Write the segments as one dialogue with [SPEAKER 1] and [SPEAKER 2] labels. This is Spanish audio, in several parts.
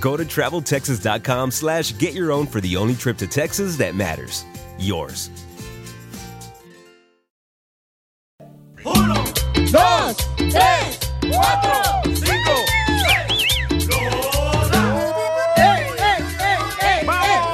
[SPEAKER 1] Go to traveltexas.com slash get your own for the only trip to Texas that matters. Yours.
[SPEAKER 2] Uno, dos, tres, cuatro, cinco, seis.
[SPEAKER 3] ¡Vamos!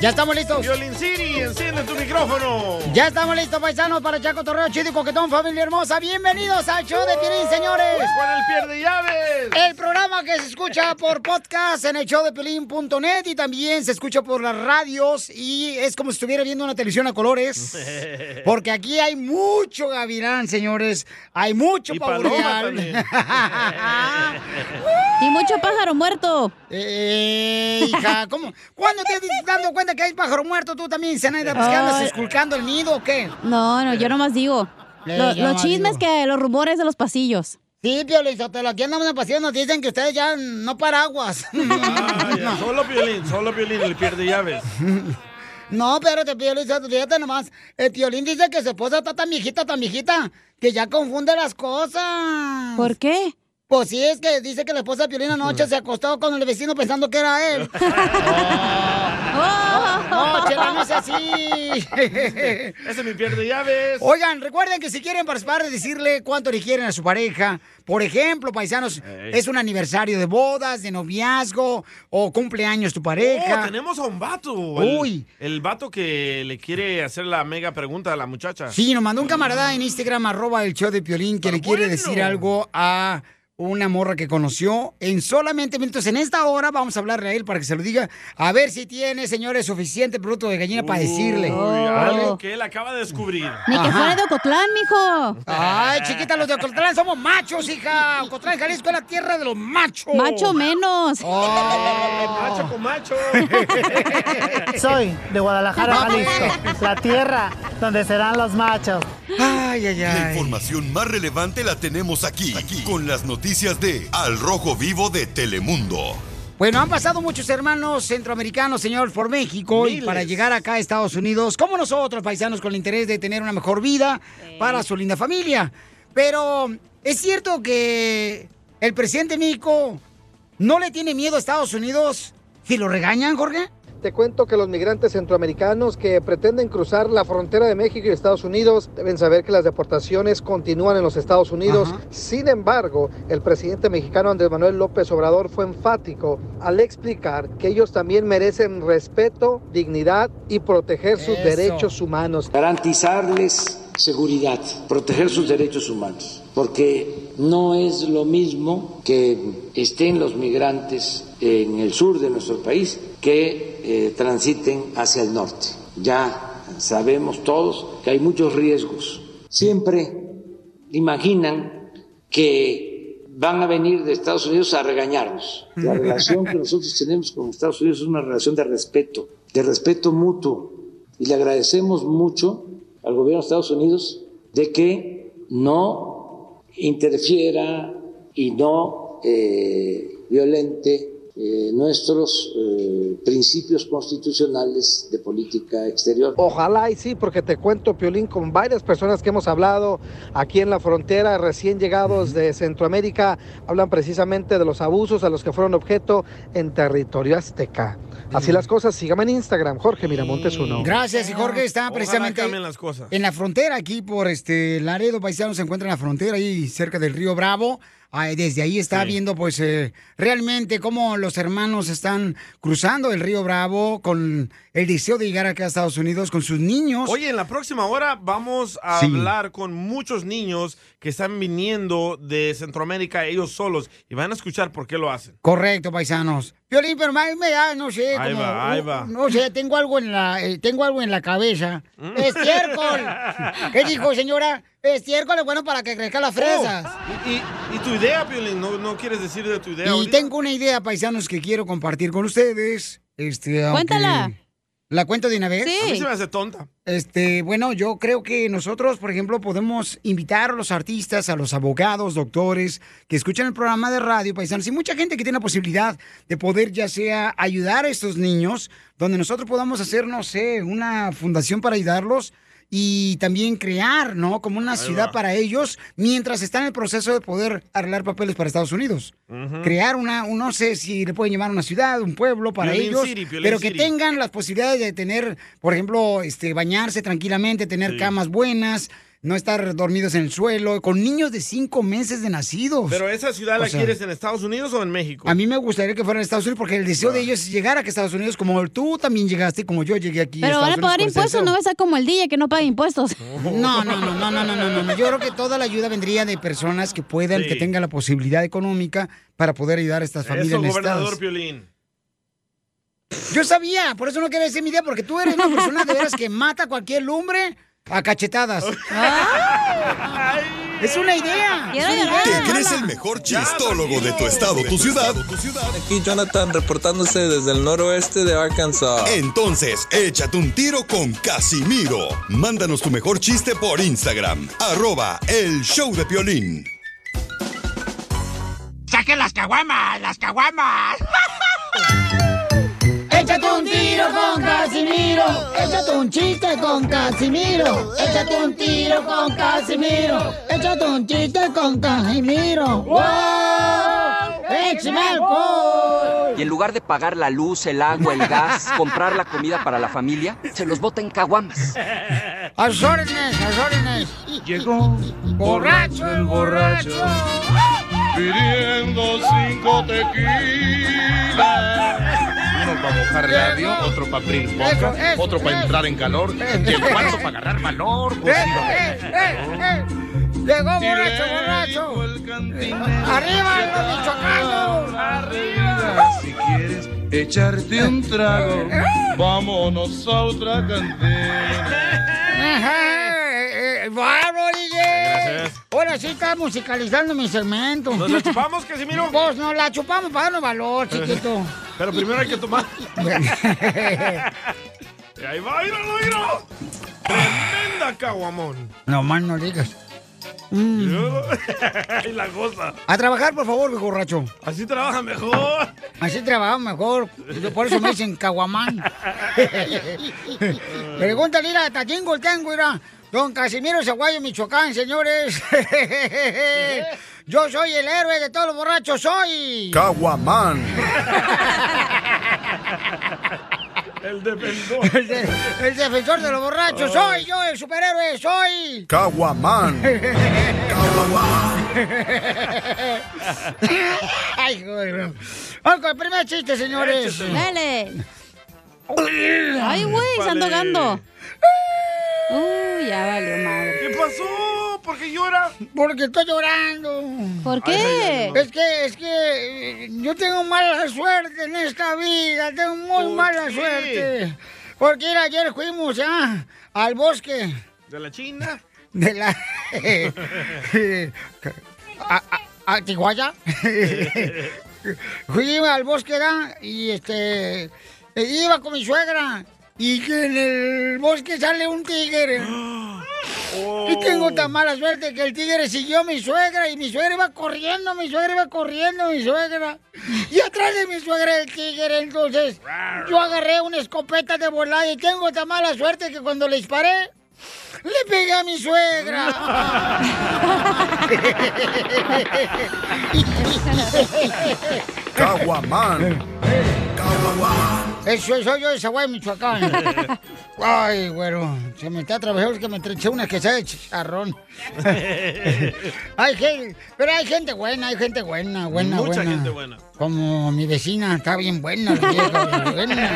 [SPEAKER 3] Ya estamos listos.
[SPEAKER 2] Violin City, enciende tu micrófono.
[SPEAKER 3] Ya estamos listos, paisanos, para Chaco Torreo Chido y Coquetón, familia hermosa. Bienvenidos al show de Piolín, señores.
[SPEAKER 2] Pues Con el pierde llaves.
[SPEAKER 3] El programa que se escucha por podcast en el show de Piolín.net y también se escucha por las radios y es como si estuviera viendo una televisión a colores. Porque aquí hay mucho gavilán, señores. Hay mucho
[SPEAKER 2] Y
[SPEAKER 3] pavo
[SPEAKER 2] paloma
[SPEAKER 3] real.
[SPEAKER 2] también.
[SPEAKER 4] Y mucho pájaro muerto.
[SPEAKER 3] Eh, hija, ¿cómo? ¿Cuándo te estás dando cuenta que hay pájaro muerto tú también, Zenaida? Pues, ¿qué andas
[SPEAKER 4] Ay.
[SPEAKER 3] esculcando el nido o qué?
[SPEAKER 4] No, no, yo nomás digo. Lo-
[SPEAKER 3] Eh, yo
[SPEAKER 4] los
[SPEAKER 3] nomás
[SPEAKER 4] chismes
[SPEAKER 3] digo.
[SPEAKER 4] que, los rumores de los pasillos.
[SPEAKER 3] Sí, Piolizotelo, aquí andamos en pasión, nos dicen que ustedes ya no paraguas.
[SPEAKER 2] Ah, ya, Solo violín, solo violín, el pierde llaves. Oh,
[SPEAKER 3] no, pero te Piolizotelo, fíjate nomás, el Piolín dice que su esposa está tan viejita, tan viejita, que ya confunde las cosas.
[SPEAKER 4] ¿Por qué?
[SPEAKER 3] Pues sí, es que dice que la esposa de Piolín anoche se acostó con el vecino pensando que era él.
[SPEAKER 2] Oh.
[SPEAKER 3] No, chela, no es así.
[SPEAKER 2] Este, Ese es mi pierde llaves.
[SPEAKER 3] Oigan, recuerden que si quieren participar, decirle cuánto le quieren a su pareja. Por ejemplo, paisanos,
[SPEAKER 2] Ey.
[SPEAKER 3] es un aniversario de bodas, de noviazgo o cumpleaños tu
[SPEAKER 2] Oh,
[SPEAKER 3] pareja.
[SPEAKER 2] tenemos a un vato.
[SPEAKER 3] Uy.
[SPEAKER 2] El, el vato que le quiere hacer la mega pregunta a la muchacha.
[SPEAKER 3] Sí, nos mandó un camarada en Instagram, arroba el show de Piolín, que
[SPEAKER 2] Pero
[SPEAKER 3] le quiere
[SPEAKER 2] bueno.
[SPEAKER 3] decir algo a una morra que conoció en solamente minutos. En esta hora vamos a hablarle a él para que se lo diga. A ver si tiene, señores, suficiente producto de gallina para decirle.
[SPEAKER 2] Uy, algo
[SPEAKER 4] Oh.
[SPEAKER 2] que él acaba de descubrir.
[SPEAKER 4] Ni que
[SPEAKER 3] Ajá.
[SPEAKER 4] fuera de Ocotlán, mijo.
[SPEAKER 3] Ay, chiquita, los de Ocotlán somos machos, hija. Ocotlán, Jalisco es la tierra de los machos.
[SPEAKER 4] Macho menos.
[SPEAKER 2] Eh,
[SPEAKER 3] Oh.
[SPEAKER 2] macho con macho.
[SPEAKER 5] Soy de Guadalajara, Jalisco, la tierra donde serán los machos.
[SPEAKER 3] Ay, ay,
[SPEAKER 6] La
[SPEAKER 3] ay.
[SPEAKER 6] información más relevante la tenemos aquí, aquí, con las noticias de Al Rojo Vivo de Telemundo.
[SPEAKER 3] Bueno, han pasado muchos hermanos centroamericanos, señor, por México y
[SPEAKER 2] Miles.
[SPEAKER 3] para llegar acá a Estados Unidos, como nosotros, paisanos, con el interés de tener una mejor vida para su linda familia. Pero es cierto que el presidente de México no le tiene miedo a Estados Unidos si lo regañan, Jorge.
[SPEAKER 7] Te cuento que los migrantes centroamericanos que pretenden cruzar la frontera de México y Estados Unidos deben saber que las deportaciones continúan en los Estados Unidos.
[SPEAKER 3] Ajá.
[SPEAKER 7] Sin embargo, el presidente mexicano Andrés Manuel López Obrador fue enfático al explicar que ellos también merecen respeto, dignidad y proteger sus
[SPEAKER 3] Eso.
[SPEAKER 7] derechos humanos.
[SPEAKER 8] garantizarles seguridad, proteger sus derechos humanos, porque no es lo mismo que estén los migrantes en el sur de nuestro país que eh, transiten hacia el norte. Ya sabemos todos que hay muchos riesgos. Siempre imaginan que van a venir de Estados Unidos a regañarnos.
[SPEAKER 9] Mm.
[SPEAKER 8] La relación que nosotros tenemos con Estados Unidos es una relación de respeto, de respeto mutuo. Y le agradecemos mucho al gobierno de Estados Unidos de que no interfiera y no eh, violente eh, nuestros eh, principios constitucionales de política exterior.
[SPEAKER 7] Ojalá y sí, porque te cuento, Piolín, con varias personas que hemos hablado aquí en la frontera, recién llegados de Centroamérica, hablan precisamente de los abusos a los que fueron objeto en territorio azteca. Así las cosas, sígame en Instagram, Jorge Miramontes uno.
[SPEAKER 3] Gracias, y Jorge está
[SPEAKER 2] Ojalá
[SPEAKER 3] precisamente
[SPEAKER 2] cambien las cosas.
[SPEAKER 3] en la frontera, aquí por este Laredo, paisanos, se encuentra en la frontera, ahí cerca del río Bravo. ah, desde ahí está viendo pues eh, realmente cómo los hermanos están cruzando el río Bravo con el deseo de llegar acá a Estados Unidos con sus niños.
[SPEAKER 2] Oye, en la próxima hora vamos a
[SPEAKER 3] Sí.
[SPEAKER 2] hablar con muchos niños que están viniendo de Centroamérica ellos solos y van a escuchar por qué lo hacen.
[SPEAKER 3] Correcto, paisanos. Violín, pero más me da, no sé,
[SPEAKER 2] Ahí
[SPEAKER 3] como-
[SPEAKER 2] va, ahí va.
[SPEAKER 3] no sé, tengo algo en la, eh, tengo algo en la cabeza.
[SPEAKER 2] Mm.
[SPEAKER 3] Estiércol. ¿Qué dijo, señora? Estiércol es bueno para que crezcan las fresas.
[SPEAKER 2] Oh, y, y- y tu idea, Piolín, no, no quieres decir de tu idea.
[SPEAKER 3] Y
[SPEAKER 2] ahorita?
[SPEAKER 3] tengo una idea, paisanos, que quiero compartir con ustedes. Este, aunque-
[SPEAKER 2] Cuéntala.
[SPEAKER 3] ¿La cuento de una vez?
[SPEAKER 2] A mí se me hace tonta.
[SPEAKER 3] Este, bueno, yo creo que nosotros, por ejemplo, podemos invitar a los artistas, a los abogados, doctores, que escuchan el programa de radio, paisanos, y mucha gente que tiene la posibilidad de poder ya sea ayudar a estos niños, donde nosotros podamos hacer, no sé, una fundación para ayudarlos y también crear, ¿no? Como una ciudad para ellos mientras están en el proceso de poder arreglar papeles para Estados Unidos. Crear una, un- no sé si le pueden llamar una ciudad, un pueblo para
[SPEAKER 2] Piolín
[SPEAKER 3] ellos,
[SPEAKER 2] City, Piolín
[SPEAKER 3] pero que
[SPEAKER 2] City.
[SPEAKER 3] tengan las posibilidades de tener, por ejemplo, este, bañarse tranquilamente, tener
[SPEAKER 2] Sí.
[SPEAKER 3] camas buenas, no estar dormidos en el suelo, con niños de cinco meses de nacidos.
[SPEAKER 2] Pero esa ciudad la
[SPEAKER 3] Pues, O sea,
[SPEAKER 2] quieres en Estados Unidos o en México.
[SPEAKER 3] A mí me gustaría que fuera en Estados Unidos porque el deseo de ellos es llegar a que Estados Unidos, como tú también llegaste, como yo llegué aquí.
[SPEAKER 4] Pero van a
[SPEAKER 3] Estados
[SPEAKER 4] pagar
[SPEAKER 3] Unidos Oh, por el
[SPEAKER 4] impuestos, no
[SPEAKER 3] deseo.
[SPEAKER 4] va a ser como el DJ que no paga impuestos.
[SPEAKER 3] No, no, no, no, no, no, no, no. Yo creo que toda la ayuda vendría de personas que puedan,
[SPEAKER 2] Sí.
[SPEAKER 3] que tengan la posibilidad económica para poder ayudar a estas familias
[SPEAKER 2] Eso,
[SPEAKER 3] necesitadas.
[SPEAKER 2] gobernador Piolín.
[SPEAKER 3] Yo sabía, por eso no quería decir mi idea, porque tú eres una persona de veras que mata cualquier lumbre a cachetadas. es una idea. es una idea.
[SPEAKER 6] ¿Te crees el mejor chistólogo de tu estado, tu ciudad?
[SPEAKER 10] Aquí Jonathan reportándose desde el noroeste de Arkansas.
[SPEAKER 6] Entonces, échate un tiro con Casimiro. Mándanos tu mejor chiste por Instagram, arroba el show de Piolín.
[SPEAKER 11] ¡Saquen las caguamas! ¡Las caguamas!
[SPEAKER 3] Échate un tiro con Casimiro. Échate un chiste con Casimiro. Échate un tiro con Casimiro. Échate un chiste con Casimiro. ¡Wow! ¡Échame alcohol!
[SPEAKER 12] Y en lugar de pagar la luz, el agua, el gas, comprar la comida para la familia, se los bota en caguamas.
[SPEAKER 3] A sus órdenes, a sus órdenes. Llegó borracho el borracho.
[SPEAKER 11] Pidiendo cinco tequilas. Uno para mojar el labio, otro para abrir boca,
[SPEAKER 3] Eso, eso,
[SPEAKER 11] otro para
[SPEAKER 3] eso.
[SPEAKER 11] entrar en calor y el cuarto para agarrar valor. pues,
[SPEAKER 3] Eh,
[SPEAKER 11] hijo de-
[SPEAKER 3] eh, eh, eh. Llegó borracho, borracho. ¡Arriba los michoacanos! ¡Arriba!
[SPEAKER 11] Si quieres echarte un trago, vámonos a otra cantina.
[SPEAKER 3] Ajá, eh, eh, ¡Bravo, DJ! Ahora sí está musicalizando mi segmento.
[SPEAKER 2] ¿Nos la chupamos, Casimiro?
[SPEAKER 3] Pues nos la chupamos para darnos valor, chiquito.
[SPEAKER 2] Pero primero hay que tomar. Y ahí va, míralo, míralo. Tremenda caguamón.
[SPEAKER 3] No más no digas. Mm.
[SPEAKER 2] y la cosa.
[SPEAKER 3] A trabajar, por favor, viejo borracho.
[SPEAKER 2] Así trabaja mejor.
[SPEAKER 3] Así trabajamos mejor. Yo Por eso me dicen caguamán. Pregúntale, mira, hasta Tingo el Tango, mira. Don Casimiro Zaguayo, Michoacán, señores. Yo soy el héroe de todos los borrachos, soy.
[SPEAKER 13] Caguamán.
[SPEAKER 2] El defensor.
[SPEAKER 3] El, de- el defensor de los borrachos, soy yo, el superhéroe, soy.
[SPEAKER 13] Caguamán.
[SPEAKER 3] Ay, joder. Vamos con el primer chiste, señores.
[SPEAKER 4] Échatelo. Dale. Ay, güey, se anda ahogando. Uy, ya valió madre.
[SPEAKER 2] ¿Qué pasó? ¿Por qué llora?
[SPEAKER 3] Porque estoy llorando.
[SPEAKER 4] ¿Por qué? Ay, ay, ay, no.
[SPEAKER 3] Es que, es que eh, yo tengo mala suerte en esta vida, tengo muy
[SPEAKER 2] ¿Por
[SPEAKER 3] mala
[SPEAKER 2] qué?
[SPEAKER 3] suerte. Porque mira, ayer fuimos ah, al bosque
[SPEAKER 2] ¿De la China?
[SPEAKER 3] de la... eh, a, a- a Tijuana. Ah. Fui al bosque ¿verdad? y este eh, iba con mi suegra y que en el bosque sale un tigre. Y tengo tan mala suerte que el tigre siguió a mi suegra y mi suegra iba corriendo, mi suegra iba corriendo, mi suegra. Y atrás de mi suegra el tigre, entonces yo agarré una escopeta de volada y tengo tan mala suerte que cuando le disparé, le pegué a mi suegra.
[SPEAKER 13] Caguamán.
[SPEAKER 3] Eso, soy yo de Zaguay, Michoacán. Ay, güero, se me está atravesando es que me entreché una que de chicharrón. Hay gente, pero hay gente buena, hay gente buena, buena,
[SPEAKER 2] Mucha
[SPEAKER 3] buena.
[SPEAKER 2] gente buena.
[SPEAKER 3] Como mi vecina, está bien buena la vieja, buena.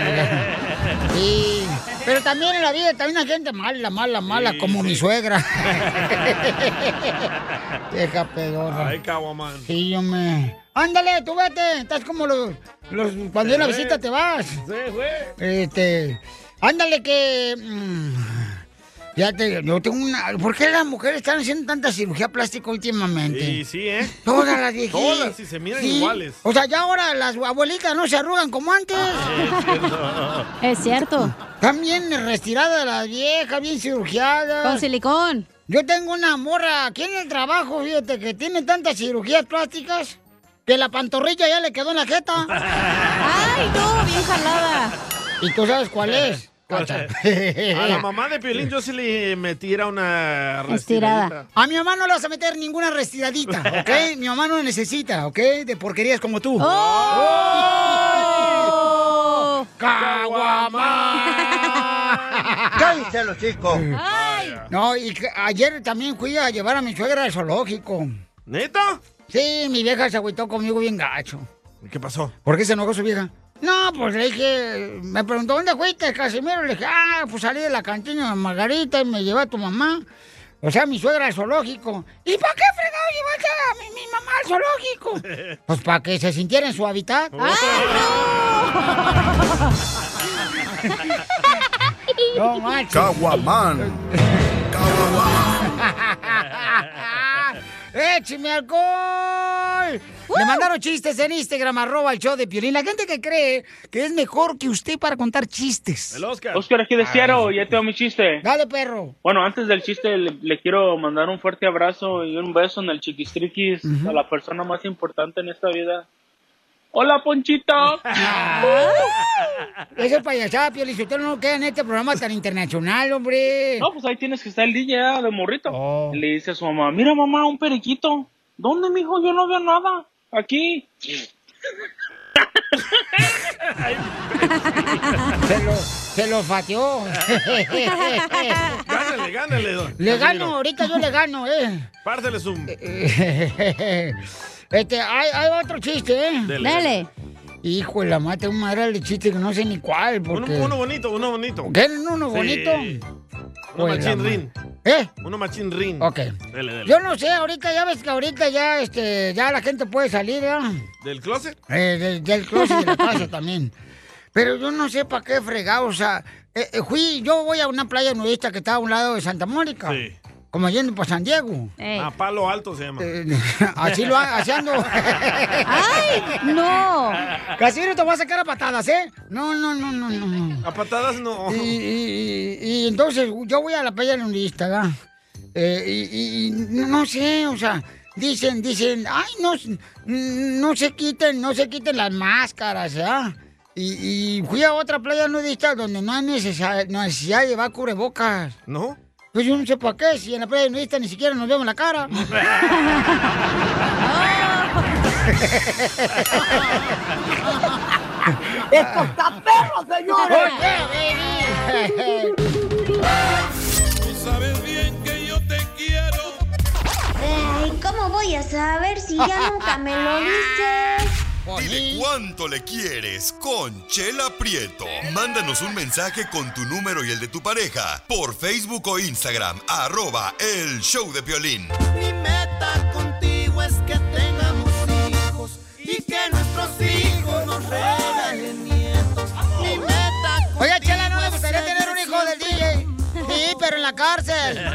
[SPEAKER 3] Sí, pero también en la vida también hay gente mala, mala, mala, como mi suegra. Deja pedorra.
[SPEAKER 2] Ay, caguamán.
[SPEAKER 3] Sí, hombre. Ándale, tú vete. Estás como los. los cuando hay una
[SPEAKER 2] Sí.
[SPEAKER 3] visita te vas.
[SPEAKER 2] Sí, güey.
[SPEAKER 3] Este. Ándale, que. mm, ya te. Yo tengo una. ¿Por qué las mujeres están haciendo tanta cirugía plástica últimamente?
[SPEAKER 2] Y sí, ¿eh?
[SPEAKER 3] Todas las viejitas.
[SPEAKER 2] Todas, sí, se miran
[SPEAKER 3] Sí.
[SPEAKER 2] iguales.
[SPEAKER 3] O sea, ya ahora las abuelitas no se arrugan como antes.
[SPEAKER 2] Ah,
[SPEAKER 3] Es cierto. Están bien retiradas las viejas, bien cirugiadas.
[SPEAKER 4] Con
[SPEAKER 3] silicón. Yo tengo una morra aquí en el trabajo, fíjate, que tiene tantas cirugías plásticas que la pantorrilla ya le quedó en la jeta. ¡Ay, no! Bien jalada. ¿Y tú sabes cuál es? Cacha.
[SPEAKER 2] Eh, A la mamá de Piolín yo sí le metiera una restiradita.
[SPEAKER 3] A mi mamá no le vas a meter ninguna restiradita, ¿ok? mi mamá no necesita, ¿ok? De porquerías como tú. ¡Oh! ¡Caguama! ¡Cállense los chicos! No, y que ayer también fui a llevar a mi suegra al zoológico.
[SPEAKER 2] ¿Neta?
[SPEAKER 3] Sí, mi vieja se agüitó conmigo bien gacho.
[SPEAKER 2] ¿Y ¿Qué pasó?
[SPEAKER 3] ¿Por qué se enojó su vieja? No, pues le dije, me preguntó, ¿dónde fuiste, Casimiro? Le dije, ah, pues salí de la cantina de Margarita y me llevé a tu mamá. O sea, mi suegra al zoológico. ¿Y para qué fregado llevaste a mi, mi mamá al zoológico? Pues para que se sintiera en su hábitat.
[SPEAKER 14] Oh.
[SPEAKER 3] No manches.
[SPEAKER 13] Caguamán.
[SPEAKER 3] ¡Écheme alcohol! Le mandaron chistes en Instagram, arroba el show de Piolín. La gente que cree que es mejor que usted para contar chistes.
[SPEAKER 2] El Oscar.
[SPEAKER 15] Oscar, aquí de Seattle, ya tengo mi chiste.
[SPEAKER 3] Dale, perro.
[SPEAKER 15] Bueno, antes del chiste, le, le quiero mandar un fuerte abrazo y un beso en el chiquistriquis a la persona más importante en esta vida. ¡Hola, Ponchito!
[SPEAKER 3] Eso es payasada, Piolín. Si usted no queda en este programa tan internacional, hombre.
[SPEAKER 15] No, pues ahí tienes que estar el DJ ah, de morrito. Le dice a su mamá, mira mamá, un periquito. ¿Dónde, mijo? Yo no veo nada. Aquí.
[SPEAKER 3] Se lo, se lo fateó.
[SPEAKER 2] Gánale, gánale, don.
[SPEAKER 3] le gano,
[SPEAKER 2] Casimiro.
[SPEAKER 3] ahorita yo le gano, eh.
[SPEAKER 2] Pártele su...
[SPEAKER 3] Este, hay, hay otro chiste, ¿eh?
[SPEAKER 2] Dele, dele.
[SPEAKER 3] Hijo de la mata, un madral de chiste que no sé ni cuál.
[SPEAKER 2] Uno,
[SPEAKER 3] Porque...
[SPEAKER 2] uno bonito, uno bonito.
[SPEAKER 3] ¿Quieren uno
[SPEAKER 2] Sí.
[SPEAKER 3] bonito?
[SPEAKER 2] Uno
[SPEAKER 3] Hijo de la
[SPEAKER 2] machín
[SPEAKER 3] ma-
[SPEAKER 2] rin.
[SPEAKER 3] ¿Eh?
[SPEAKER 2] Uno machín rin.
[SPEAKER 3] Ok.
[SPEAKER 2] Dele, dele.
[SPEAKER 3] Yo no sé, ahorita ya ves que ahorita ya, este, ya la gente puede salir, ¿verdad?
[SPEAKER 2] ¿Del closet?
[SPEAKER 3] Eh, de- del closet de la casa también. Pero yo no sé para qué fregado, o sea, eh, eh, fui, yo voy a una playa nudista que está a un lado de Santa Mónica.
[SPEAKER 2] Sí.
[SPEAKER 3] Como yendo para San Diego.
[SPEAKER 2] A palo alto se llama.
[SPEAKER 3] Eh, Así lo ha- así ando. ¡Ay! ¡No! Casimiro te voy a sacar a patadas, ¿eh? No, no, no, no, no, no.
[SPEAKER 2] A patadas no.
[SPEAKER 3] Y, y- y- y entonces yo voy a la playa nudista, ¿verdad? Eh, y, y- y no sé, o sea, dicen, dicen, ay, no, no se quiten, no se quiten las máscaras, ¿verdad? Y, y fui a otra playa nudista donde no hay necesidad, no hay necesidad de llevar cubrebocas.
[SPEAKER 2] ¿No?
[SPEAKER 3] Pues yo no sé para qué, si en la playa nudista ni siquiera nos vemos la cara.
[SPEAKER 14] ¡Esto está perro, señores!
[SPEAKER 16] Ay, ¿cómo voy a saber si ya nunca me lo dices?
[SPEAKER 6] Dile cuánto le quieres con Chela Prieto. Mándanos un mensaje con tu número y el de tu pareja por Facebook o Instagram, arroba el show de Piolín.
[SPEAKER 14] Mi meta contigo es que tengamos hijos y que nuestros hijos nos regalen nietos. Mi meta contigo
[SPEAKER 3] Oiga, Chela, ¿no le gustaría
[SPEAKER 14] es
[SPEAKER 3] tener un hijo del DJ? Sí, pero en la cárcel.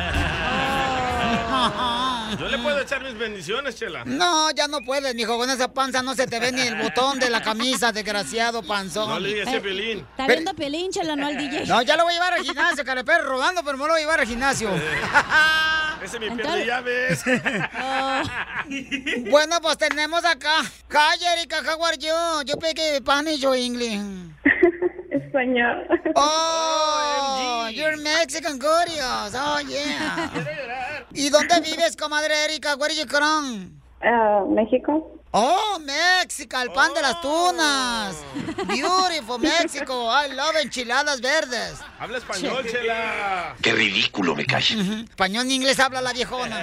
[SPEAKER 2] Yo le puedo echar mis bendiciones, Chela.
[SPEAKER 3] No, ya no puedes, mijo. Con esa panza no se te ve ni el botón de la camisa, desgraciado panzón.
[SPEAKER 2] No le digas a Piolín.
[SPEAKER 4] Está viendo pelín, chela, no al DJ.
[SPEAKER 3] No, ya lo voy a llevar al gimnasio, carapero, rodando, pero me lo voy a llevar al gimnasio.
[SPEAKER 2] Ese me
[SPEAKER 3] Entonces-
[SPEAKER 2] pierde llaves.
[SPEAKER 3] bueno, pues tenemos acá. Hi, Erika, how are you? You speak Spanish or English?
[SPEAKER 17] Español.
[SPEAKER 3] Oh, you're Mexican curious. Oh, yeah. ¿Y dónde vives, comadre Erika? Where are you from?
[SPEAKER 17] Ah, México.
[SPEAKER 3] ¡Oh, México! ¡El pan de las tunas! ¡Beautiful México! ¡I love enchiladas verdes!
[SPEAKER 2] Habla español, chela.
[SPEAKER 9] Qué ridículo me cae.
[SPEAKER 3] Español ni inglés habla la viejona.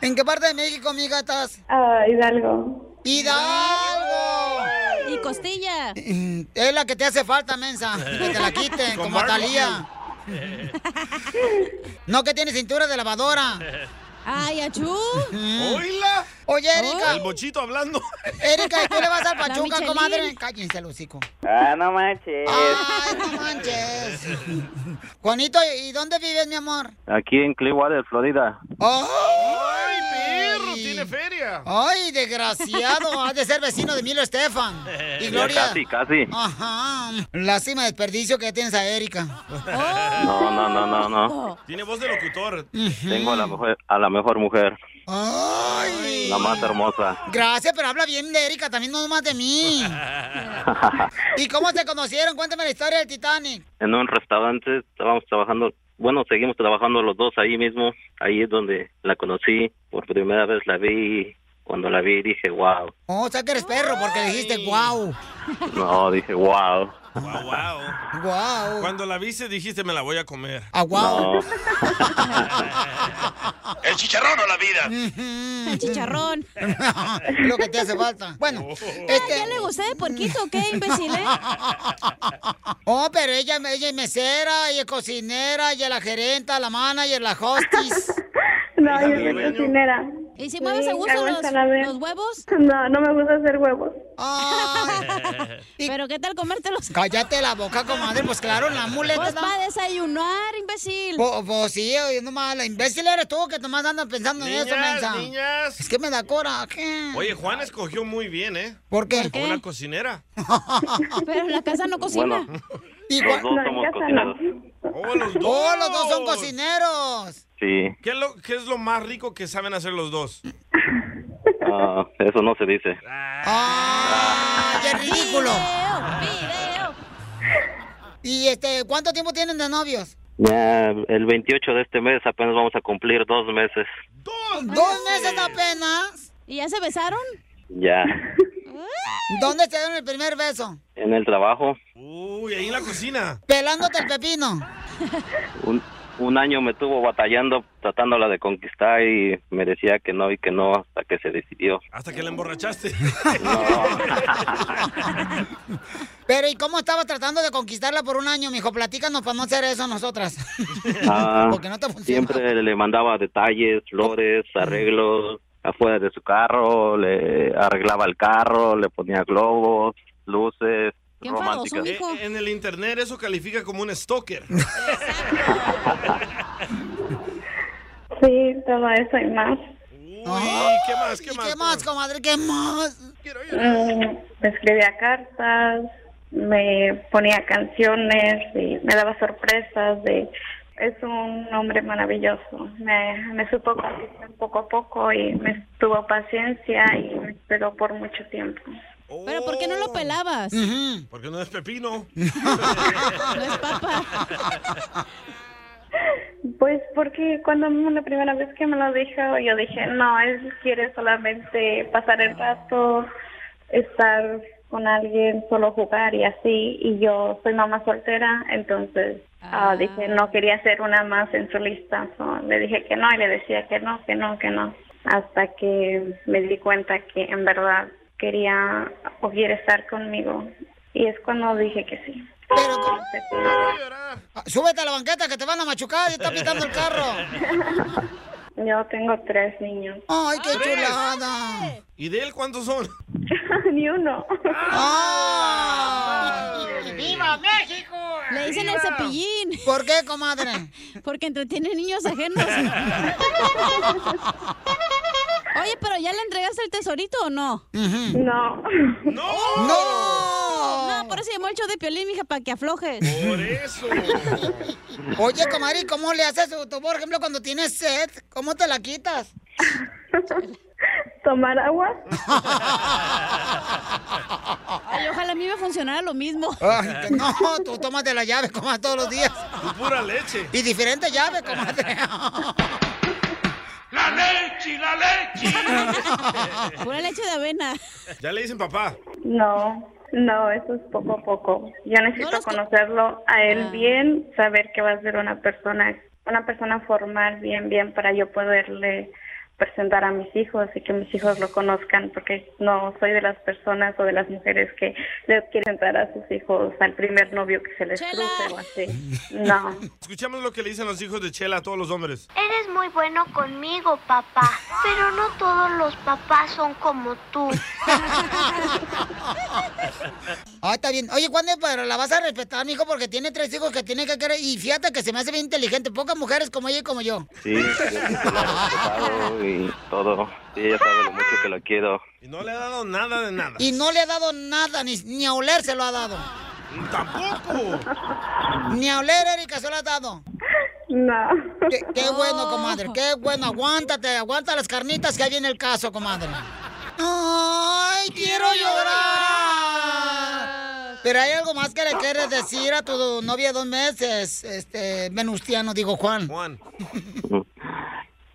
[SPEAKER 3] ¿En qué parte de México, amiga, estás?
[SPEAKER 17] Ah, Hidalgo.
[SPEAKER 3] ¡Hidalgo!
[SPEAKER 4] Y costilla.
[SPEAKER 3] Es la que te hace falta, mensa. Que te la quiten,
[SPEAKER 4] Con
[SPEAKER 3] como a
[SPEAKER 4] barbecue.
[SPEAKER 3] Talía. No que tiene cintura de lavadora.
[SPEAKER 4] ¡Ay, achú!
[SPEAKER 3] ¡Oíla! Oye, Erika.
[SPEAKER 2] El bochito hablando.
[SPEAKER 3] Erika, ¿y tú le vas al
[SPEAKER 4] La
[SPEAKER 3] Pachuca,
[SPEAKER 4] Michelin.
[SPEAKER 3] comadre? Cállense el hocico.
[SPEAKER 18] Ah, no manches.
[SPEAKER 3] ¡Ay, no manches! Juanito, ¿y dónde vives, mi amor?
[SPEAKER 18] Aquí en Clearwater, Florida.
[SPEAKER 3] Oh, ¡Ay, perro! ¡Tiene feria! ¡Ay, desgraciado! Has de ser vecino de Milo Estefan. Y
[SPEAKER 18] Ya
[SPEAKER 3] Gloria.
[SPEAKER 18] Eh, casi, casi.
[SPEAKER 3] Ajá. Lástima de desperdicio que tienes a Erika. Ah.
[SPEAKER 18] No, no, no, no, no.
[SPEAKER 2] Tiene voz de locutor.
[SPEAKER 18] Tengo a la mejor, a la mejor mujer,
[SPEAKER 3] ¡Ay!
[SPEAKER 18] la más hermosa.
[SPEAKER 3] Gracias, pero habla bien de Erika, también no más de mí. ¿Y cómo se conocieron? Cuéntame la historia del Titanic.
[SPEAKER 18] en un restaurante estábamos trabajando, bueno, seguimos trabajando los dos ahí mismo. Ahí es donde la conocí. Por primera vez la vi y cuando la vi dije, wow.
[SPEAKER 3] Oh, o sea que eres perro porque dijiste wow.
[SPEAKER 18] No, dije, wow.
[SPEAKER 3] Wow.
[SPEAKER 2] Cuando la viste dijiste me la voy a comer.
[SPEAKER 3] Ah,
[SPEAKER 18] No.
[SPEAKER 2] El chicharrón o la vida.
[SPEAKER 3] Mm.
[SPEAKER 4] El chicharrón.
[SPEAKER 3] Lo que te hace falta. Bueno, este...
[SPEAKER 4] ¿Ya le gusté de porquito o qué, imbécil, eh?
[SPEAKER 3] Oh, pero ella, ella es mesera, ella es cocinera, ella es la gerenta, la manager, la hostis.
[SPEAKER 17] No, yo soy cocinera.
[SPEAKER 4] ¿Y si mueves
[SPEAKER 17] Sí,
[SPEAKER 4] a gusto
[SPEAKER 17] hago
[SPEAKER 4] los,
[SPEAKER 17] ensalada.
[SPEAKER 4] los huevos?
[SPEAKER 17] No, no me gusta hacer huevos.
[SPEAKER 4] ¿Pero qué tal comértelos?
[SPEAKER 3] Cállate la boca, comadre, pues claro, la muleta.
[SPEAKER 4] Pues
[SPEAKER 3] ¿no?
[SPEAKER 4] va a desayunar, imbécil.
[SPEAKER 3] Po- Pues, sí, oye, nomás la imbécil eres tú que nomás andas pensando en eso,
[SPEAKER 2] Niñas,
[SPEAKER 3] mensa.
[SPEAKER 2] niñas.
[SPEAKER 3] Es que me da coraje.
[SPEAKER 2] Oye, Juan escogió muy bien, ¿eh?
[SPEAKER 3] ¿Por qué?
[SPEAKER 2] A Una cocinera.
[SPEAKER 4] Pero en la casa no cocina.
[SPEAKER 18] Bueno,
[SPEAKER 3] Y
[SPEAKER 18] los dos somos cocineros.
[SPEAKER 2] Oh, los dos.
[SPEAKER 3] Oh, los dos son cocineros.
[SPEAKER 18] Sí,
[SPEAKER 2] ¿Qué es, lo, ¿Qué es lo más rico que saben hacer los dos?
[SPEAKER 18] ah, eso no se dice.
[SPEAKER 3] ¡Qué ridículo! Y este, ¿cuánto tiempo tienen de novios?
[SPEAKER 18] Ya, el 28 de este mes apenas vamos a cumplir dos meses.
[SPEAKER 3] Dos meses apenas.
[SPEAKER 4] ¿Y ya se besaron?
[SPEAKER 18] Ya,
[SPEAKER 3] ¿Dónde te dieron el primer beso?
[SPEAKER 18] en el trabajo.
[SPEAKER 2] Uy, ahí en la cocina.
[SPEAKER 3] Pelándote el pepino.
[SPEAKER 18] Un, un año me tuvo batallando, tratándola de conquistar y me decía que no y que no hasta que se decidió.
[SPEAKER 2] Hasta que la emborrachaste.
[SPEAKER 3] Pero ¿y cómo estaba tratando de conquistarla por un año, mijo? Platícanos para no hacer eso nosotras.
[SPEAKER 18] Ah,
[SPEAKER 3] Porque no te funciona.
[SPEAKER 18] siempre le mandaba detalles, flores, arreglos afuera de su carro, le arreglaba el carro, le ponía globos, luces románticas.
[SPEAKER 2] Eh, en el internet eso califica como un stalker.
[SPEAKER 17] Sí, todo eso y más.
[SPEAKER 2] Uy, ¿qué más? ¿Qué
[SPEAKER 3] ¿Y qué más, comadre? ¿Qué más?
[SPEAKER 17] Mm, Me escribía cartas, me ponía canciones y me daba sorpresas. De, es un hombre maravilloso. Me, me supo conquistar poco a poco y me tuvo paciencia y me esperó por mucho tiempo.
[SPEAKER 4] ¿Pero por qué
[SPEAKER 3] Oh.
[SPEAKER 4] no lo pelabas?
[SPEAKER 2] Porque no es pepino.
[SPEAKER 17] Pues porque cuando la primera vez que me lo dijo, yo dije, no, él quiere solamente pasar el rato, estar con alguien, solo jugar y así. Y yo soy mamá soltera, entonces ah, dije, no quería ser una más en su lista. So, le dije que no y le decía que no, que no, que no. Hasta que me di cuenta que en verdad quería o quiere estar conmigo. Y es cuando dije que sí.
[SPEAKER 3] Ah, Súbete a la banqueta que te van a machucar, ya está pitando el carro.
[SPEAKER 17] Yo tengo tres niños.
[SPEAKER 3] ¡Ay, qué
[SPEAKER 2] Tres.
[SPEAKER 3] chulada!
[SPEAKER 2] ¿Y de él cuántos son?
[SPEAKER 17] Ni uno.
[SPEAKER 3] ¡Viva México!
[SPEAKER 4] Le dicen el cepillín.
[SPEAKER 3] ¿Por qué, comadre?
[SPEAKER 4] Porque entretiene niños ajenos. Oye, pero ¿ya le entregaste el tesorito o no?
[SPEAKER 17] No.
[SPEAKER 2] ¡No!
[SPEAKER 3] ¡No!
[SPEAKER 4] No, por eso llamó el show de Piolín, mija, para que aflojes.
[SPEAKER 2] Por eso.
[SPEAKER 3] Oye, comadre, ¿cómo le haces tú, por ejemplo, cuando tienes sed? ¿Cómo te la quitas?
[SPEAKER 17] ¿Tomar agua?
[SPEAKER 4] Ay, ojalá a mí me funcionara lo mismo.
[SPEAKER 3] Ay, que no, tú tomas de la llave, comadre, todos los días.
[SPEAKER 2] Pura leche.
[SPEAKER 3] Y diferente llave, comadre.
[SPEAKER 2] ¡La
[SPEAKER 11] leche, la leche!
[SPEAKER 4] Pura leche de avena.
[SPEAKER 2] Ya le dicen papá.
[SPEAKER 17] No, no, eso es poco a poco. Yo necesito conocerlo a él bien, saber que va a ser una persona, una persona formal bien, bien para yo poderle presentar a mis hijos y que mis hijos lo conozcan, porque no soy de las personas o de las mujeres que le quieren dar a sus hijos al primer novio que se les cruce o así. No.
[SPEAKER 2] Escuchamos lo que le dicen los hijos de Chela a todos los hombres.
[SPEAKER 16] Eres muy bueno conmigo, papá, pero no todos los papás son como tú.
[SPEAKER 3] Ah, está bien. Oye, Juan, pero la vas a respetar, mijo, porque tiene tres hijos que tiene que querer. Y fíjate que se me hace bien inteligente. Pocas mujeres como ella y como yo.
[SPEAKER 18] Sí, yo sí se la he respetado y todo. Sí, ella sabe lo mucho que la quiero.
[SPEAKER 2] Y no le ha dado nada de nada.
[SPEAKER 3] Y no le ha dado nada, ni, ni a oler se lo ha dado.
[SPEAKER 2] ¡Tampoco!
[SPEAKER 3] Ni a oler, Erika, se lo ha dado.
[SPEAKER 17] No.
[SPEAKER 3] Qué, qué bueno, comadre, qué bueno. Aguántate, aguanta las carnitas que hay en el caso, comadre. ¡Ay, quiero llorar! Pero hay algo más que le quieres decir a tu novia de dos meses, este, Venustiano, digo Juan.
[SPEAKER 2] Juan.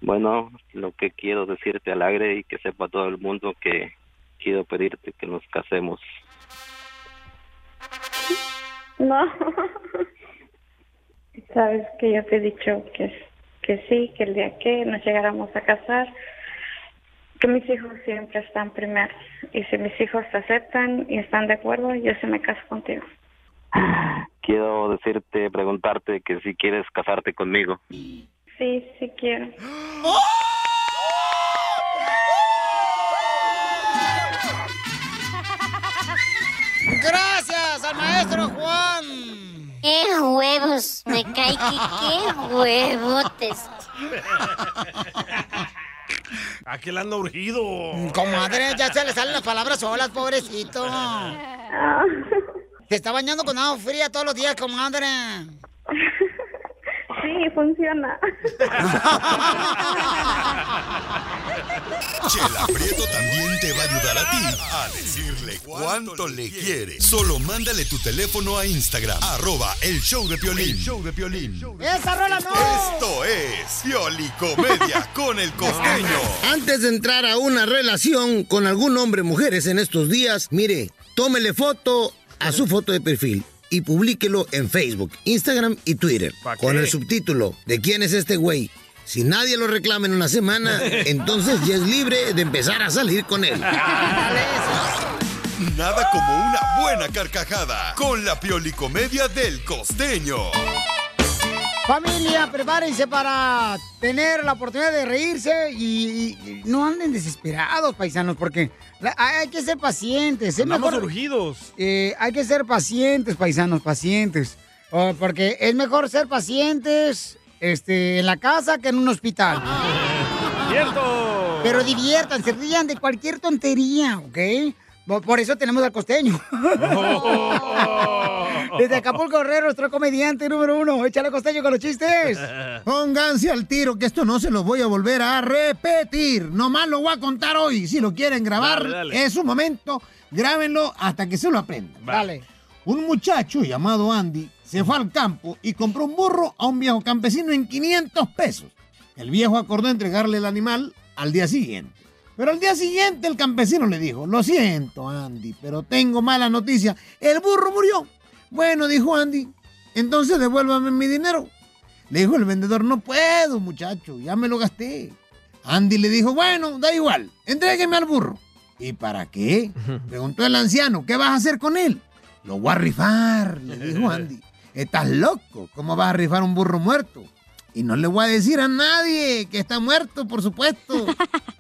[SPEAKER 18] Bueno, lo que quiero decirte alegre y que sepa todo el mundo que quiero pedirte que nos casemos.
[SPEAKER 17] No. Sabes que yo te he dicho que, que sí, que el día que nos llegáramos a casar, que mis hijos siempre están primero. Y si mis hijos te aceptan y están de acuerdo, yo sí me caso contigo.
[SPEAKER 18] Quiero decirte, preguntarte que si quieres casarte conmigo.
[SPEAKER 17] Sí, sí quiero.
[SPEAKER 3] Gracias al maestro Juan.
[SPEAKER 16] ¡Qué huevos! Me cae que qué huevotes.
[SPEAKER 2] ¿A qué le anda urgido?
[SPEAKER 3] Comadre, ya se le salen las palabras solas, pobrecito.
[SPEAKER 17] Ah.
[SPEAKER 3] Se está bañando con agua fría todos los días, comadre.
[SPEAKER 17] Sí, funciona.
[SPEAKER 6] Chela Prieto también te va a ayudar a ti a decirle cuánto le quiere. Solo mándale tu teléfono a Instagram, arroba el show de Piolín. show de Piolín.
[SPEAKER 3] ¡Esa rola no!
[SPEAKER 6] Esto es Pioli Comedia con el costeño.
[SPEAKER 9] Antes de entrar a una relación con algún hombre mujeres en estos días, mire, tómele foto a su foto de perfil y publíquelo en Facebook, Instagram y Twitter con el subtítulo ¿De quién es este güey? Si nadie lo reclama en una semana, entonces ya es libre de empezar a salir con él.
[SPEAKER 6] Nada como una buena carcajada con la Pioli Comedia del costeño.
[SPEAKER 3] Familia, prepárense para tener la oportunidad de reírse y, y no anden desesperados, paisanos, porque la- hay que ser pacientes. Es
[SPEAKER 2] Andamos
[SPEAKER 3] mejor,
[SPEAKER 2] urgidos.
[SPEAKER 3] Eh, hay que ser pacientes, paisanos, pacientes. Oh, porque es mejor ser pacientes este, en la casa que en un hospital.
[SPEAKER 2] ¡Cierto!
[SPEAKER 3] Pero diviértanse, rían de cualquier tontería, ¿ok? Bo- Por eso tenemos al costeño. Desde Acapulco Herrero, nuestro comediante número uno. Échale costeño con los chistes.
[SPEAKER 9] Pónganse al tiro, que esto no se los voy a volver a repetir. Nomás lo voy a contar hoy. Si lo quieren grabar,
[SPEAKER 3] Dale, dale.
[SPEAKER 9] es su momento. Grábenlo hasta que se lo aprendan.
[SPEAKER 3] Vale.
[SPEAKER 9] Un muchacho llamado Andy se fue al campo y compró un burro a un viejo campesino en 500 pesos. El viejo acordó entregarle el animal al día siguiente. Pero al día siguiente el campesino le dijo, lo siento Andy, pero tengo mala noticia, el burro murió. Bueno, dijo Andy, entonces devuélvame mi dinero. Le dijo el vendedor, no puedo muchacho, ya me lo gasté. Andy le dijo, bueno, da igual, entrégueme al burro. ¿Y para qué? Preguntó el anciano, ¿qué vas a hacer con él? Lo voy a rifar, le dijo Andy. Estás loco, ¿cómo vas a rifar un burro muerto? Y no le voy a decir a nadie que está muerto, por supuesto.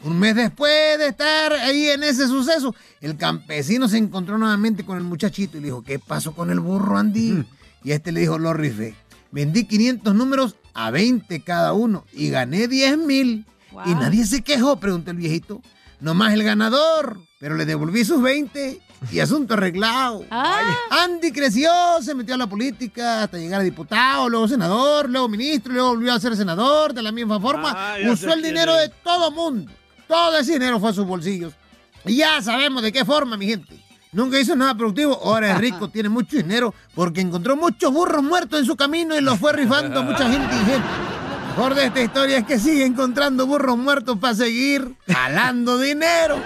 [SPEAKER 9] Un mes después de estar ahí en ese suceso, el campesino se encontró nuevamente con el muchachito y le dijo, ¿qué pasó con el burro, Andy? Y este le dijo, lo rifé. Vendí 500 números a 20 cada uno y gané 10 mil. Y nadie se quejó, preguntó el viejito. Nomás el ganador, pero le devolví sus 20 y asunto arreglado. Andy creció, se metió a la política hasta llegar a diputado, luego senador, luego ministro, luego volvió a ser senador de la misma forma.
[SPEAKER 14] Ah, ya
[SPEAKER 9] Usó
[SPEAKER 14] sé
[SPEAKER 9] el
[SPEAKER 14] quién
[SPEAKER 9] dinero
[SPEAKER 14] es.
[SPEAKER 9] de todo mundo. Todo ese dinero fue a sus bolsillos. Y ya sabemos de qué forma, mi gente. Nunca hizo nada productivo, ahora es rico, tiene mucho dinero, porque encontró muchos burros muertos en su camino y los fue rifando a mucha gente ingenua. mejor de esta historia es que sigue encontrando burros muertos para seguir jalando dinero.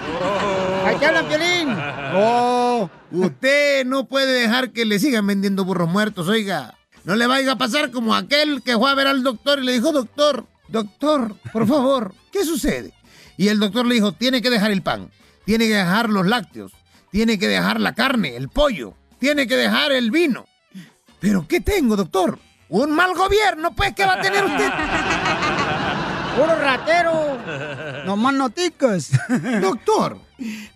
[SPEAKER 3] ¡Ahí te hablan, Piolín!
[SPEAKER 9] ¡Oh! Usted no puede dejar que le sigan vendiendo burros muertos, oiga. No le vaya a pasar como aquel que fue a ver al doctor y le dijo, doctor, doctor, por favor, ¿qué sucede? Y el doctor le dijo, tiene que dejar el pan, tiene que dejar los lácteos, tiene que dejar la carne, el pollo, tiene que dejar el vino. ¿Pero qué tengo, doctor? Un mal gobierno, pues, ¿qué va a tener usted?
[SPEAKER 3] ¡Puro ratero! ¡No más noticas!
[SPEAKER 9] Doctor,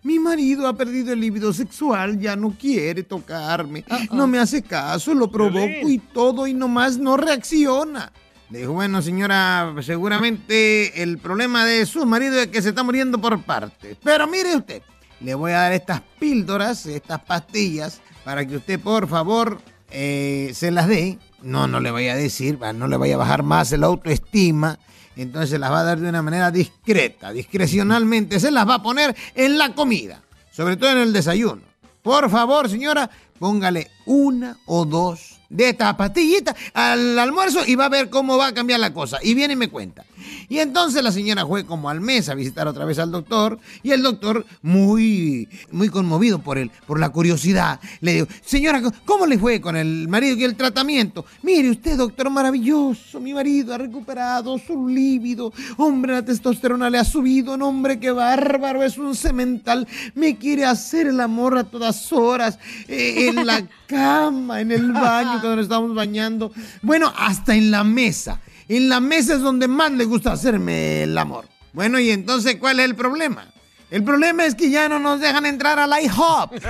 [SPEAKER 9] mi marido ha perdido el libido sexual, ya no quiere tocarme, no me hace caso, lo provoco y todo y nomás no reacciona. Le dijo, bueno señora, seguramente el problema de su marido es que se está muriendo por partes. Pero mire usted, le voy a dar estas píldoras, estas pastillas, para que usted por favor eh, se las dé. No, no le vaya a decir, va, no le vaya a bajar más el autoestima. Entonces las va a dar de una manera discreta, discrecionalmente. Se las va a poner en la comida, sobre todo en el desayuno. Por favor, señora, póngale una o dos de estas pastillitas al almuerzo y va a ver cómo va a cambiar la cosa. Y viene y me cuenta. Y entonces la señora fue como al mes a visitar otra vez al doctor y el doctor, muy, muy conmovido por él, por la curiosidad, le dijo, señora, ¿cómo le fue con el marido y el tratamiento? Mire usted, doctor, maravilloso, mi marido ha recuperado su líbido, hombre, la testosterona le ha subido, no, hombre, qué bárbaro, es un cemental, me quiere hacer el amor a todas horas, eh, en la cama, en el baño, cuando nos estamos bañando, bueno, hasta en la mesa. En la mesa es donde más le gusta hacerme el amor. Bueno, y entonces, ¿cuál es el problema? El problema es que ya no nos dejan entrar al IHOP.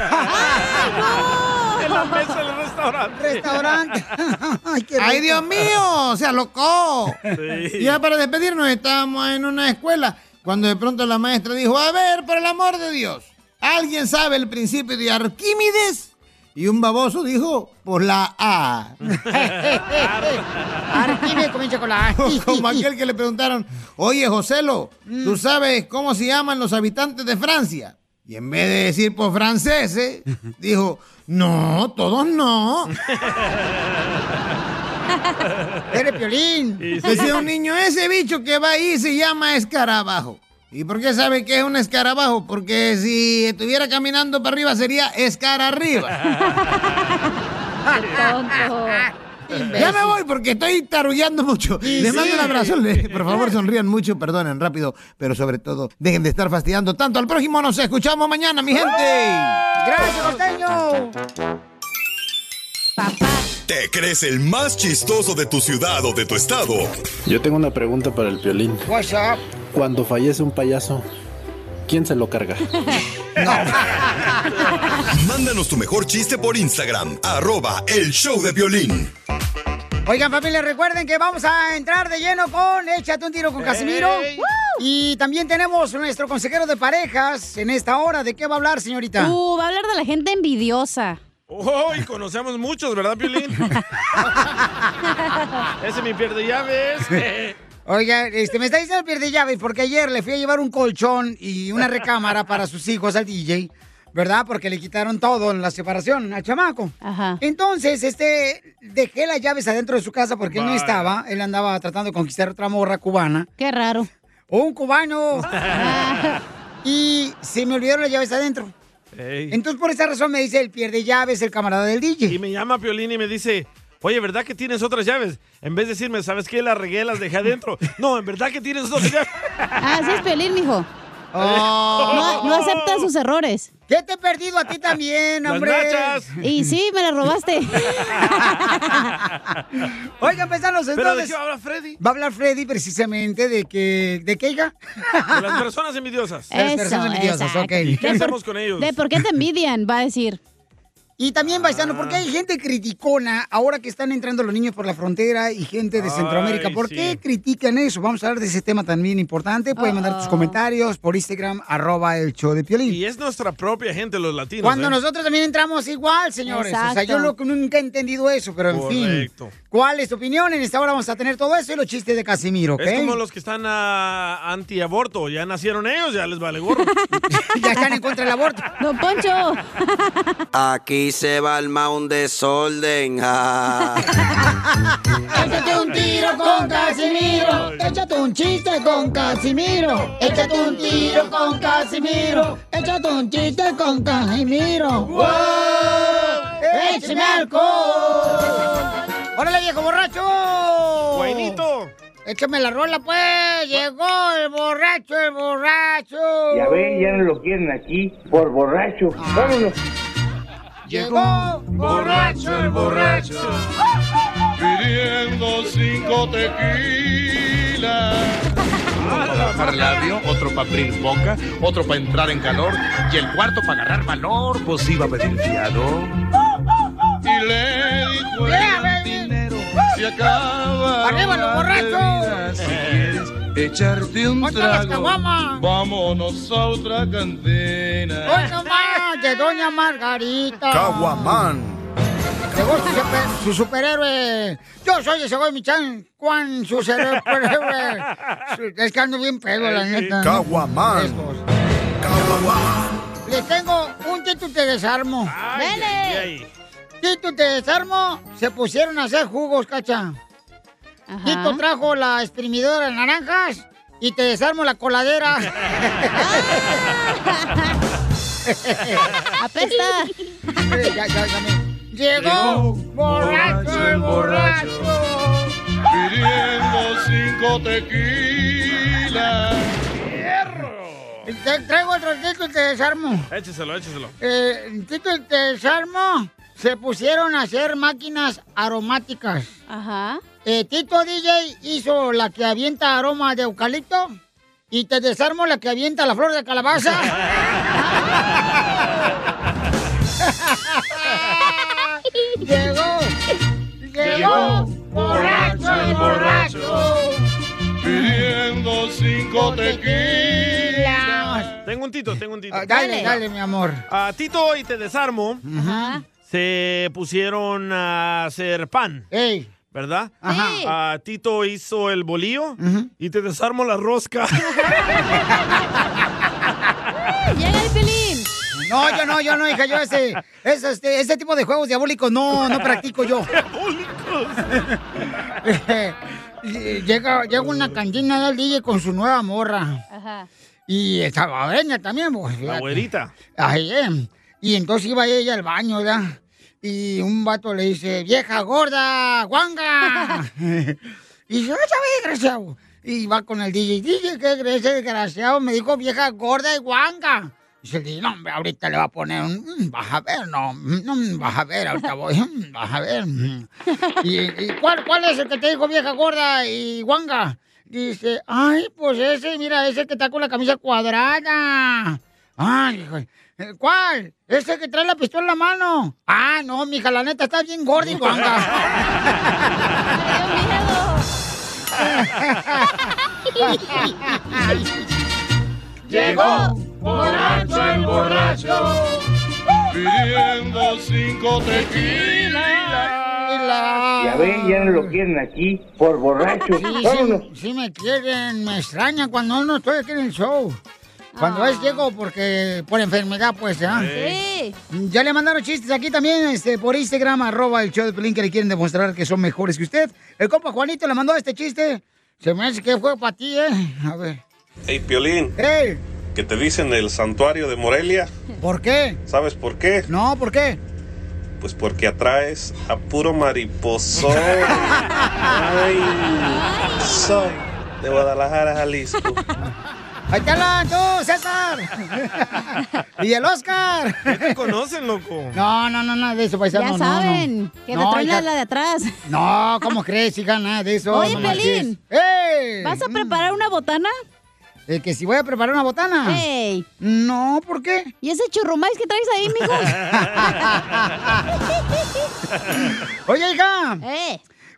[SPEAKER 2] En la mesa del restaurante.
[SPEAKER 9] Restaurante.
[SPEAKER 3] ¡Ay, qué
[SPEAKER 9] ¡Ay,
[SPEAKER 3] rico!
[SPEAKER 9] Dios mío! ¡Se alocó!
[SPEAKER 3] Sí.
[SPEAKER 9] Ya para despedirnos estábamos en una escuela cuando de pronto la maestra dijo, a ver, por el amor de Dios, ¿alguien sabe el principio de Arquímedes? Y un baboso dijo, por la A.
[SPEAKER 3] Arquímedes con chocolate.
[SPEAKER 9] Como aquel que le preguntaron, oye, Joselo,
[SPEAKER 3] Mm.
[SPEAKER 9] ¿tú sabes cómo se llaman los habitantes de Francia? Y en vez de decir por franceses, dijo, no, todos no. Eres piolín. Decía un niño, ese bicho que va ahí se llama escarabajo. ¿Y por qué sabe que es un escarabajo? Porque si estuviera caminando para arriba sería escara arriba. Ya me voy porque estoy tarullando mucho.
[SPEAKER 14] Sí,
[SPEAKER 9] Les mando
[SPEAKER 14] sí.
[SPEAKER 9] un abrazo. Le- Por favor, sonrían mucho, perdonen rápido, pero sobre todo, dejen de estar fastidiando tanto al prójimo. Nos escuchamos mañana, mi gente.
[SPEAKER 3] ¡Gracias, costeño!
[SPEAKER 6] ¿Te crees el más chistoso de tu ciudad o de tu estado?
[SPEAKER 19] Yo tengo una pregunta para el violín.
[SPEAKER 3] What's up?
[SPEAKER 19] Cuando fallece un payaso, ¿quién se lo carga?
[SPEAKER 6] Mándanos tu mejor chiste por Instagram, arroba el show de violín.
[SPEAKER 3] Oigan, familia, recuerden que vamos a entrar de lleno con Échate un tiro con Casimiro.
[SPEAKER 14] ¡Ey!
[SPEAKER 3] Y también tenemos nuestro consejero de parejas en esta hora. ¿De qué va a hablar, señorita?
[SPEAKER 4] Uh, va a hablar de la gente envidiosa.
[SPEAKER 2] Oh, y conocemos muchos, ¿verdad, Piolín? Ese es mi pierde llaves.
[SPEAKER 3] Oiga, este, me está diciendo el pierde llaves porque ayer le fui a llevar un colchón y una recámara para sus hijos al DJ, ¿verdad? Porque le quitaron todo en la separación al chamaco. Ajá. Entonces, este, dejé las llaves adentro de su casa porque él no
[SPEAKER 14] Vaya.
[SPEAKER 3] estaba. Él andaba tratando de conquistar otra morra cubana.
[SPEAKER 4] Qué raro.
[SPEAKER 3] Un cubano. y se me olvidaron las llaves adentro. Entonces, por esa razón me dice el pierde llaves, el camarada del DJ.
[SPEAKER 2] Y me llama Piolín y me dice, oye, ¿verdad que tienes otras llaves? En vez de decirme, ¿sabes qué? Las regué, las dejé adentro. No, en verdad que tienes otras llaves.
[SPEAKER 4] Ah, sí es Piolín, mijo.
[SPEAKER 2] Oh.
[SPEAKER 4] No, no acepta sus errores.
[SPEAKER 3] ¿Qué te he perdido a ti también,
[SPEAKER 4] Las
[SPEAKER 3] hombre?
[SPEAKER 4] nachas. Y sí, me las robaste.
[SPEAKER 3] Oigan, paisanos,
[SPEAKER 2] ¿Pero
[SPEAKER 3] entonces.
[SPEAKER 2] de qué va a hablar Freddy?
[SPEAKER 3] Va a hablar Freddy precisamente de que. ¿De qué, hija?
[SPEAKER 2] De las personas envidiosas.
[SPEAKER 3] Las personas envidiosas, ok.
[SPEAKER 2] ¿Y qué hacemos con ellos?
[SPEAKER 4] De por qué te envidian, va a decir.
[SPEAKER 3] Y también, paisano, porque
[SPEAKER 2] Ah.
[SPEAKER 3] hay gente criticona ahora que están entrando los niños por la frontera y gente de Centroamérica.
[SPEAKER 14] Ay,
[SPEAKER 3] ¿Por
[SPEAKER 14] sí.
[SPEAKER 3] qué critican eso? Vamos a hablar de ese tema también importante. Pueden
[SPEAKER 2] Ah,
[SPEAKER 3] mandar tus comentarios por Instagram, arroba el show de Piolín.
[SPEAKER 2] Y es nuestra propia gente, los latinos.
[SPEAKER 3] Cuando
[SPEAKER 2] ¿eh?
[SPEAKER 3] nosotros también entramos igual, señores. O sea,
[SPEAKER 2] Exacto.
[SPEAKER 3] yo lo- nunca he entendido eso, pero en
[SPEAKER 2] Correcto.
[SPEAKER 3] fin. ¿Cuál es tu opinión? En esta hora vamos a tener todo eso y los chistes de Casimiro, ¿ok?
[SPEAKER 2] Es como los que están ah, antiaborto. Ya nacieron ellos, ya les vale gorro.
[SPEAKER 3] ya están en contra del aborto.
[SPEAKER 4] No, Poncho.
[SPEAKER 20] Aquí se va a armar un desorden. ja.
[SPEAKER 14] Échate un tiro con Casimiro.
[SPEAKER 3] un chiste con Casimiro. Échate un tiro con Casimiro. Échate un chiste con Casimiro. ¡Wow! ¡Échame alcohol! ¡Órale, viejo borracho!
[SPEAKER 2] ¡Buenito!
[SPEAKER 3] Échame la rola, pues. Llegó el borracho, el borracho.
[SPEAKER 8] Ya ven, ya no lo quieren aquí por borracho. Vámonos.
[SPEAKER 3] Llegó
[SPEAKER 14] borracho el borracho
[SPEAKER 21] pidiendo cinco tequilas. Uno para labio, otro para abrir boca, otro para entrar en calor y el cuarto para agarrar valor, pues iba a pedir fiado. Y le dijo el dinero, se acaba.
[SPEAKER 14] ¡Uh! ¡Arriba los
[SPEAKER 21] la
[SPEAKER 14] borrachos!
[SPEAKER 21] bebida, Si quieres echarte un
[SPEAKER 14] Ponte las
[SPEAKER 21] trago,
[SPEAKER 3] caguamas.
[SPEAKER 21] vámonos a otra cantina.
[SPEAKER 3] ¡Oiga más de Doña Margarita!
[SPEAKER 21] Caguamán.
[SPEAKER 3] Llegó su, super- su superhéroe. Yo soy ese güey, Michan. Juan, su superhéroe. Su- Es que ando bien pedo, la neta.
[SPEAKER 7] Caguamán.
[SPEAKER 3] Les tengo un Tito te desarmo.
[SPEAKER 14] ay,
[SPEAKER 3] ¡Vele! Tito te desarmo. Se pusieron a hacer jugos, cacha. Tito trajo la exprimidora de naranjas y te desarmo la coladera.
[SPEAKER 14] Apesta.
[SPEAKER 3] Eh, ya, ya, ya me- Llegó borracho el borracho.
[SPEAKER 21] Pidiendo cinco tequilas.
[SPEAKER 3] Te traigo otro Tito y te desarmo.
[SPEAKER 2] Écheselo, écheselo.
[SPEAKER 3] Eh, Tito y te desarmo. Se pusieron a hacer máquinas aromáticas. Ajá. Tito DJ hizo la que avienta aroma de eucalipto y te desarmo la que avienta la flor de calabaza. Llegó.
[SPEAKER 14] Llegó borracho el borracho.
[SPEAKER 21] Pidiendo cinco tequilas.
[SPEAKER 2] Tengo un tito, tengo un tito.
[SPEAKER 3] Ah, dale, dale, mi amor.
[SPEAKER 2] A Tito y te desarmo. Se pusieron a hacer pan. ¿Verdad?
[SPEAKER 14] Ajá. Sí.
[SPEAKER 2] A Tito hizo el bolillo y te desarmo la rosca.
[SPEAKER 3] Llega el pelín. No, yo no, yo no, hija, yo ese, ese, este, ese tipo de juegos diabólicos no, no practico yo. llega, llega una cantina del DJ con su nueva morra.
[SPEAKER 4] Ajá.
[SPEAKER 3] Y estaba veña también, pues.
[SPEAKER 2] La
[SPEAKER 3] fíjate.
[SPEAKER 2] güerita.
[SPEAKER 3] Ahí, eh. Y entonces iba ella al baño, ¿verdad? Y un vato le dice, vieja gorda, guanga. y dice, otra vez, desgraciado. Y va con el DJ, DJ, qué desgraciado, desgraciado, me dijo vieja gorda y guanga. Y se dice, no, hombre, ahorita le va a poner un, "Mm, vas a ver, no, mm, no, mm, vas a ver, ahorita voy, mm, vas a ver. mm". ¿Y, y cuál, cuál es el que te dijo vieja gorda y guanga? Dice, ay, pues ese, mira, ese que está con la camisa cuadrada. Ay, hijo. eh, ¿Cuál? Ese que trae la pistola en la mano. Ah, no, mija, la neta está bien gorda y guanga.
[SPEAKER 14] Llegó borracho el borracho.
[SPEAKER 21] Pidiendo cinco tequilas.
[SPEAKER 3] Ya
[SPEAKER 8] Ya ven, ya no lo quieren aquí por borracho.
[SPEAKER 3] Sí,
[SPEAKER 8] Vámonos.
[SPEAKER 3] sí, sí me quieren, me extraña cuando no estoy aquí en el show. Cuando es llego porque por enfermedad, pues, ¿ah?
[SPEAKER 4] Sí.
[SPEAKER 3] Ya le mandaron chistes aquí también, este, por Instagram, arroba el show de Pelín, que le quieren demostrar que son mejores que usted. El compa Juanito le mandó este chiste. Se me hace que fue para ti, ¿eh? A ver.
[SPEAKER 22] Hey, Piolín.
[SPEAKER 3] ¡Ey!
[SPEAKER 22] Que te dicen el santuario de Morelia.
[SPEAKER 3] ¿Por qué?
[SPEAKER 22] ¿Sabes por qué?
[SPEAKER 3] No, ¿por qué?
[SPEAKER 22] Pues porque atraes a puro mariposón. Ay, soy de Guadalajara, Jalisco.
[SPEAKER 3] ¡Ahí te hablan tú, César! ¡Y el Oscar!
[SPEAKER 2] te conocen, loco?
[SPEAKER 3] No, no, no, nada de eso, paisano.
[SPEAKER 4] Ya
[SPEAKER 3] no,
[SPEAKER 4] saben,
[SPEAKER 3] no.
[SPEAKER 4] que te
[SPEAKER 3] No,
[SPEAKER 4] traen la-
[SPEAKER 3] hija.
[SPEAKER 4] la de atrás.
[SPEAKER 3] No, ¿cómo crees, hija? Nada de eso.
[SPEAKER 4] Oye,
[SPEAKER 3] no
[SPEAKER 4] Pelín.
[SPEAKER 3] ¡Ey!
[SPEAKER 4] ¿Vas a preparar una botana?
[SPEAKER 3] Eh, que si voy a preparar una botana.
[SPEAKER 4] ¡Ey!
[SPEAKER 3] No, ¿por qué?
[SPEAKER 4] ¿Y ese churrumais que traes ahí, mijo?
[SPEAKER 3] Oye, hija.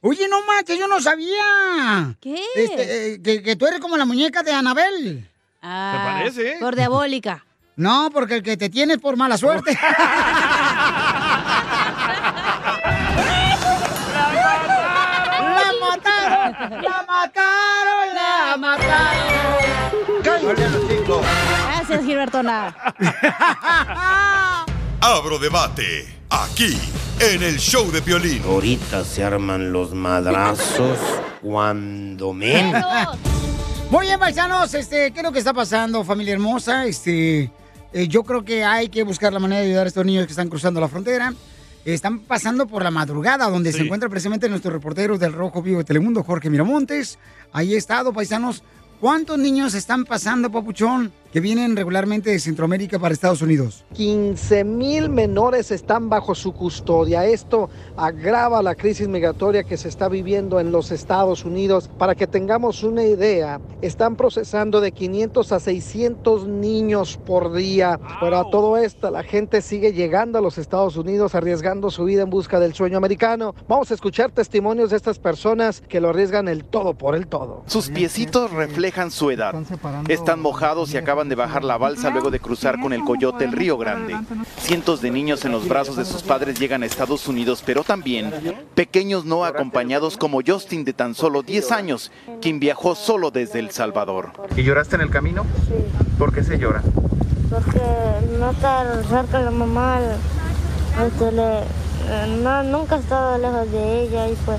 [SPEAKER 3] Oye, no manches, yo no sabía.
[SPEAKER 4] Eh. ¿Qué?
[SPEAKER 3] Este, eh, que, que tú eres como la muñeca de Anabel.
[SPEAKER 4] Ah,
[SPEAKER 2] ¿eh?
[SPEAKER 3] parece?
[SPEAKER 4] Por diabólica.
[SPEAKER 3] No, porque el que te tiene es por mala suerte. ¡La mataron! ¡La mataron! ¡La mataron!
[SPEAKER 4] Gracias, Gilbertona.
[SPEAKER 6] Abro debate. Aquí, en el show de Piolín.
[SPEAKER 1] Ahorita se arman los madrazos cuando menos.
[SPEAKER 3] Muy bien, paisanos, este, ¿qué es lo que está pasando, familia hermosa? Este, eh, yo creo que hay que buscar la manera de ayudar a estos niños que están cruzando la frontera. Están pasando por la madrugada, donde se encuentra precisamente nuestro reportero del Rojo Vivo de Telemundo, Jorge Miramontes. Ahí he estado, paisanos. ¿Cuántos niños están pasando, Papuchón, que vienen regularmente de Centroamérica para Estados Unidos?
[SPEAKER 7] 15 mil menores están bajo su custodia. Esto agrava la crisis migratoria que se está viviendo en los Estados Unidos. Para que tengamos una idea, están procesando de 500 a 600 niños por día. Pero a todo esto, la gente sigue llegando a los Estados Unidos arriesgando su vida en busca del sueño americano. Vamos a escuchar testimonios de estas personas que lo arriesgan el todo por el todo.
[SPEAKER 1] Sus piecitos reflejan su edad. Están mojados y acaban de bajar la balsa luego de cruzar con el coyote el Río Grande. Cientos de niños en los brazos de sus padres llegan a Estados Unidos, pero también pequeños no acompañados como Justin de tan solo 10 años, quien viajó solo desde El Salvador.
[SPEAKER 5] ¿Y lloraste en el camino? ¿Por qué se llora?
[SPEAKER 23] porque no estar cerca de la mamá, este, le- eh, no, nunca he estado lejos de ella y pues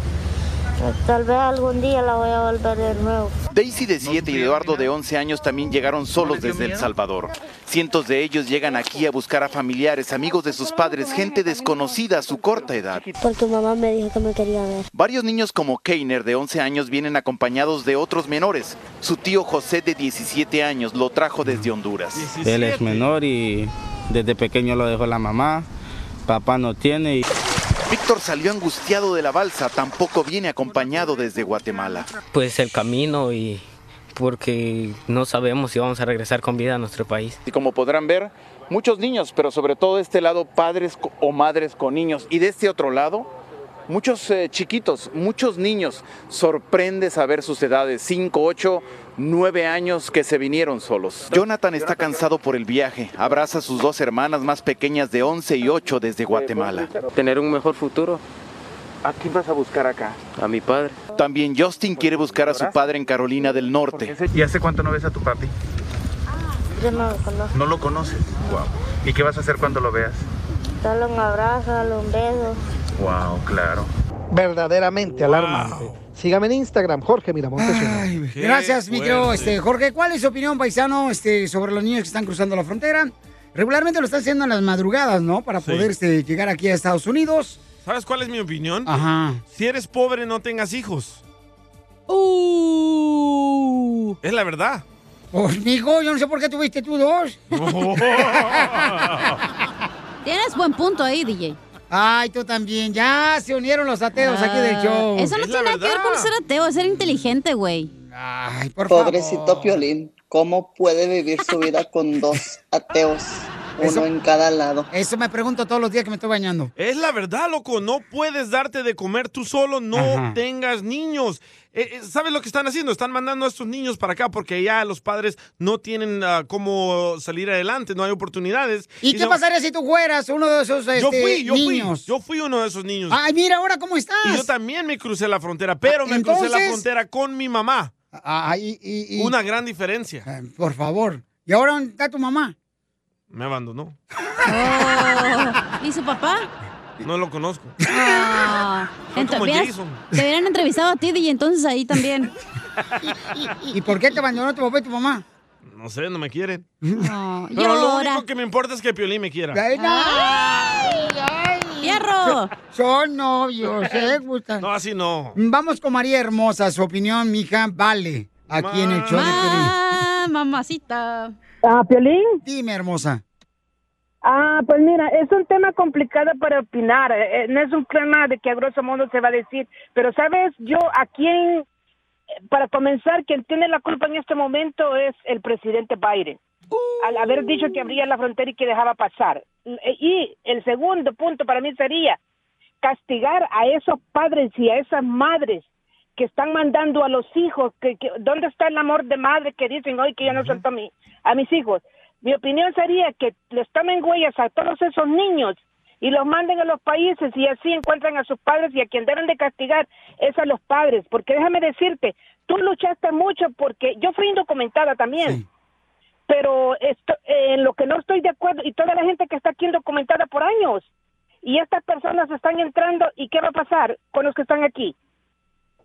[SPEAKER 23] tal vez algún día la voy a volver de nuevo.
[SPEAKER 1] Daisy de 7 y Eduardo de 11 años también llegaron solos desde El Salvador. Cientos de ellos llegan aquí a buscar a familiares, amigos de sus padres, gente desconocida a su corta edad.
[SPEAKER 23] Porque mamá me dijo que me quería ver.
[SPEAKER 1] Varios niños como Keiner de 11 años vienen acompañados de otros menores. Su tío José de 17 años lo trajo desde Honduras.
[SPEAKER 24] Él es menor y desde pequeño lo dejó la mamá. Papá no tiene y
[SPEAKER 1] Víctor salió angustiado de la balsa, tampoco viene acompañado desde Guatemala.
[SPEAKER 25] pues el camino y porque no sabemos si vamos a regresar con vida a nuestro país.
[SPEAKER 1] Y como podrán ver, muchos niños, pero sobre todo de este lado padres co- o madres con niños. Y de este otro lado, muchos eh, chiquitos, muchos niños. Sorprende saber sus edades, 5, 8, 9 años que se vinieron solos. Jonathan está cansado por el viaje. Abraza a sus dos hermanas más pequeñas de 11 y 8 desde Guatemala.
[SPEAKER 25] Tener un mejor futuro.
[SPEAKER 1] ¿A quién vas a buscar acá? A mi padre. También Justin quiere buscar a su padre en Carolina del Norte.
[SPEAKER 5] ¿Y hace cuánto no ves a tu papi?
[SPEAKER 23] Yo no lo conozco.
[SPEAKER 5] No lo conoces. Wow. ¿Y qué vas a hacer cuando lo veas?
[SPEAKER 23] Dale un abrazo, dale un beso.
[SPEAKER 5] Wow, claro.
[SPEAKER 7] verdaderamente alarmante. Sígame en Instagram, Jorge Miramontes. uno.
[SPEAKER 3] Gracias, mi querido este, Jorge. ¿Cuál es su opinión, paisano, este, sobre los niños que están cruzando la frontera? Regularmente lo están haciendo en las madrugadas, ¿no? Para
[SPEAKER 2] Sí.
[SPEAKER 3] poder este, llegar aquí a Estados Unidos.
[SPEAKER 2] ¿Sabes cuál es mi opinión?
[SPEAKER 3] Ajá.
[SPEAKER 2] Si eres pobre, no tengas hijos. Es la verdad.
[SPEAKER 3] Pues, mijo, yo no sé por qué tuviste tú dos.
[SPEAKER 2] Oh.
[SPEAKER 4] Tienes buen punto ahí, DJ.
[SPEAKER 3] Ay, tú también. Ya se unieron los ateos aquí del show.
[SPEAKER 4] Ah, Eso no tiene nada que ver con ser ateo, es ser inteligente, güey.
[SPEAKER 3] Ay, por
[SPEAKER 26] Pobrecito Piolín, ¿cómo puede vivir su vida con dos ateos? Uno
[SPEAKER 3] Eso-
[SPEAKER 26] en cada lado.
[SPEAKER 3] Eso me pregunto todos los días que me estoy bañando.
[SPEAKER 2] Es la verdad, loco. No puedes darte de comer tú solo. No
[SPEAKER 3] Ajá.
[SPEAKER 2] tengas niños. Eh, eh, ¿Sabes lo que están haciendo? Están mandando a estos niños para acá porque ya los padres no tienen ah, cómo salir adelante, no hay oportunidades.
[SPEAKER 3] ¿Y qué
[SPEAKER 2] no-
[SPEAKER 3] pasaría si tú fueras uno de esos este,
[SPEAKER 2] yo fui, yo
[SPEAKER 3] niños?
[SPEAKER 2] fui. Yo fui uno de esos niños.
[SPEAKER 3] Ay, mira, ahora cómo estás.
[SPEAKER 2] y yo también me crucé la frontera, pero me crucé la
[SPEAKER 3] entonces- Ah,
[SPEAKER 2] frontera con mi mamá.
[SPEAKER 3] y-
[SPEAKER 2] Una gran diferencia.
[SPEAKER 3] Por favor. ¿Y ahora dónde está tu mamá?
[SPEAKER 2] Me abandonó.
[SPEAKER 3] Ah,
[SPEAKER 4] ¿Y su papá?
[SPEAKER 2] No lo conozco.
[SPEAKER 3] Ah.
[SPEAKER 2] Soy
[SPEAKER 4] Entonces,
[SPEAKER 2] como
[SPEAKER 4] hubieras-
[SPEAKER 2] Jason.
[SPEAKER 4] te hubieran entrevistado a ti, DJ, entonces ahí también.
[SPEAKER 3] ¿Y por qué te abandonó tu papá y tu mamá?
[SPEAKER 2] No sé, no me quieren. Pero lo
[SPEAKER 4] llora.
[SPEAKER 2] único que me importa es que Piolín me quiera.
[SPEAKER 3] Ay, no. Ay, ay.
[SPEAKER 4] ¡Fierro!
[SPEAKER 3] Son novios, se gustan.
[SPEAKER 2] No, así no.
[SPEAKER 3] Vamos con María Hermosa, su opinión, mija, vale. Aquí en el show de Piolín.
[SPEAKER 4] Ah, mamacita.
[SPEAKER 27] Ah, Piolín.
[SPEAKER 3] Dime, hermosa.
[SPEAKER 27] Ah, pues mira, es un tema complicado para opinar. eh, eh, no es un tema de que a grosso modo se va a decir. Pero, ¿sabes? Yo, ¿a quién? eh, Para comenzar, quien tiene la culpa en este momento es el presidente Biden. Al haber dicho que abría la frontera y que dejaba pasar. Eh, Y el segundo punto para mí sería castigar a esos padres y a esas madres que están mandando a los hijos, que, que- ¿dónde está el amor de madre que dicen hoy que yo no suelto a, mi, a mis hijos? Mi opinión sería que les tomen huellas a todos esos niños y los manden a los países y así encuentran a sus padres y a quien deben de castigar es a los padres, porque déjame decirte, tú luchaste mucho porque yo fui indocumentada también pero esto, eh, en lo que no estoy de acuerdo, y toda la gente que está aquí indocumentada por años, y estas personas están entrando, ¿y qué va a pasar con los que están aquí?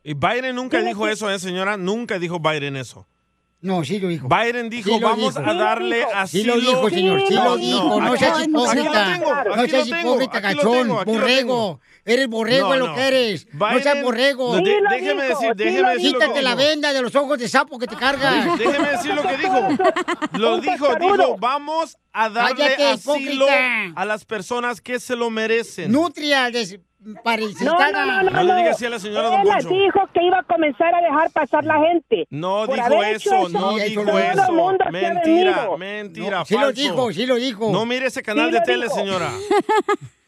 [SPEAKER 2] Y Biden nunca dijo eso, ¿eh, señora? Nunca dijo Biden eso.
[SPEAKER 3] No, sí lo dijo.
[SPEAKER 2] Biden dijo,
[SPEAKER 3] Sí lo
[SPEAKER 2] vamos
[SPEAKER 3] dijo.
[SPEAKER 2] a darle
[SPEAKER 3] Sí lo
[SPEAKER 2] asilo.
[SPEAKER 3] dijo, señor, sí lo dijo. No seas hipócrita. No seas hipócrita, cachón. Borrego. Eres borrego,
[SPEAKER 2] No,
[SPEAKER 3] es lo
[SPEAKER 2] no.
[SPEAKER 3] que eres. No seas
[SPEAKER 2] Biden-
[SPEAKER 3] borrego.
[SPEAKER 2] No, de- Sí lo déjeme dijo, decir- sí déjeme lo decir lo que
[SPEAKER 3] Quítate
[SPEAKER 2] dijo.
[SPEAKER 3] la venda de los ojos de sapo que te cargas.
[SPEAKER 2] Déjeme decir lo que dijo. Lo dijo, dijo, vamos a darle
[SPEAKER 3] Cállate,
[SPEAKER 2] asilo
[SPEAKER 3] hipócrita.
[SPEAKER 2] a las personas que se lo merecen.
[SPEAKER 3] Nutria desparasitada.
[SPEAKER 2] No, no, no, no, No le diga así a la señora, don
[SPEAKER 27] Ella
[SPEAKER 2] Poncho.
[SPEAKER 27] dijo que iba a comenzar a dejar pasar la gente.
[SPEAKER 2] No
[SPEAKER 27] Por
[SPEAKER 2] dijo
[SPEAKER 27] haber
[SPEAKER 2] eso,
[SPEAKER 27] hecho
[SPEAKER 2] no
[SPEAKER 27] Sí,
[SPEAKER 2] dijo
[SPEAKER 27] todo el
[SPEAKER 2] eso.
[SPEAKER 27] mundo se ha
[SPEAKER 2] Mentira,
[SPEAKER 27] venido.
[SPEAKER 2] mentira,
[SPEAKER 27] No,
[SPEAKER 3] sí lo
[SPEAKER 2] falso.
[SPEAKER 3] dijo, sí lo dijo.
[SPEAKER 2] No mire ese canal
[SPEAKER 27] Sí
[SPEAKER 2] de
[SPEAKER 27] lo
[SPEAKER 2] tele,
[SPEAKER 27] dijo.
[SPEAKER 2] señora.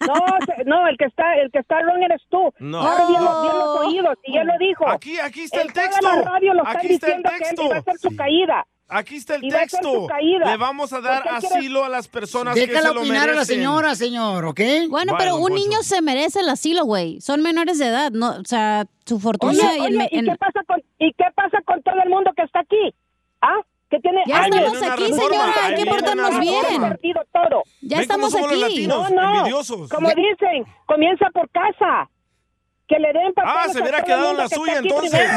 [SPEAKER 27] No, se- no, el que está, el que está wrong eres tú.
[SPEAKER 2] No.
[SPEAKER 27] Ahora bien, los, bien
[SPEAKER 3] Oh.
[SPEAKER 27] los oídos, y ya lo dijo.
[SPEAKER 2] Aquí- aquí está el
[SPEAKER 27] En toda
[SPEAKER 2] texto.
[SPEAKER 27] la radio lo están
[SPEAKER 2] Aquí está el
[SPEAKER 27] diciendo que
[SPEAKER 2] texto.
[SPEAKER 27] Andy va a ser su caída.
[SPEAKER 2] Aquí está el
[SPEAKER 27] Y va a ser
[SPEAKER 2] texto.
[SPEAKER 27] su caída.
[SPEAKER 2] Le vamos a dar
[SPEAKER 27] ¿Por qué
[SPEAKER 2] asilo a las personas que
[SPEAKER 3] Déjala
[SPEAKER 2] se lo
[SPEAKER 3] opinar a la
[SPEAKER 2] merecen.
[SPEAKER 3] señora, señor, ¿ok?
[SPEAKER 4] Bueno,
[SPEAKER 2] Vaya,
[SPEAKER 4] pero
[SPEAKER 2] don
[SPEAKER 4] un
[SPEAKER 2] Poncho.
[SPEAKER 4] niño se merece el asilo, güey. Son menores de edad, no, o sea, su fortuna
[SPEAKER 27] Oye,
[SPEAKER 4] y el
[SPEAKER 27] oye,
[SPEAKER 4] me-
[SPEAKER 27] ¿y,
[SPEAKER 4] en-
[SPEAKER 27] qué pasa con, ¿y qué pasa con todo el mundo que está aquí? ¿Ah? Que tiene
[SPEAKER 4] Ya
[SPEAKER 27] años.
[SPEAKER 4] estamos Ahí viene una aquí, reforma, señora, hay ahí que viene una portarnos reforma. bien.
[SPEAKER 27] Hemos perdido todo.
[SPEAKER 4] Ya Ven estamos cómo somos los aquí. latinos,
[SPEAKER 27] no, no.
[SPEAKER 4] envidiosos.
[SPEAKER 27] Como
[SPEAKER 4] Ya-
[SPEAKER 27] dicen, comienza por casa. Que le den papeles
[SPEAKER 2] Ah,
[SPEAKER 27] a
[SPEAKER 2] se hubiera
[SPEAKER 27] todo
[SPEAKER 2] quedado
[SPEAKER 27] el
[SPEAKER 2] en la
[SPEAKER 27] mundo que
[SPEAKER 2] suya,
[SPEAKER 27] está aquí
[SPEAKER 2] entonces.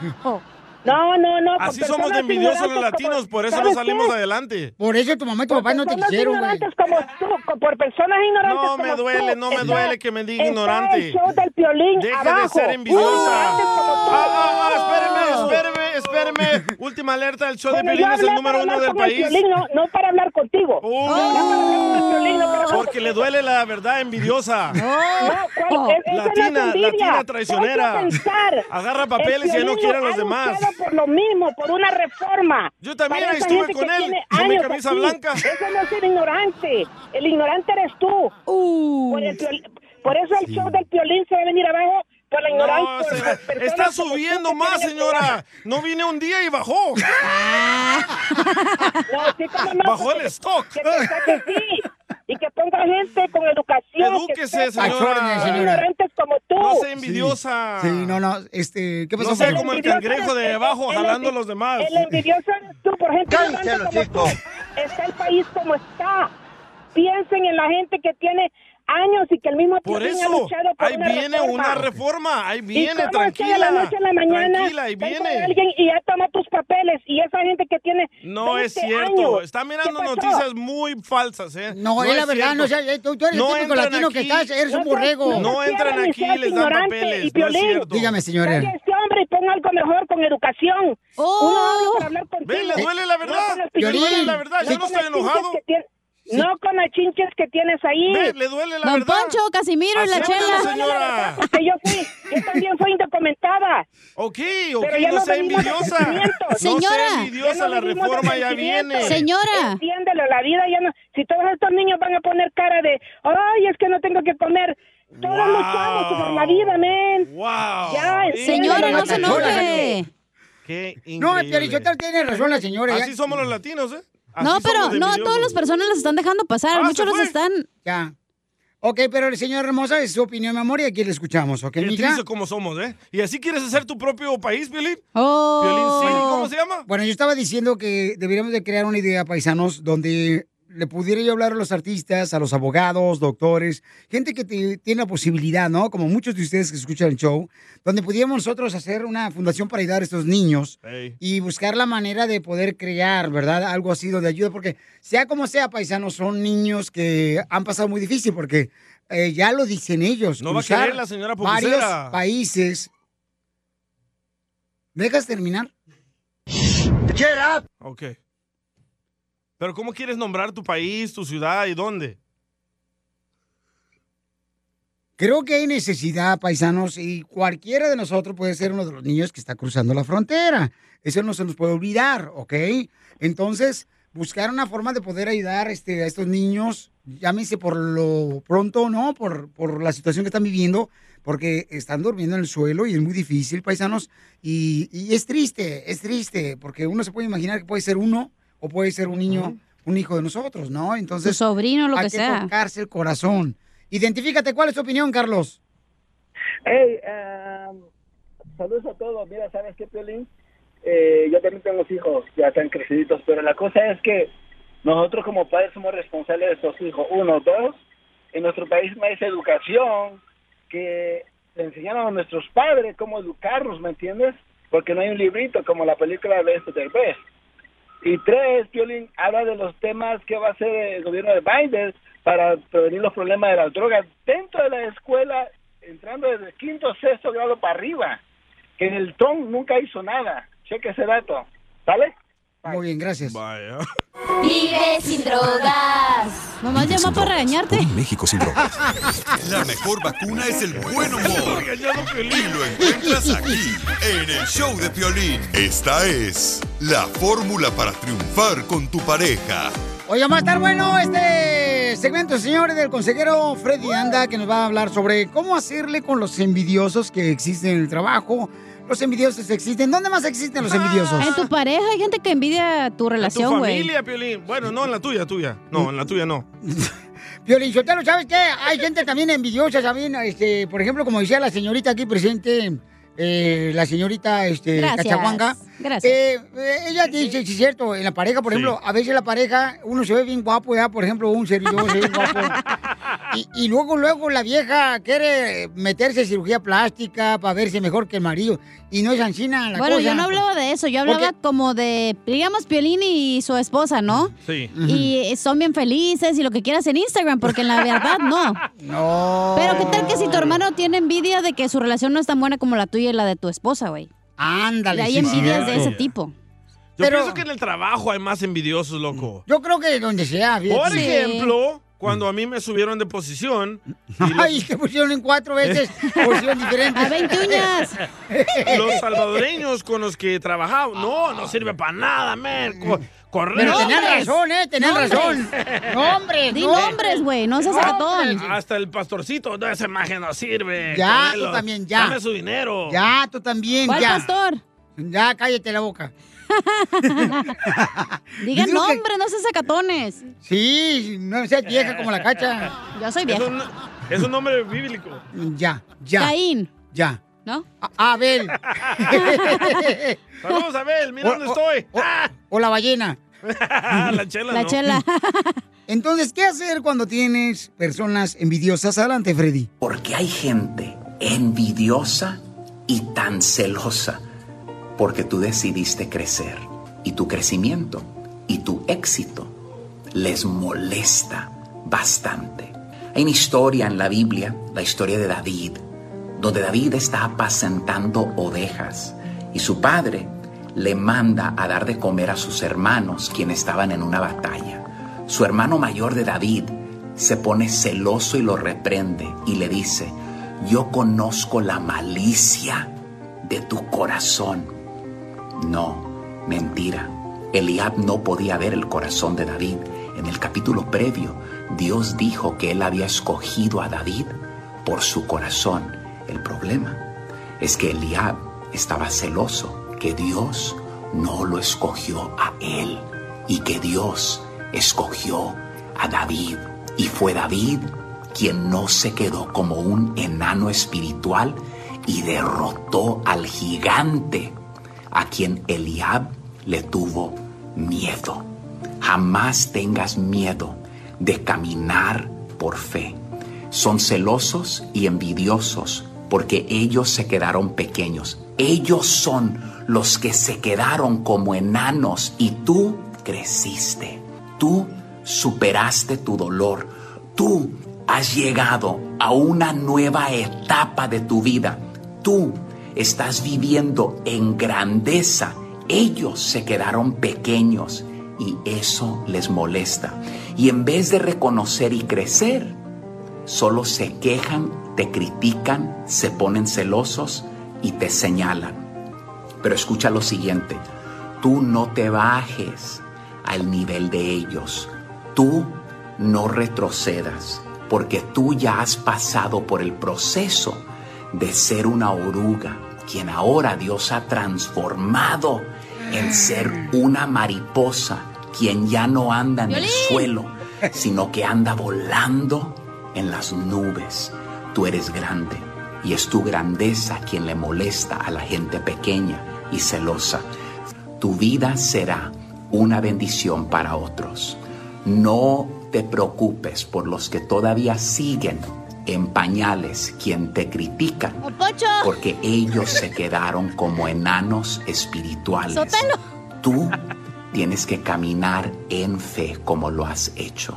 [SPEAKER 27] primero. No, no, no. con
[SPEAKER 2] Así somos de
[SPEAKER 27] personas
[SPEAKER 2] envidiosos los
[SPEAKER 27] ignorantes como-
[SPEAKER 2] latinos, por eso no
[SPEAKER 27] ¿sabes
[SPEAKER 2] salimos
[SPEAKER 27] qué?
[SPEAKER 2] adelante.
[SPEAKER 3] Por eso tu mamá y tu
[SPEAKER 27] Por
[SPEAKER 3] papá no te
[SPEAKER 27] personas
[SPEAKER 3] quisieron, güey.
[SPEAKER 27] ignorantes como tú, co- por personas ignorantes
[SPEAKER 2] No me
[SPEAKER 27] como
[SPEAKER 2] duele,
[SPEAKER 27] tú,
[SPEAKER 2] no me
[SPEAKER 27] está-
[SPEAKER 2] duele que me diga
[SPEAKER 27] está
[SPEAKER 2] ignorante.
[SPEAKER 27] el show del piolín
[SPEAKER 2] Deje
[SPEAKER 27] abajo.
[SPEAKER 2] de ser envidiosa.
[SPEAKER 27] Ignorantes como tú.
[SPEAKER 2] Ah, ah, ah, espéreme, espéreme, espéreme. Última alerta, el show de
[SPEAKER 27] Pero yo
[SPEAKER 2] Piolín es
[SPEAKER 27] hablé
[SPEAKER 2] el número
[SPEAKER 27] para
[SPEAKER 2] uno
[SPEAKER 27] hablar
[SPEAKER 2] del
[SPEAKER 27] con el
[SPEAKER 2] país. Oh.
[SPEAKER 27] Piolín, no, no para hablar contigo. Yo hablé para hablar con el Piolín, no para hablar
[SPEAKER 2] Porque le duele la verdad envidiosa.
[SPEAKER 27] No, Oh.
[SPEAKER 3] oh.
[SPEAKER 27] ¿cuál? Es- esa no es
[SPEAKER 2] Latina,
[SPEAKER 27] envidia.
[SPEAKER 2] latina traicionera.
[SPEAKER 27] Ponte a pensar.
[SPEAKER 2] Agarra papeles y
[SPEAKER 27] El
[SPEAKER 2] ya no
[SPEAKER 27] Piolín
[SPEAKER 2] quiere a los
[SPEAKER 27] ha
[SPEAKER 2] demás.
[SPEAKER 27] luchado por lo mismo, por una reforma.
[SPEAKER 2] Yo también
[SPEAKER 27] Para esa
[SPEAKER 2] estuve
[SPEAKER 27] gente
[SPEAKER 2] con
[SPEAKER 27] que
[SPEAKER 2] él,
[SPEAKER 27] tiene
[SPEAKER 2] con mi
[SPEAKER 27] años
[SPEAKER 2] camisa
[SPEAKER 27] aquí.
[SPEAKER 2] blanca.
[SPEAKER 27] Eso no es ser ignorante. El ignorante eres tú. Por, el Piolín- por eso el show del violín se va a venir abajo por la
[SPEAKER 2] No,
[SPEAKER 27] ignorancia.
[SPEAKER 2] se- está subiendo más, señora. No vine un día y bajó.
[SPEAKER 27] Ah.
[SPEAKER 2] Bajó el stock.
[SPEAKER 27] Que sí, y que ponga gente con educación.
[SPEAKER 2] Edúquese,
[SPEAKER 27] que sea-
[SPEAKER 2] señora. Acciones, señora.
[SPEAKER 27] Ignorantes como tú.
[SPEAKER 2] No sea envidiosa.
[SPEAKER 3] Sí, no, no. Este, ¿qué pasó?
[SPEAKER 2] No sea
[SPEAKER 3] Poncho?
[SPEAKER 2] como el cangrejo de abajo
[SPEAKER 27] El- el-
[SPEAKER 2] jalando a los demás.
[SPEAKER 27] El envidioso eres tú, por gente ignorante como tú. Está el país como está. Piensen en la gente que tiene años y que el mismo
[SPEAKER 2] Por
[SPEAKER 27] Piolín
[SPEAKER 2] eso,
[SPEAKER 27] ha luchado por
[SPEAKER 2] ahí
[SPEAKER 27] una
[SPEAKER 2] viene
[SPEAKER 27] reforma.
[SPEAKER 2] una reforma, ahí viene,
[SPEAKER 27] ¿Y cómo es que de la
[SPEAKER 2] tranquila,
[SPEAKER 27] noche a la mañana
[SPEAKER 2] tranquila, ahí
[SPEAKER 27] venga
[SPEAKER 2] viene.
[SPEAKER 27] alguien y ya toma tus papeles y esa gente que tiene
[SPEAKER 2] No es
[SPEAKER 27] 20
[SPEAKER 2] cierto.
[SPEAKER 27] años,
[SPEAKER 2] Está
[SPEAKER 27] este ¿qué
[SPEAKER 2] mirando
[SPEAKER 27] pasó?
[SPEAKER 2] noticias muy falsas, ¿eh?
[SPEAKER 3] No, es la verdad, no sea- eh, tú- tú eres el típico
[SPEAKER 2] entran
[SPEAKER 3] latino que estás, eres un
[SPEAKER 27] No seas-
[SPEAKER 3] borrego.
[SPEAKER 27] seas
[SPEAKER 2] No entran
[SPEAKER 27] fiel, ni
[SPEAKER 2] aquí, les
[SPEAKER 27] seas
[SPEAKER 2] dan
[SPEAKER 27] ignorante
[SPEAKER 2] papeles,
[SPEAKER 27] y
[SPEAKER 2] no es
[SPEAKER 27] violín.
[SPEAKER 2] cierto.
[SPEAKER 3] Dígame, señora.
[SPEAKER 27] Calle este hombre y pon algo mejor con educación.
[SPEAKER 4] Oh.
[SPEAKER 27] Uno habla para hablar contigo.
[SPEAKER 2] Ve, le duele la verdad,
[SPEAKER 27] con las
[SPEAKER 2] le duele
[SPEAKER 27] pichis-
[SPEAKER 2] la verdad, yo no
[SPEAKER 27] con
[SPEAKER 2] estoy
[SPEAKER 27] las chinches
[SPEAKER 2] enojado.
[SPEAKER 27] que tien- No con las chinches que tienes ahí.
[SPEAKER 2] Ve, le duele la
[SPEAKER 4] Don
[SPEAKER 2] verdad.
[SPEAKER 4] Poncho, Casimiro y la
[SPEAKER 2] Acéptalo,
[SPEAKER 4] chela.
[SPEAKER 2] señora.
[SPEAKER 27] Porque yo fui, yo también fui indocumentada.
[SPEAKER 2] Ok, ok,
[SPEAKER 27] Pero ya
[SPEAKER 2] no
[SPEAKER 27] no
[SPEAKER 2] sea
[SPEAKER 27] venimos de
[SPEAKER 2] envidiosa.
[SPEAKER 27] sentimientos.
[SPEAKER 2] No
[SPEAKER 4] Señora.
[SPEAKER 2] sea envidiosa, la reforma ya viene.
[SPEAKER 27] Entiéndelo, la vida ya no. Si todos estos niños van a poner cara de, ay, es que no tengo que comer. Todos luchamos por la vida, men.
[SPEAKER 2] Wow.
[SPEAKER 27] Ya,
[SPEAKER 24] este,
[SPEAKER 27] entiéndelo,
[SPEAKER 4] Señora, Oh, no se
[SPEAKER 27] la persona.
[SPEAKER 4] enoje.
[SPEAKER 2] Qué
[SPEAKER 3] No,
[SPEAKER 2] increíble.
[SPEAKER 3] Piolichotelo tiene razón la señora. ya.
[SPEAKER 2] Así somos los latinos, ¿eh? Así
[SPEAKER 4] No, pero
[SPEAKER 2] somos de
[SPEAKER 4] no, a
[SPEAKER 2] envidiosos.
[SPEAKER 4] todas las personas las están dejando pasar.
[SPEAKER 2] Ah,
[SPEAKER 4] Muchos
[SPEAKER 2] ¿se
[SPEAKER 4] los
[SPEAKER 2] fue?
[SPEAKER 4] están.
[SPEAKER 3] Ya. Ok, pero el señor hermosa es su opinión, mi amor, y aquí le escuchamos, ¿ok,
[SPEAKER 2] Qué
[SPEAKER 3] mija?
[SPEAKER 2] triste como somos, ¿eh? ¿Y así quieres hacer tu propio país, Piolín?
[SPEAKER 4] Oh.
[SPEAKER 2] Piolín, sí, ¿cómo se llama?
[SPEAKER 3] Bueno, yo estaba diciendo que deberíamos de crear una idea, paisanos, donde le pudiera yo hablar a los artistas, a los abogados, doctores, gente que te- tiene la posibilidad, ¿no? Como muchos de ustedes que escuchan el show, donde pudiéramos nosotros hacer una fundación para ayudar a estos niños
[SPEAKER 2] Ey.
[SPEAKER 3] y buscar la manera de poder crear, ¿verdad? Algo así de ayuda, porque sea como sea, paisanos, son niños que han pasado muy difícil, porque eh, ya lo dicen ellos.
[SPEAKER 2] No va a
[SPEAKER 3] cruzar
[SPEAKER 2] querer la señora
[SPEAKER 3] Varios
[SPEAKER 2] pupusera.
[SPEAKER 3] países. ¿Me dejas terminar?
[SPEAKER 2] Ok. Pero ¿cómo quieres nombrar tu país, tu ciudad y dónde?
[SPEAKER 3] Creo que hay necesidad, paisanos, y cualquiera de nosotros puede ser uno de los niños que está cruzando la frontera. Eso no se nos puede olvidar, ¿ok? Entonces, buscar una forma de poder ayudar este, a estos niños, llámese por lo pronto, ¿no? Por, por la situación que están viviendo, porque están durmiendo en el suelo y es muy difícil, paisanos. Y, y es triste, es triste, porque uno se puede imaginar que puede ser uno o puede ser un niño, un hijo de nosotros, ¿no? Entonces,
[SPEAKER 4] Tu sobrino, lo
[SPEAKER 3] hay
[SPEAKER 4] que sea.
[SPEAKER 3] tocarse el corazón. Identifícate, ¿cuál es tu opinión, Carlos?
[SPEAKER 8] Hey, um, saludos a todos. Mira, ¿sabes qué, Piolín? Eh, yo también tengo hijos, ya están creciditos, pero la cosa es que nosotros como padres somos responsables de esos hijos. Uno, dos, en nuestro país no es educación que le enseñaron a nuestros padres cómo educarnos, ¿me entiendes? porque no hay un librito como la película de este Derbez. Y tres, Piolín habla de los temas que va a hacer el gobierno de Biden para prevenir los problemas de las drogas dentro de la escuela, entrando desde quinto, sexto grado para arriba, que en el Trump nunca hizo nada. Cheque ese dato, ¿sale?
[SPEAKER 3] Muy bien, gracias.
[SPEAKER 4] Vive sin drogas. Mamá llama para regañarte.
[SPEAKER 6] México sin La mejor vacuna es el buen humor. Y lo encuentras aquí, en el show de Piolín. Esta es la fórmula para triunfar con tu pareja.
[SPEAKER 3] Oiga, va a estar bueno este segmento, señores, del consejero Freddy Anda, que nos va a hablar sobre cómo hacerle con los envidiosos que existen en el trabajo. Los envidiosos existen. ¿Dónde más existen los envidiosos?
[SPEAKER 4] Ah, En tu pareja hay gente que envidia tu
[SPEAKER 2] tu
[SPEAKER 4] relación, güey.
[SPEAKER 2] familia, Piolín. Bueno, no, en la tuya, tuya. No, en la tuya no.
[SPEAKER 3] Piolín, Sotelo, ¿sabes qué? Hay gente también envidiosa, ¿saben? Este, por ejemplo, como decía la señorita aquí presente, eh, la señorita este,
[SPEAKER 4] Gracias.
[SPEAKER 3] Cachahuanga.
[SPEAKER 4] Gracias.
[SPEAKER 3] Eh, eh, ella dice, sí, es cierto, en la pareja, por
[SPEAKER 4] Sí.
[SPEAKER 3] ejemplo, a veces la pareja, uno se ve bien guapo, ya, por ejemplo, un servidor se ve bien guapo. Y, y luego, luego la vieja quiere meterse cirugía plástica para verse mejor que el marido. Y no es ancina la
[SPEAKER 4] bueno,
[SPEAKER 3] cosa.
[SPEAKER 4] yo no hablaba de eso, yo hablaba
[SPEAKER 3] Porque-
[SPEAKER 4] como de, digamos, Piolín y su esposa, ¿no?
[SPEAKER 3] Sí.
[SPEAKER 4] Y son bien felices y lo que quieras en Instagram, porque en la verdad no.
[SPEAKER 3] No.
[SPEAKER 4] Pero qué tal que si tu hermano tiene envidia de que su relación no es tan buena como la tuya y la de tu esposa, güey.
[SPEAKER 3] Ándale.
[SPEAKER 4] Y hay
[SPEAKER 2] sí,
[SPEAKER 4] envidias
[SPEAKER 2] cierto.
[SPEAKER 4] de ese tipo.
[SPEAKER 2] Yo
[SPEAKER 4] Pero-
[SPEAKER 2] pienso que en el trabajo hay más envidiosos, loco.
[SPEAKER 3] Yo creo que donde sea. fíjate.
[SPEAKER 2] Por ejemplo, cuando a mí me subieron de posición,
[SPEAKER 3] Mm. Ay, te pusieron en cuatro veces posición diferente.
[SPEAKER 2] A 20 uñas. los salvadoreños con los que trabajaba, no, no sirve para nada, man. Co- Correcto.
[SPEAKER 3] Mm. Pero tenían razón, ¿eh? Tenían razón. Nombres,
[SPEAKER 4] Di
[SPEAKER 3] nombres.
[SPEAKER 4] nombres, güey, no seas ratón.
[SPEAKER 2] Hasta el pastorcito, no, esa imagen no sirve.
[SPEAKER 3] Ya,
[SPEAKER 2] Canelo,
[SPEAKER 3] tú también, ya.
[SPEAKER 2] Dame su dinero.
[SPEAKER 3] Ya, tú también,
[SPEAKER 2] ¿Cuál
[SPEAKER 3] ya.
[SPEAKER 4] pastor?
[SPEAKER 3] Ya, cállate la boca.
[SPEAKER 4] Diga
[SPEAKER 3] Yo digo que-
[SPEAKER 4] nombres, no seas sacatones.
[SPEAKER 3] Sí, no seas vieja como la cacha.
[SPEAKER 4] Yo soy vieja.
[SPEAKER 2] Es un, es un nombre bíblico.
[SPEAKER 3] Ya, ya.
[SPEAKER 4] Caín.
[SPEAKER 3] Ya.
[SPEAKER 4] ¿No?
[SPEAKER 3] A- Abel.
[SPEAKER 2] Saludos, Abel, mira
[SPEAKER 3] O-
[SPEAKER 2] dónde
[SPEAKER 3] o-
[SPEAKER 2] estoy.
[SPEAKER 3] O, o la ballena.
[SPEAKER 2] la chela. ¿no?
[SPEAKER 3] Entonces, ¿qué hacer cuando tienes personas envidiosas? Adelante, Freddy.
[SPEAKER 10] Porque hay gente envidiosa y tan celosa porque tú decidiste crecer y tu crecimiento y tu éxito les molesta bastante. Hay una historia en la Biblia, la historia de David, donde David está apacentando ovejas y su padre le manda a dar de comer a sus hermanos quienes estaban en una batalla. Su hermano mayor de David se pone celoso y lo reprende y le dice, yo conozco la malicia de tu corazón. No, mentira. Eliab no podía ver el corazón de David. En el capítulo previo, Dios dijo que él había escogido a David por su corazón. El problema es que Eliab estaba celoso, que Dios no lo escogió a él y que Dios escogió a David. Y fue David quien no se quedó como un enano espiritual y derrotó al gigante a quien Eliab le tuvo miedo. Jamás tengas miedo de caminar por fe. Son celosos y envidiosos porque ellos se quedaron pequeños. Ellos son los que se quedaron como enanos y tú creciste. Tú superaste tu dolor. Tú has llegado a una nueva etapa de tu vida. Tú estás viviendo en grandeza. Ellos se quedaron pequeños y eso les molesta. Y en vez de reconocer y crecer, solo se quejan, te critican, se ponen celosos y te señalan. Pero escucha lo siguiente, tú no te bajes al nivel de ellos, tú no retrocedas, porque tú ya has pasado por el proceso de ser una oruga, quien ahora Dios ha transformado en ser una mariposa, quien ya no anda en el
[SPEAKER 12] ¡Violín!
[SPEAKER 10] suelo, sino que anda volando en las nubes. Tú eres grande y es tu grandeza quien le molesta a la gente pequeña y celosa. Tu vida será una bendición para otros. No te preocupes por los que todavía siguen en pañales quien te critica,
[SPEAKER 4] ¡Pocho!
[SPEAKER 10] porque ellos se quedaron como enanos espirituales.
[SPEAKER 4] ¡Sótano!
[SPEAKER 10] Tú tienes que caminar en fe como lo has hecho.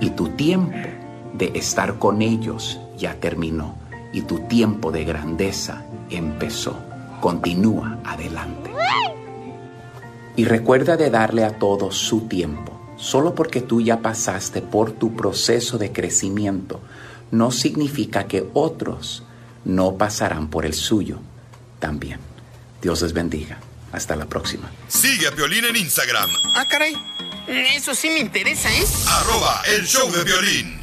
[SPEAKER 10] Y tu tiempo de estar con ellos ya terminó. Y tu tiempo de grandeza empezó. Continúa adelante. Y recuerda de darle a todos su tiempo. Solo porque tú ya pasaste por tu proceso de crecimiento, no significa que otros no pasarán por el suyo también. Dios les bendiga. Hasta la próxima.
[SPEAKER 6] Sigue a Piolín en Instagram,
[SPEAKER 12] Ah, caray. Eso sí me interesa, ¿eh?
[SPEAKER 6] arroba el show de violín.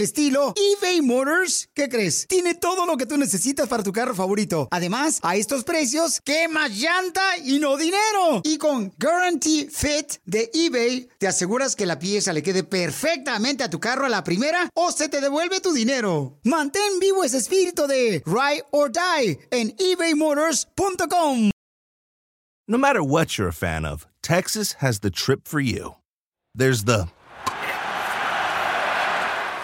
[SPEAKER 3] estilo, eBay Motors, ¿qué crees? Tiene todo lo que tú necesitas para tu carro favorito. Además, a estos precios, ¿qué más llanta y no dinero? Y con Guarantee Fit de eBay, te aseguras que la pieza le quede perfectamente a tu carro a la primera o se te devuelve tu dinero. Mantén vivo ese espíritu de Ride or Die en ebaymotors.com.
[SPEAKER 15] No matter what you're a fan of, Texas has the trip for you. There's the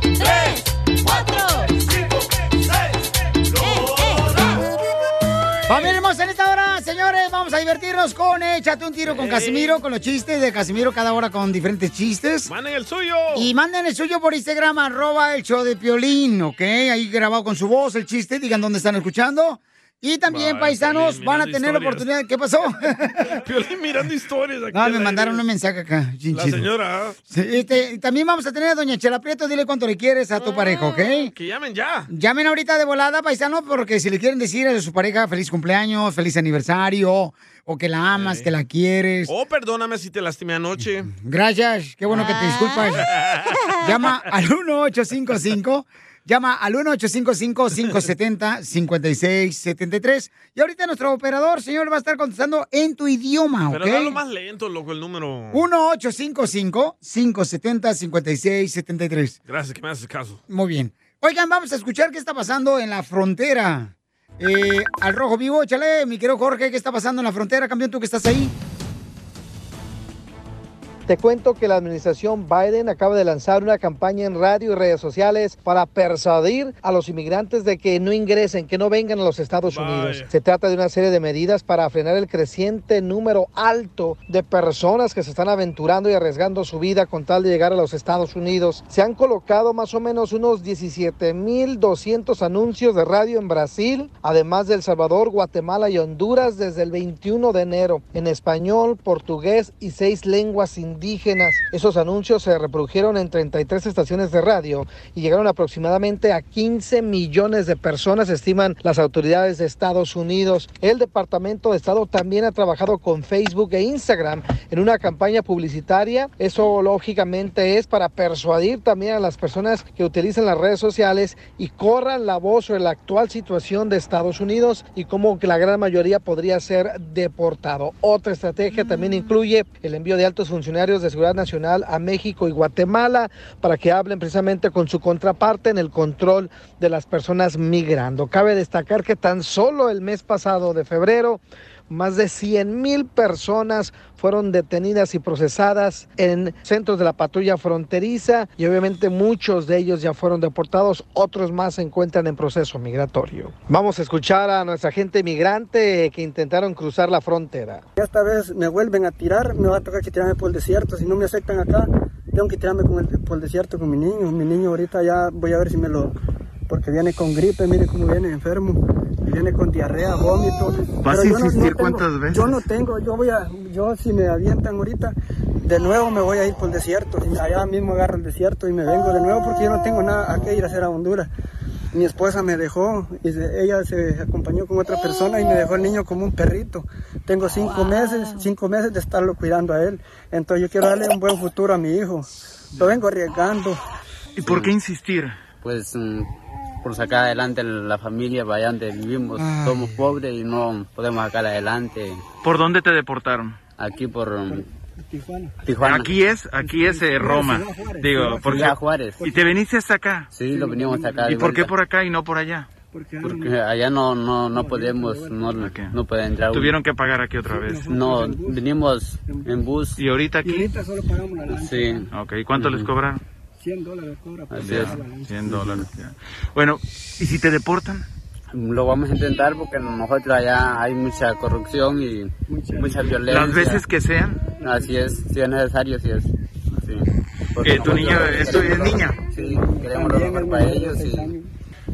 [SPEAKER 14] tres, cuatro, cinco, seis,
[SPEAKER 3] Familia hermosa, en esta hora, señores, vamos a divertirnos con Échate un tiro con Casimiro, con los chistes de Casimiro cada hora con diferentes chistes.
[SPEAKER 2] Manden el suyo.
[SPEAKER 3] Y manden el suyo por Instagram, arroba el show de Piolín, ¿ok? Ahí grabado con su voz el chiste, digan dónde están escuchando. Y también,
[SPEAKER 2] Vaya,
[SPEAKER 3] paisanos,
[SPEAKER 2] Piolín,
[SPEAKER 3] van a
[SPEAKER 2] mirando
[SPEAKER 3] tener la
[SPEAKER 2] historias.
[SPEAKER 3] oportunidad. ¿Qué pasó?
[SPEAKER 2] Piolín mirando historias aquí.
[SPEAKER 3] no,
[SPEAKER 2] al
[SPEAKER 3] me
[SPEAKER 2] aire.
[SPEAKER 3] mandaron un mensaje acá. bien
[SPEAKER 2] La
[SPEAKER 3] chido.
[SPEAKER 2] señora. ¿ah?
[SPEAKER 3] Sí, este, también vamos a tener a Doña Chela Prieto, dile cuánto le quieres a tu pareja, ¿ok?
[SPEAKER 2] Que llamen ya.
[SPEAKER 3] Llamen ahorita de volada, paisano, porque si le quieren decir a su pareja feliz cumpleaños, feliz aniversario, o que la amas, que la quieres.
[SPEAKER 2] Oh, perdóname si te lastimé anoche.
[SPEAKER 3] Gracias, qué bueno que te disculpas.
[SPEAKER 2] Ah.
[SPEAKER 3] Llama al 1855. Llama al 1855-570-5673. Y ahorita nuestro operador, señor, va a estar contestando en tu idioma, Ah, ¿ok?
[SPEAKER 2] Pero dalo más lento, loco, el número.
[SPEAKER 3] 1-855-570-5673.
[SPEAKER 2] Gracias, que me haces caso.
[SPEAKER 3] Muy bien. Oigan, vamos a escuchar qué está pasando en la frontera. Eh, al rojo vivo, échale, mi querido Jorge, ¿qué está pasando en la frontera, campeón, tú que estás ahí?
[SPEAKER 7] Te cuento que la administración Biden acaba de lanzar una campaña en radio y redes sociales para persuadir a los inmigrantes de que no ingresen, que no vengan a los Estados Unidos. Se trata de una serie de medidas para frenar el creciente número alto de personas que se están aventurando y arriesgando su vida con tal de llegar a los Estados Unidos. Se han colocado más o menos unos 17.200 anuncios de radio en Brasil, además de El Salvador, Guatemala y Honduras desde el 21 de enero, en español, portugués y seis lenguas indígenas. Esos anuncios se reprodujeron en 33 estaciones de radio y llegaron aproximadamente a 15 millones de personas, estiman las autoridades de Estados Unidos. El Departamento de Estado también ha trabajado con Facebook e Instagram en una campaña publicitaria. Eso lógicamente es para persuadir también a las personas que utilizan las redes sociales y corran la voz sobre la actual situación de Estados Unidos y cómo que la gran mayoría podría ser deportado. Otra estrategia también incluye el envío de altos funcionarios de seguridad nacional a México y Guatemala para que hablen precisamente con su contraparte en el control de las personas migrando. Cabe destacar que tan solo el mes pasado de febrero más de 100 mil personas fueron detenidas y procesadas en centros de la patrulla fronteriza y obviamente muchos de ellos ya fueron deportados, otros más se encuentran en proceso migratorio. Vamos a escuchar a nuestra gente migrante que intentaron cruzar la frontera.
[SPEAKER 16] Esta vez me vuelven a tirar, me va a tocar que tirarme por el desierto. Si no me aceptan acá,
[SPEAKER 13] Tengo que tirarme con el- por el desierto con mi niño. Mi niño ahorita ya voy a ver si me lo... Porque viene con gripe, mire cómo viene enfermo. Viene con diarrea, vómito.
[SPEAKER 5] ¿Vas a
[SPEAKER 13] Pero yo no-
[SPEAKER 5] insistir
[SPEAKER 13] tengo-
[SPEAKER 5] cuántas veces?
[SPEAKER 13] Yo no tengo, yo voy a... Yo si me avientan ahorita, de nuevo me voy a ir por el desierto. Y allá mismo agarro el desierto y me vengo de nuevo porque yo no tengo nada a qué ir a hacer a Honduras. Mi esposa me dejó y se- ella se acompañó con otra persona y me dejó el niño como un perrito. Tengo cinco meses, cinco meses de estarlo cuidando a él. Entonces yo quiero darle un buen futuro a mi hijo. Lo vengo arriesgando.
[SPEAKER 5] ¿Y por qué insistir?
[SPEAKER 16] Pues mm, por sacar adelante la familia, vaya donde vivimos, somos pobres y no podemos sacar adelante.
[SPEAKER 5] ¿Por dónde te deportaron?
[SPEAKER 16] Aquí por mm, Tijuana.
[SPEAKER 5] Aquí es, aquí es eh, Roma. Digo, porque-
[SPEAKER 16] Ciudad Juárez.
[SPEAKER 5] ¿Y te veniste hasta acá?
[SPEAKER 16] Sí, lo venimos hasta acá.
[SPEAKER 5] ¿Y
[SPEAKER 16] de
[SPEAKER 5] por qué
[SPEAKER 16] vuelta,
[SPEAKER 5] por acá y no por allá?
[SPEAKER 16] Porque allá no, no, no podemos, no, no puede entrar. uno.
[SPEAKER 5] Tuvieron que pagar aquí otra vez.
[SPEAKER 16] No, venimos en bus.
[SPEAKER 5] ¿Y ahorita aquí?
[SPEAKER 13] solo pagamos la lanza.
[SPEAKER 16] Sí.
[SPEAKER 5] Ok, ¿y cuánto les
[SPEAKER 16] Ujú.
[SPEAKER 5] cobraron?
[SPEAKER 13] 100 dólares cobra por
[SPEAKER 16] Así
[SPEAKER 5] Ya,
[SPEAKER 16] es.
[SPEAKER 5] 100 dólares. ya. Bueno, ¿y si te deportan?
[SPEAKER 16] Lo vamos a intentar porque nosotros allá hay mucha corrupción y mucha, violencia.
[SPEAKER 5] Las veces que sean.
[SPEAKER 16] Así es, si es necesario, si es. Sí.
[SPEAKER 5] Eh, tu niña,
[SPEAKER 16] nosotros
[SPEAKER 5] esto es
[SPEAKER 16] queremos-
[SPEAKER 5] niña.
[SPEAKER 16] Sí, queremos lo mejor para ellos y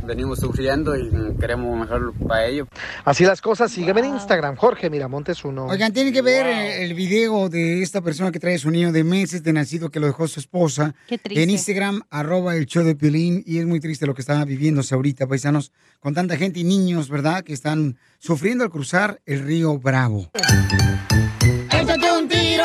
[SPEAKER 16] venimos sufriendo y queremos lo mejor para ellos.
[SPEAKER 7] Así las cosas, sígueme en Instagram, Jorge Miramontes uno.
[SPEAKER 3] Oigan, tienen que ver eh, el video de esta persona que trae su niño de meses de nacido que lo dejó su esposa.
[SPEAKER 4] Qué triste.
[SPEAKER 3] En Instagram, arroba el show de Piolín. Y es muy triste lo que está viviéndose ahorita, paisanos, con tanta gente y niños, ¿verdad? Que están sufriendo al cruzar el río Bravo.
[SPEAKER 14] Échate un tiro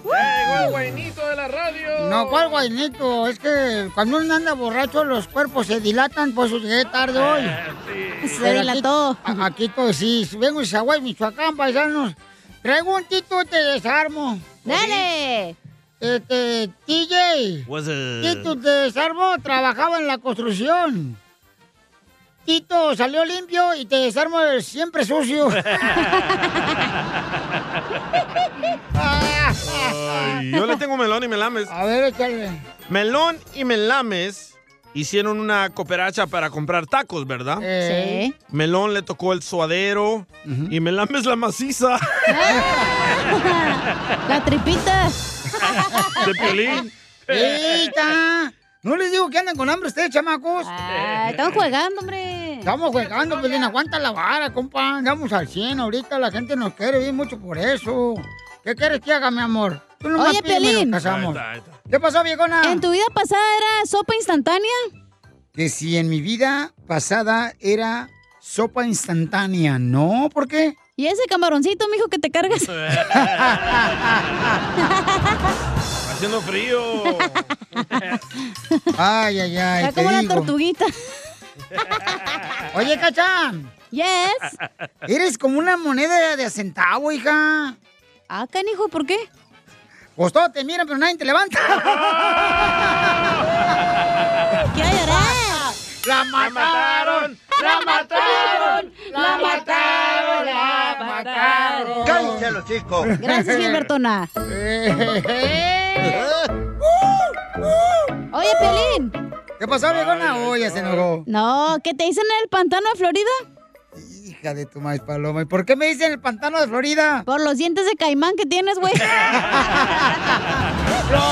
[SPEAKER 14] ¡Llegó el guainito de la radio!
[SPEAKER 3] No, ¿cuál guainito? Es que cuando uno anda borracho los cuerpos se dilatan, por eso llegué tarde hoy.
[SPEAKER 14] Eh,
[SPEAKER 3] Pero aquí- a- Aquí todo, sí. Vengo de Zaguay, Michoacán, paisanos. Traigo un tito y te desarmo. ¡Dale! Este, TJ.
[SPEAKER 14] What's up?
[SPEAKER 3] Tito te desarmo, trabajaba en la construcción. Tito salió limpio y te desarmo el siempre sucio.
[SPEAKER 2] Ay, yo le tengo melón y melames.
[SPEAKER 3] A ver, échale.
[SPEAKER 2] Melón y melames hicieron una cooperacha para comprar tacos, ¿verdad?
[SPEAKER 3] Eh. Sí.
[SPEAKER 2] Melón le tocó el suadero y melames la maciza.
[SPEAKER 4] La tripita.
[SPEAKER 2] De Piolín.
[SPEAKER 3] ¡Eita! No les digo que andan con hambre ustedes, chamacos. estamos jugando, hombre. Estamos jugando, Pelín. Aguanta la vara, compa. Andamos al 100 ahorita. La gente nos quiere bien mucho por eso. ¿Qué quieres que haga, mi amor? Tú nomás
[SPEAKER 4] Oye,
[SPEAKER 3] pídeme y nos
[SPEAKER 4] Pelín.
[SPEAKER 3] casamos. ¿Qué pasó, viejona?
[SPEAKER 4] ¿En tu vida pasada era sopa instantánea?
[SPEAKER 3] Que si en mi vida pasada era sopa instantánea, ¿no? ¿Por qué?
[SPEAKER 4] ¿Y ese camaroncito, mijo, que te cargas?
[SPEAKER 2] Haciendo frío.
[SPEAKER 3] Ay, ay, ay.
[SPEAKER 4] Está
[SPEAKER 3] te
[SPEAKER 4] como la
[SPEAKER 3] digo.
[SPEAKER 4] tortuguita.
[SPEAKER 3] este. Oye, Cachán.
[SPEAKER 4] Yes.
[SPEAKER 3] Eres como una moneda de a centavo, hija.
[SPEAKER 4] Ah, canijo, ¿por qué?
[SPEAKER 3] Pues todos te miran, pero nadie te levanta.
[SPEAKER 4] ¡Quiero
[SPEAKER 3] llorar! ¡La mataron! ¡La mataron!
[SPEAKER 14] ¡La mataron! ¡La mataron!
[SPEAKER 3] ¡Cállense
[SPEAKER 14] los chicos!
[SPEAKER 4] Gracias, Gilbertona. Oye, Pelín.
[SPEAKER 3] ¿Qué pasó, viejona? Oye, se enojó.
[SPEAKER 4] No, ¿qué te dicen en el pantano de Florida?
[SPEAKER 3] Hija de tu maíz paloma. ¿Y por qué me dicen el pantano de Florida?
[SPEAKER 4] Por los dientes de caimán que tienes, güey.
[SPEAKER 14] mataron! ¡Lo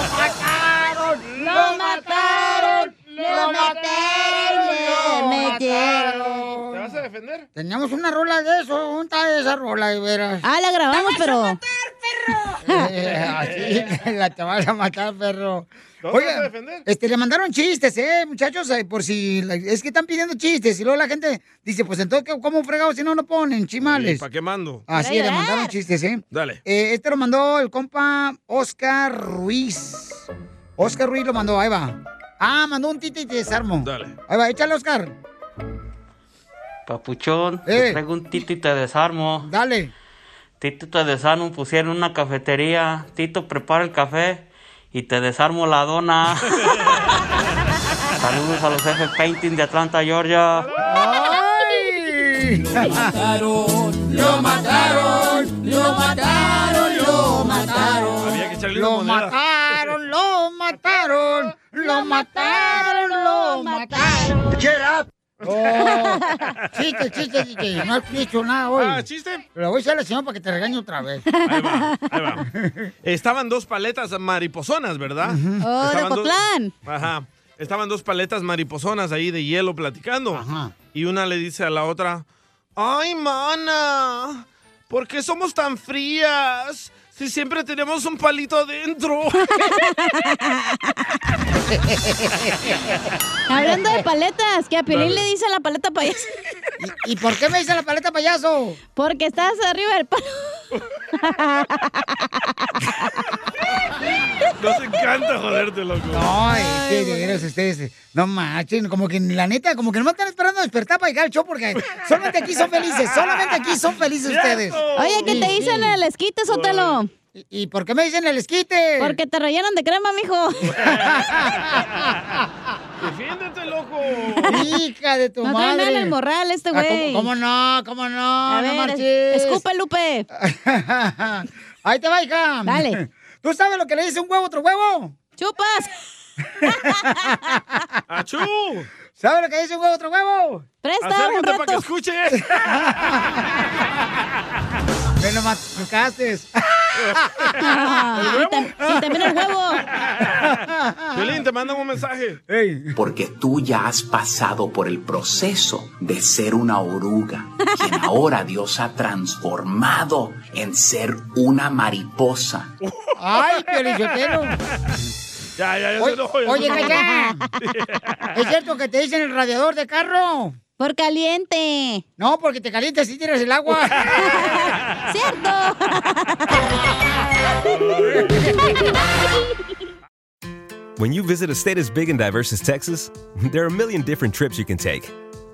[SPEAKER 14] mataron! ¡Lo mataron!
[SPEAKER 3] ¡Lo
[SPEAKER 14] ¿Te vas a defender?
[SPEAKER 3] Teníamos una rola de eso. ¿Dónde está esa rola de veras?
[SPEAKER 4] Ah, la grabamos, pero.
[SPEAKER 3] Eh, así la te vas a matar, perro.
[SPEAKER 2] ¿Dónde
[SPEAKER 3] Oiga,
[SPEAKER 2] vas a defender?
[SPEAKER 3] este, le mandaron chistes, ¿eh, muchachos? Eh, Por si, la- es que están pidiendo chistes. Y luego la gente dice, pues entonces, ¿qué- ¿cómo fregados si no lo ponen, chimales?
[SPEAKER 2] ¿Para qué mando?
[SPEAKER 3] Así es, le mandaron chistes, ¿eh?
[SPEAKER 2] Dale.
[SPEAKER 3] Eh, Este lo mandó el compa Oscar Ruiz. Oscar Ruiz lo mandó, ahí va. Ah, mandó un tite y te desarmo.
[SPEAKER 2] Dale.
[SPEAKER 3] Ahí va, échale, Oscar.
[SPEAKER 17] Papuchón, te traigo un tito y te desarmo.
[SPEAKER 3] Dale.
[SPEAKER 17] Tito y te desarmo, pusieron una cafetería. Tito prepara el café y te desarmo la dona. Saludos a los F Painting de Atlanta, Georgia.
[SPEAKER 14] ¡Lo mataron! ¡Lo mataron! ¡Lo mataron! ¡Lo
[SPEAKER 2] Chalino
[SPEAKER 3] Lo
[SPEAKER 2] Moneda.
[SPEAKER 3] mataron, lo mataron, lo mataron, lo mataron. Get up. Oh, chiste, chiste, chiste. No he dicho nada hoy.
[SPEAKER 2] Ah, ¿chiste?
[SPEAKER 3] Lo voy a hacer a la señora para que te regañe otra vez.
[SPEAKER 2] Estaban dos paletas mariposonas, ¿verdad?
[SPEAKER 4] Oh, de
[SPEAKER 2] Estaban dos-
[SPEAKER 4] Ocotlán.
[SPEAKER 2] Ajá. Estaban dos paletas mariposonas ahí de hielo platicando. Y una le dice a la otra, ¡Ay, mana! ¿Por qué somos tan frías? Si siempre tenemos un palito adentro.
[SPEAKER 4] Hablando
[SPEAKER 3] Eh,
[SPEAKER 4] de paletas, que a Pelín
[SPEAKER 2] Dale.
[SPEAKER 4] le dice la paleta payaso.
[SPEAKER 3] ¿Y, por qué me dice la paleta payaso?
[SPEAKER 4] Porque estás arriba del palo.
[SPEAKER 2] Nos encanta joderte, loco.
[SPEAKER 3] No, es que de veras ustedes, no marchen, como que la neta, como que no me están esperando despertar para llegar al show porque solamente aquí son felices, solamente aquí son felices ustedes.
[SPEAKER 4] Oye, ¿qué te
[SPEAKER 3] Sí,
[SPEAKER 4] dicen
[SPEAKER 3] sí.
[SPEAKER 4] el esquite, Sotelo?
[SPEAKER 3] ¿Y, y por qué me dicen el esquite?
[SPEAKER 4] Porque te rellenan de crema, mijo.
[SPEAKER 2] ¡Defiéndete, loco!
[SPEAKER 3] Hija de tu
[SPEAKER 4] No trae
[SPEAKER 3] madre.
[SPEAKER 4] nada en el morral este
[SPEAKER 3] Ah, ¿cómo-
[SPEAKER 4] güey.
[SPEAKER 3] ¿cómo, no? ¿Cómo no?
[SPEAKER 4] A
[SPEAKER 3] no
[SPEAKER 4] ver,
[SPEAKER 3] marches.
[SPEAKER 4] escupe, Lupe.
[SPEAKER 3] Ahí te va, hija.
[SPEAKER 4] Dale.
[SPEAKER 3] ¿Tú sabes lo que le dice un huevo a otro huevo?
[SPEAKER 4] ¡Chupas!
[SPEAKER 2] ¡Achú!
[SPEAKER 3] ¿Sabes lo que dice un huevo a otro huevo?
[SPEAKER 4] ¡Presta
[SPEAKER 2] Acércate para que escuche.
[SPEAKER 3] Ven nomás, tocaste.
[SPEAKER 4] Y tam- y también el huevo.
[SPEAKER 2] Violín, te mandan un mensaje.
[SPEAKER 10] Porque tú ya has pasado por el proceso de ser una oruga, quien ahora Dios ha transformado en ser una mariposa.
[SPEAKER 3] Ay, Piolichotelo.
[SPEAKER 2] Ya, ya, ya
[SPEAKER 3] Oye,
[SPEAKER 2] se enojó, ya se
[SPEAKER 3] oye,
[SPEAKER 2] enojó.
[SPEAKER 3] Cacha. ¿Es cierto que te dicen el radiador de carro?
[SPEAKER 4] Por caliente.
[SPEAKER 3] No, porque te calientas y tiras el agua.
[SPEAKER 28] When you visit a state as big and diverse as Texas, there are a million different trips you can take.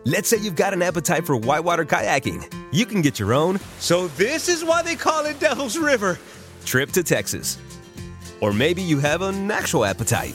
[SPEAKER 28] Let's say you've got an appetite for whitewater kayaking. You can get your own. So this is why they call it Devil's River. Trip to Texas. Or maybe you have an actual appetite.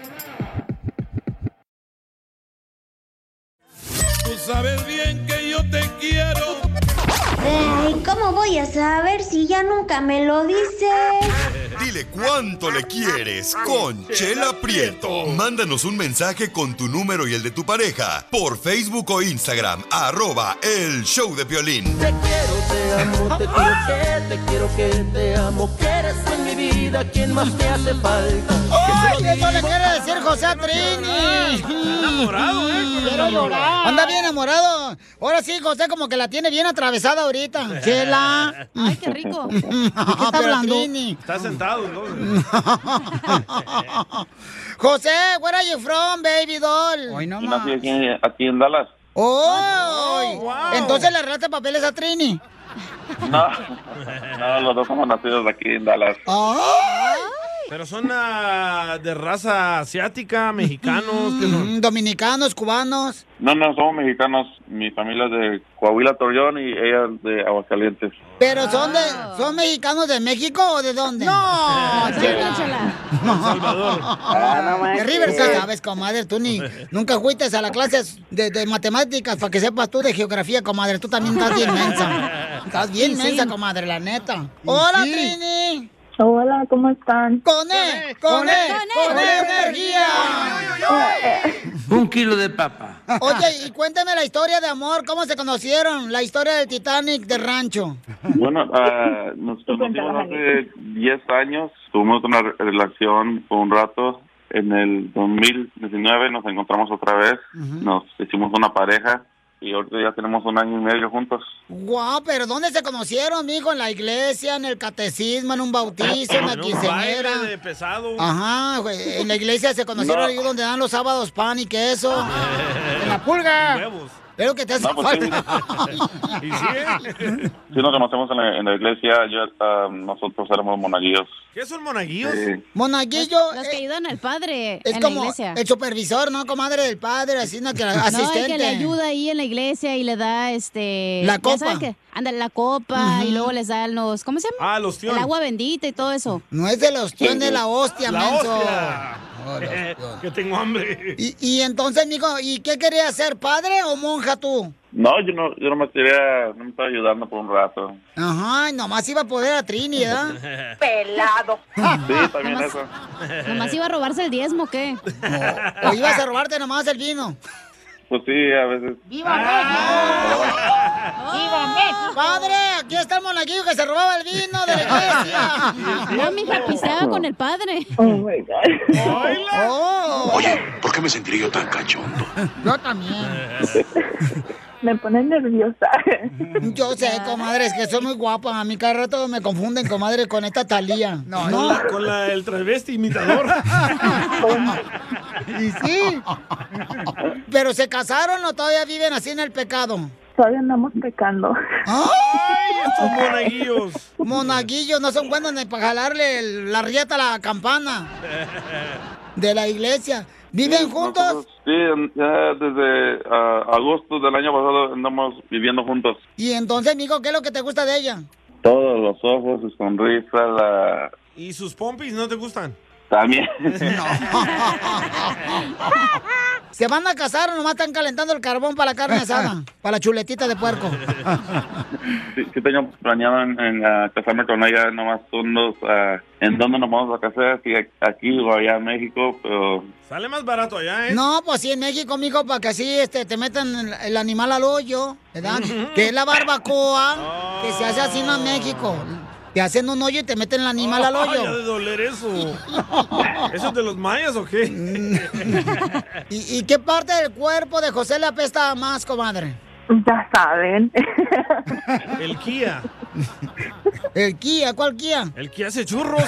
[SPEAKER 29] Tú sabes bien que yo te quiero.
[SPEAKER 30] Ay, ¿cómo voy a saber si ya nunca me lo dices?
[SPEAKER 6] Dile cuánto le quieres con Chela Prieto. Mándanos un mensaje con tu número y el de tu pareja por Facebook o Instagram, arroba el show de violín.
[SPEAKER 14] Te quiero, te amo, te quiero que te quiero que te amo. Que eres en mi vida quien más me hace falta.
[SPEAKER 3] ¡Ay, eso le quiere decir José Trini!
[SPEAKER 14] enamorado, ¿eh? Con el
[SPEAKER 3] Quiero
[SPEAKER 14] enamorado.
[SPEAKER 3] llorar. Anda bien enamorado. Ahora sí, José como que la tiene bien atravesada ahorita. Chela.
[SPEAKER 4] Ay, qué rico.
[SPEAKER 3] ¿De qué está hablando?
[SPEAKER 2] Está sentado, entonces.
[SPEAKER 3] José, where are you from, baby doll? Hoy
[SPEAKER 20] Yo nací aquí, en- aquí en Dallas.
[SPEAKER 3] ¡Oh! Entonces le arreglaste papeles a Trini.
[SPEAKER 20] No, no, los dos somos nacidos aquí en Dallas.
[SPEAKER 2] Pero son ah, de raza asiática, mexicanos. que son-
[SPEAKER 3] Mm, Dominicanos, cubanos.
[SPEAKER 20] No, no, somos mexicanos. Mi familia es de Coahuila, Torreón y ella es de Aguascalientes.
[SPEAKER 3] ¿Pero son de, son mexicanos de México o de dónde? No,
[SPEAKER 20] Chela.
[SPEAKER 3] Salvador. de Riverside, sabes, comadre, tú ni, nunca fuiste a la clase de, de matemáticas para que sepas tú de geografía, comadre. Tú también estás bien mensa. Estás bien
[SPEAKER 31] Sí, sí.
[SPEAKER 3] mensa, comadre, la neta. Hola,
[SPEAKER 31] sí.
[SPEAKER 3] Trini.
[SPEAKER 31] Hola, ¿cómo están?
[SPEAKER 3] Con él, con E él, con él, energía.
[SPEAKER 8] Un kilo de papa.
[SPEAKER 3] Oye, y cuéntame la historia de amor, cómo se conocieron, la historia del Titanic de rancho.
[SPEAKER 20] Bueno, ah, nos conocimos hace 10 años. Tuvimos una re- relación por un rato. En el 2019 nos encontramos otra vez. Nos hicimos una pareja. y ahorita ya tenemos un año y medio juntos.
[SPEAKER 3] Guau, pero ¿dónde se conocieron, mijo? ¿En la iglesia, en el catecismo, en un bautizo, en la
[SPEAKER 2] En un
[SPEAKER 3] quinceañera?
[SPEAKER 2] baile de pesado.
[SPEAKER 3] Ajá, güey, en la iglesia se conocieron
[SPEAKER 2] No.
[SPEAKER 3] ahí donde dan los sábados pan y queso.
[SPEAKER 14] Ah,
[SPEAKER 3] en la pulga. Pero que te hace
[SPEAKER 20] No, pues sí.
[SPEAKER 3] falta.
[SPEAKER 20] Si nos conocemos en la, en la iglesia, yo, ah, nosotros éramos monaguillos. Eh,
[SPEAKER 2] ¿Qué son monaguillos?
[SPEAKER 20] Sí.
[SPEAKER 3] Monaguillo.
[SPEAKER 4] Los que ayudan al padre
[SPEAKER 3] Es
[SPEAKER 4] en
[SPEAKER 3] como
[SPEAKER 4] la iglesia.
[SPEAKER 3] el supervisor, ¿no? Comadre del padre, así, ¿no? Que la-
[SPEAKER 4] No,
[SPEAKER 3] asistente.
[SPEAKER 4] el que le ayuda ahí en la iglesia y le da este.
[SPEAKER 3] La
[SPEAKER 4] ya
[SPEAKER 3] copa.
[SPEAKER 4] saben que- Ándale, la copa y luego les da los. ¿Cómo se llama?
[SPEAKER 3] Ah, el ostión.
[SPEAKER 4] El agua bendita y todo eso.
[SPEAKER 3] No es de la ostión, de la hostia,
[SPEAKER 4] La
[SPEAKER 3] menso.
[SPEAKER 4] hostia.
[SPEAKER 3] pues,
[SPEAKER 2] que tengo hambre.
[SPEAKER 3] Y, y entonces, mijo, ¿y qué querías ser, padre o monja tú?
[SPEAKER 20] No, yo no, yo no me quería, no me estaba ayudando por un rato.
[SPEAKER 3] Ajá, y nomás iba a poder a Trini, ¿verdad? Pelado.
[SPEAKER 20] Sí, también eso.
[SPEAKER 4] Nomás iba a robarse el diezmo, ¿qué?
[SPEAKER 3] O ibas a robarte nomás el vino.
[SPEAKER 20] Pues sí, a veces.
[SPEAKER 3] ¡Viva México! ¡Viva México! Padre, aquí está el monaguillo que se robaba el vino de la iglesia.
[SPEAKER 4] No, mija, pisteaba con el padre.
[SPEAKER 3] Oh
[SPEAKER 1] Oye, ¿por qué me sentiré yo tan cachondo?
[SPEAKER 3] Yo también.
[SPEAKER 32] Me ponen nerviosa.
[SPEAKER 3] Mm. Yo sé, comadres, que soy muy guapa. A mí cada rato me confunden, comadre, con esta talía. No,
[SPEAKER 2] Con la- con la, el travesti imitador.
[SPEAKER 3] Y sí. Pero se casaron o todavía viven así en el pecado.
[SPEAKER 32] Todavía andamos pecando.
[SPEAKER 3] ¡Ay,
[SPEAKER 32] estos monaguillos!
[SPEAKER 3] Monaguillos, no son buenos ni para jalarle el- la rieta a la campana de la iglesia. ¿Viven juntos?
[SPEAKER 20] Sí, ya desde ah, agosto del año pasado andamos viviendo juntos.
[SPEAKER 3] Y entonces, amigo, ¿qué es lo que te gusta de ella?
[SPEAKER 20] Todos los ojos, su sonrisa, la...
[SPEAKER 2] ¿Y sus pompis no te gustan?
[SPEAKER 20] También.
[SPEAKER 3] ¿Se van a casar o nomás están calentando el carbón para la carne asada? Para la chuletita de puerco.
[SPEAKER 20] sí, sí tengo planeado en, en, ah, casarme con ella, nomás son los... ah, ¿En dónde nos vamos a casar? Si aquí o allá en México, pero...
[SPEAKER 2] Sale más barato allá, ¿eh?
[SPEAKER 3] No, pues sí, en México, mijo, para que así este, te metan el, el animal al hoyo, ¿verdad? Que es la barbacoa, que se hace así no en México. Te hacen un hoyo y te meten el animal al
[SPEAKER 2] Ah. Ay, ha de
[SPEAKER 3] hoyo.
[SPEAKER 2] doler eso. ¿Eso es de los mayas o qué?
[SPEAKER 3] Mm, ¿Y, y qué parte del cuerpo de José le apesta más, comadre?
[SPEAKER 32] Ya saben.
[SPEAKER 2] El Kia.
[SPEAKER 3] ¿El Kia? ¿Cuál Kia?
[SPEAKER 2] El Kia hace churros.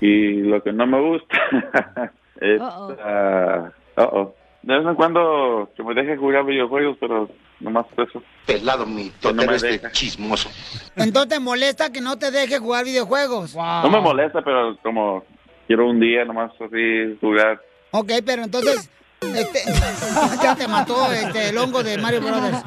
[SPEAKER 20] Y lo que no me gusta es...
[SPEAKER 32] Uh-oh.
[SPEAKER 20] ah, uh-oh. De vez en cuando que me deje jugar videojuegos, pero nomás eso. Pelado mi
[SPEAKER 1] totero este
[SPEAKER 20] chismoso.
[SPEAKER 3] Entonces te molesta que no te deje jugar videojuegos.
[SPEAKER 20] No me molesta, pero como quiero un día nomás así jugar.
[SPEAKER 3] Ok, pero entonces. este, ya te mató este, el hongo de Mario Brothers.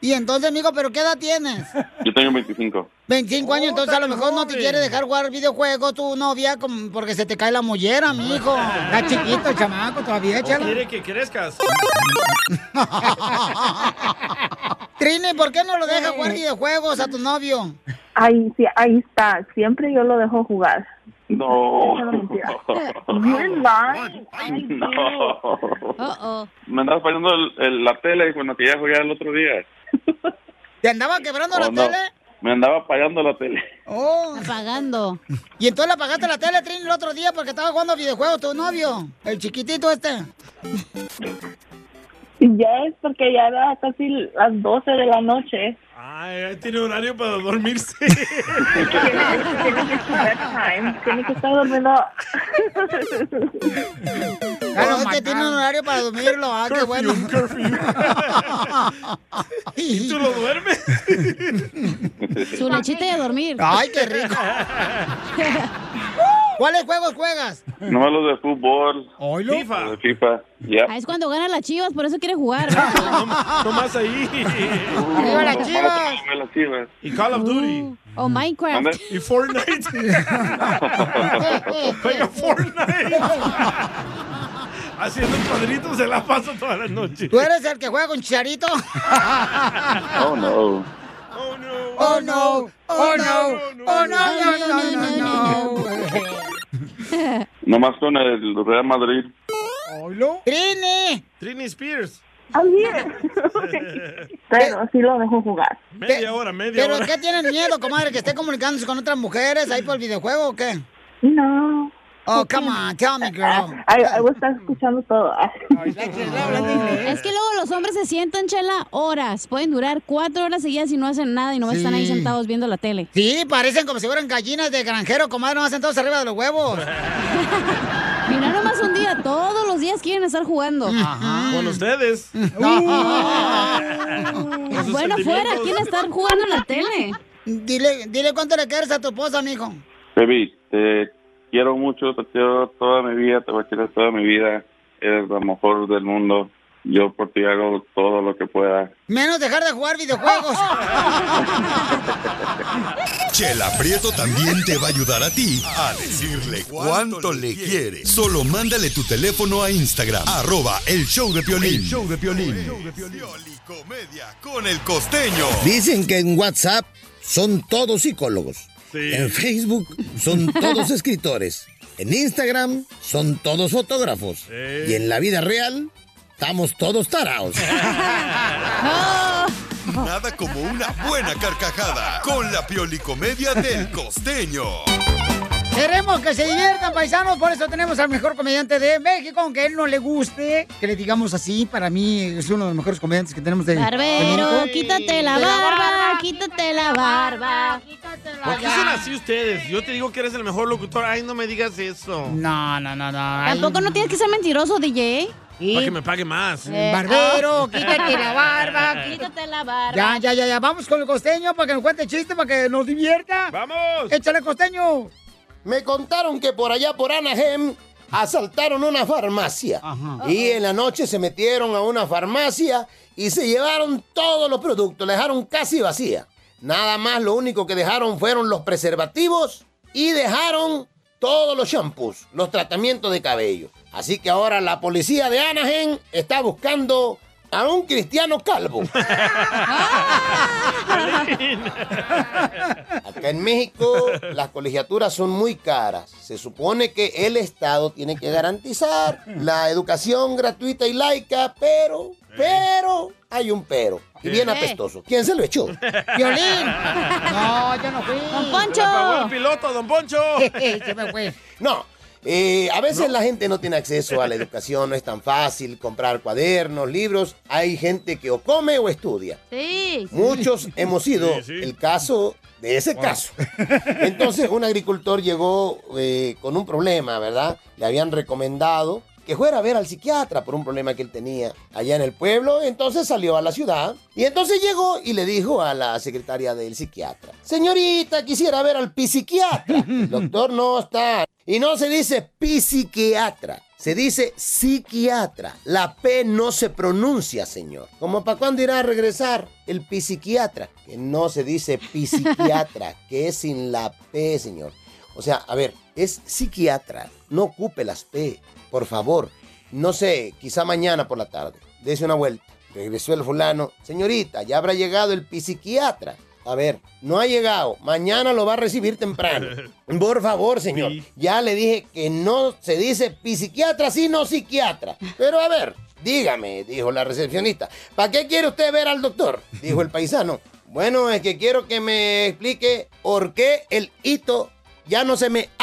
[SPEAKER 3] Y entonces, amigo, ¿pero qué edad tienes?
[SPEAKER 20] Yo tengo 25.
[SPEAKER 3] 25 años, entonces a lo mejor no te quiere dejar jugar videojuegos tu novia como porque se te cae la mollera, mijo. Está chiquito el chamaco todavía,
[SPEAKER 2] ¿O
[SPEAKER 3] échalo.
[SPEAKER 2] quiere que crezcas?
[SPEAKER 3] Trini, ¿por qué no lo deja jugar videojuegos a tu novio?
[SPEAKER 32] Ahí, sí, ahí está. Siempre yo lo dejo jugar.
[SPEAKER 20] No.
[SPEAKER 32] Eso es mentira.
[SPEAKER 20] No. Me andaba fallando el- el- la tele cuando quería jugar el otro día.
[SPEAKER 3] ¿Te andaba quebrando la
[SPEAKER 20] ¿O Oh, no?
[SPEAKER 3] tele?
[SPEAKER 20] Me andaba apagando la tele.
[SPEAKER 3] Oh. Apagando. ¿Y entonces le apagaste la tele, Trini, el otro día porque estaba jugando videojuegos tu novio? El chiquitito este.
[SPEAKER 32] Y ya es porque ya era casi las 12 de la noche.
[SPEAKER 2] Ay, tiene horario para dormirse.
[SPEAKER 32] Tiene que estar time, tiene que estar durmiendo.
[SPEAKER 3] Claro, Ah, es que tiene un horario para dormirlo. Ah, qué bueno. ¿Y tú lo duermes?
[SPEAKER 4] Su lechita y a dormir.
[SPEAKER 3] Ay, qué rico. ¿Cuáles juegos juegas?
[SPEAKER 20] Mm. Nomás los de fútbol.
[SPEAKER 2] FIFA.
[SPEAKER 20] De FIFA. Ya.
[SPEAKER 4] Ah, es cuando gana las chivas, por eso quiere jugar.
[SPEAKER 2] No más ahí.
[SPEAKER 4] ¡Viva las chivas!
[SPEAKER 20] Las chivas.
[SPEAKER 2] Y Call of Duty.
[SPEAKER 4] O Minecraft.
[SPEAKER 20] ¿Dónde?
[SPEAKER 2] Y Fortnite.
[SPEAKER 4] Uh.
[SPEAKER 2] Juega Fortnite. Haciendo cuadritos se la paso toda la noche.
[SPEAKER 3] ¿Tú eres el que juega con Chicharito?
[SPEAKER 20] Oh, no.
[SPEAKER 3] Oh no, oh no, oh no, no, no, no, no.
[SPEAKER 20] Nomás con el Real Madrid.
[SPEAKER 3] Trini.
[SPEAKER 2] Trini Spears.
[SPEAKER 32] Pero sí lo dejo jugar.
[SPEAKER 2] Media hora, media
[SPEAKER 3] ¿Pero
[SPEAKER 2] hora.
[SPEAKER 3] qué tienen miedo, comadre? ¿Que esté comunicándose con otras mujeres ahí por el videojuego o qué?
[SPEAKER 32] No.
[SPEAKER 3] Oh, come on, tell me, girl.
[SPEAKER 14] Ay, ay, vos estás escuchando todo. Ay.
[SPEAKER 4] Es que luego los hombres se sientan, chela, horas. Pueden durar cuatro horas seguidas y no hacen nada y nomás están ahí
[SPEAKER 3] Sí.
[SPEAKER 4] sentados viendo la tele.
[SPEAKER 3] Sí, parecen como si fueran gallinas de granjero, comadre, nomás sentados arriba de los huevos.
[SPEAKER 4] Mira nomás un día, todos los días quieren estar jugando.
[SPEAKER 2] Con ustedes. Uh. Con sus
[SPEAKER 4] Ah, Bueno, fuera,
[SPEAKER 2] sentimientos.
[SPEAKER 4] quieren estar jugando en la tele.
[SPEAKER 3] Dile, dile cuánto le quieres a tu esposa, mijo.
[SPEAKER 20] Baby, te quiero mucho, te quiero toda mi vida, te voy a querer toda mi vida. Eres la mejor del mundo. Yo por ti hago todo lo que pueda.
[SPEAKER 3] Menos dejar de jugar videojuegos.
[SPEAKER 6] Chela Prieto también te va a ayudar a ti a decirle cuánto le quiere. Solo mándale tu teléfono a Instagram, arroba el show de Piolín.
[SPEAKER 9] El
[SPEAKER 6] show de Con el costeño.
[SPEAKER 9] Dicen que en WhatsApp son todos psicólogos.
[SPEAKER 6] Sí.
[SPEAKER 9] En Facebook son todos escritores. En Instagram son todos fotógrafos.
[SPEAKER 33] Eh.
[SPEAKER 9] Y en la vida real estamos todos taraos.
[SPEAKER 6] Nada como una buena carcajada con la piolicomedia del costeño.
[SPEAKER 3] Queremos que se diviertan, paisanos, por eso tenemos al mejor comediante de México, aunque él no le guste. Que le digamos así, para mí es uno de los mejores comediantes que tenemos de, de
[SPEAKER 4] Barbero,
[SPEAKER 3] México.
[SPEAKER 4] quítate la barba, quítate la barba.
[SPEAKER 2] ¿Por qué son así ustedes? Yo te digo que eres el mejor locutor. Ay, no me digas eso.
[SPEAKER 3] No, no, no, no.
[SPEAKER 4] Tampoco no tienes que ser mentiroso, DJ.
[SPEAKER 2] Para que me pague más.
[SPEAKER 4] Eh,
[SPEAKER 3] Barbero,
[SPEAKER 4] ah.
[SPEAKER 3] quítate la barba.
[SPEAKER 4] Quítate la barba.
[SPEAKER 3] Ya, ya, ya, ya. Vamos con el costeño para que nos cuente chiste, para que nos divierta.
[SPEAKER 2] ¡Vamos!
[SPEAKER 3] ¡Échale costeño!
[SPEAKER 9] Me contaron que por allá por Anaheim asaltaron una farmacia. Y en la noche se metieron a una farmacia y se llevaron todos los productos, la dejaron casi vacía. Nada más lo único que dejaron fueron los preservativos y dejaron todos los shampoos, los tratamientos de cabello. Así que ahora la policía de Anaheim está buscando a un cristiano calvo. Acá en México las colegiaturas son muy caras. Se supone que el Estado tiene que garantizar la educación gratuita y laica, pero, pero, hay un pero. Y bien
[SPEAKER 3] ¿Qué?
[SPEAKER 9] apestoso. ¿Quién se lo echó?
[SPEAKER 3] ¡Violín! No, yo no fui.
[SPEAKER 4] ¡Don
[SPEAKER 9] Poncho! Se la pagó el
[SPEAKER 2] piloto, don Poncho!
[SPEAKER 3] Se me fue.
[SPEAKER 9] No. eh, a veces la gente no tiene acceso a la educación, no es tan fácil comprar cuadernos, libros. Hay gente que o come o estudia.
[SPEAKER 4] Sí.
[SPEAKER 9] Muchos hemos sido el caso de ese caso. Entonces, un agricultor llegó eh, con un problema, ¿verdad? Le habían recomendado que fuera a ver al psiquiatra por un problema que él tenía allá en el pueblo. Entonces salió a la ciudad y entonces llegó y le dijo a la secretaria del psiquiatra: Señorita, quisiera ver al psiquiatra. El doctor no está. Y no se dice psiquiatra. Se dice psiquiatra. La P no se pronuncia, señor. ¿Cómo para cuándo irá a regresar el psiquiatra? Que no se dice psiquiatra, que es sin la P, señor. O sea, a ver, es psiquiatra. No ocupe las P, por favor. No sé, quizá mañana por la tarde. Dese una vuelta. Regresó el fulano. Señorita, ya habrá llegado el psiquiatra. A ver, no ha llegado. Mañana lo va a recibir temprano. Por favor, señor. Ya le dije que no se dice psiquiatra, sino psiquiatra. Pero a ver, dígame, dijo la recepcionista. ¿Para qué quiere usted ver al doctor? Dijo el paisano. Bueno, es que quiero que me explique por qué el hito ya no se me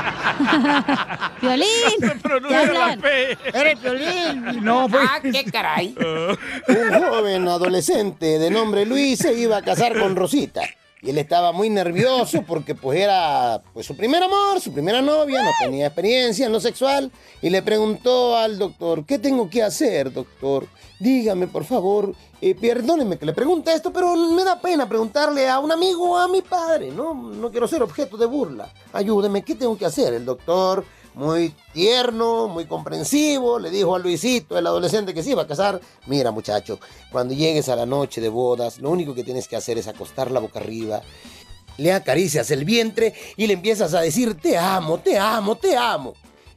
[SPEAKER 9] ara.
[SPEAKER 3] ¡Violín!
[SPEAKER 9] pronuncia la
[SPEAKER 3] P! ¡Eres violín! No, pues. ¡Ah, qué caray!
[SPEAKER 9] Un joven adolescente de nombre Luis se iba a casar con Rosita. Y él estaba muy nervioso porque pues era pues, su primer amor, su primera novia, no tenía experiencia en lo sexual. Y le preguntó al doctor, ¿qué tengo que hacer, doctor? Dígame, por favor, eh, perdóneme que le pregunte esto, pero me da pena preguntarle a un amigo o a mi padre, ¿no? No quiero ser objeto de burla. Ayúdeme, ¿qué tengo que hacer? El doctor, muy tierno, muy comprensivo, le dijo a Luisito, el adolescente que se iba a casar, mira muchacho, cuando llegues a la noche de bodas, lo único que tienes que hacer es acostar la boca arriba, le acaricias el vientre y le empiezas a decir, te amo, te amo, te amo.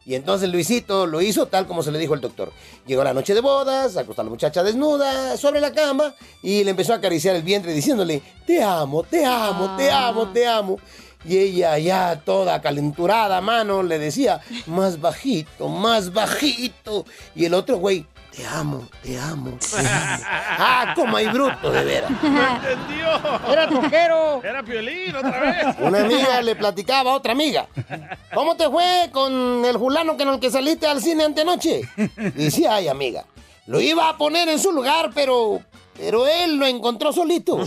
[SPEAKER 9] Y entonces Luisito lo hizo tal como se le dijo el doctor. Llegó la noche de bodas, acostó a la muchacha desnuda sobre la cama y le empezó a acariciar el vientre diciéndole, te amo, te amo, te amo, te amo. Y ella ya toda calenturada a mano le decía, más bajito, más bajito. Y el otro güey,
[SPEAKER 8] Te amo, te amo, te amo. Ah, como hay bruto, de veras.
[SPEAKER 3] Era troquero.
[SPEAKER 2] Era piolín otra vez.
[SPEAKER 8] Una amiga le platicaba a otra amiga. ¿Cómo te fue con el fulano con el que saliste al cine antenoche? Decía, ay, amiga. Lo iba a poner en su lugar, pero. Pero él lo encontró solito.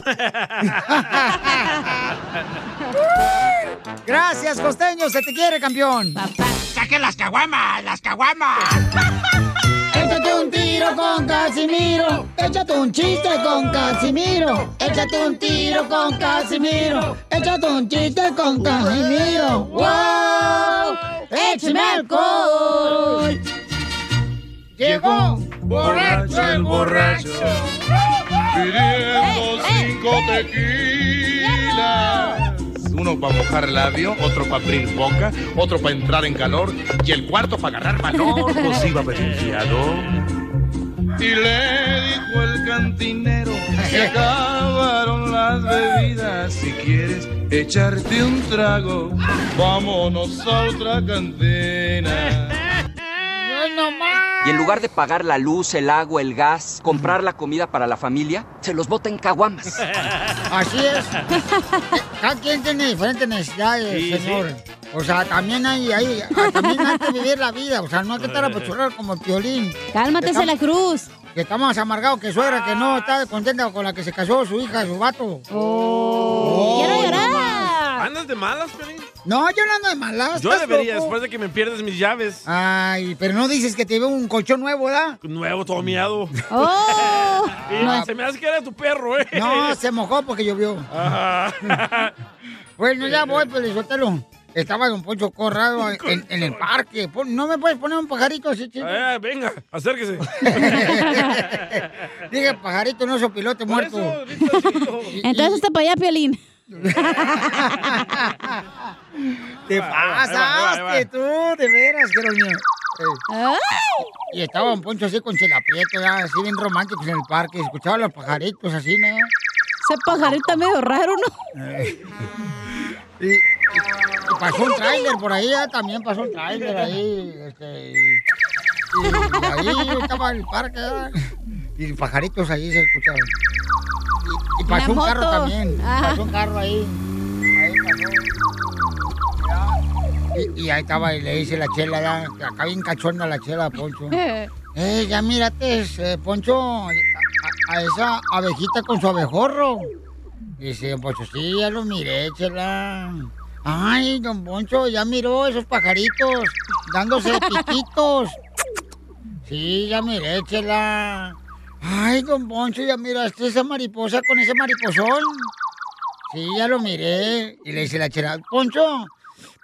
[SPEAKER 3] Gracias, costeño. Se te quiere, campeón. ¡Ah,
[SPEAKER 14] ¡Saque las caguamas! ¡Las caguamas! Échate un tiro con Casimiro. Échate un chiste con Casimiro. Échate un tiro con Casimiro. Échate un chiste con Casimiro. ¡Wow! ¡Échame alcohol! Llegó
[SPEAKER 9] borracho el borracho, pidiendo cinco tequilas. Uno para mojar labio, otro para abrir boca, otro para entrar en calor y el cuarto para agarrar valor. Pues iba beneficiado. Y le dijo el cantinero, se acabaron las bebidas, si quieres echarte un trago, vámonos a otra cantina.
[SPEAKER 12] Y en lugar de pagar la luz, el agua, el gas, comprar la comida para la familia, se los bota en caguamas.
[SPEAKER 3] Así es. Cada quien tiene diferentes necesidades,
[SPEAKER 12] Sí,
[SPEAKER 3] señor. O sea, también hay, hay, también hay que vivir la vida. O sea, no hay que estar apachurrado como el violín.
[SPEAKER 4] Cálmate,
[SPEAKER 3] Estamos-
[SPEAKER 4] la cruz.
[SPEAKER 3] Que está más amargado que suegra, que no está contenta con la que se casó su hija, su vato.
[SPEAKER 4] Oh.
[SPEAKER 3] ¡Quiero llorar!
[SPEAKER 2] ¿Andas de malas, Pelín?
[SPEAKER 3] No, yo no ando de malas.
[SPEAKER 2] Yo
[SPEAKER 3] ¿estás
[SPEAKER 2] debería,
[SPEAKER 3] loco?
[SPEAKER 2] después de que me pierdes mis llaves.
[SPEAKER 3] Ay, pero no dices que te veo un colchón nuevo, ¿verdad?
[SPEAKER 2] Nuevo, todo miado.
[SPEAKER 3] ¡Oh!
[SPEAKER 2] Y Se me hace que era tu perro, ¿eh?
[SPEAKER 3] No, se mojó porque llovió.
[SPEAKER 2] Ajá.
[SPEAKER 3] Bueno, ya voy, Pelizotelo. Estaba Don Poncho Corrado en, en el parque. Pon- ¿No me puedes poner un pajarito así, chico?
[SPEAKER 14] Ah,
[SPEAKER 2] Eh, venga, acérquese.
[SPEAKER 3] Dije, pajarito, no sopilote muerto.
[SPEAKER 4] Entonces hasta para allá, Piolín.
[SPEAKER 3] Te
[SPEAKER 14] "Ah, ahí va, ahí
[SPEAKER 3] pasaste tú, de veras, que mío.
[SPEAKER 14] ¿Eh?
[SPEAKER 3] Y estaba Don Poncho así con chelaprieto, ya, así bien romántico en el parque. Escuchaba a los pajaritos así, ¿no?
[SPEAKER 4] Ese pajarito está medio raro, ¿no?
[SPEAKER 14] Ah.
[SPEAKER 3] Y, y- y pasó un tráiler por ahí, ah, también pasó un tráiler ahí. Este, y, y ahí yo estaba en el parque, ah, y pajaritos ahí se escuchaban. Y, y
[SPEAKER 14] Una
[SPEAKER 3] pasó un
[SPEAKER 14] moto.
[SPEAKER 3] carro también,
[SPEAKER 14] Ah.
[SPEAKER 3] pasó un carro ahí. Y, y ahí estaba, y le dice la chela, ya, que acá bien cachonda la chela, Poncho. Eh, ya mírate, eh, Poncho, a, a- a esa abejita con su abejorro. Dice, don Poncho, sí, ya lo miré, chela. Ay, don Poncho, ya miró esos pajaritos dándose piquitos. Sí, ya miré, chela. Ay, don Poncho, ya miraste esa mariposa con ese mariposón. Sí, ya lo miré. Y le dice la chela, Poncho,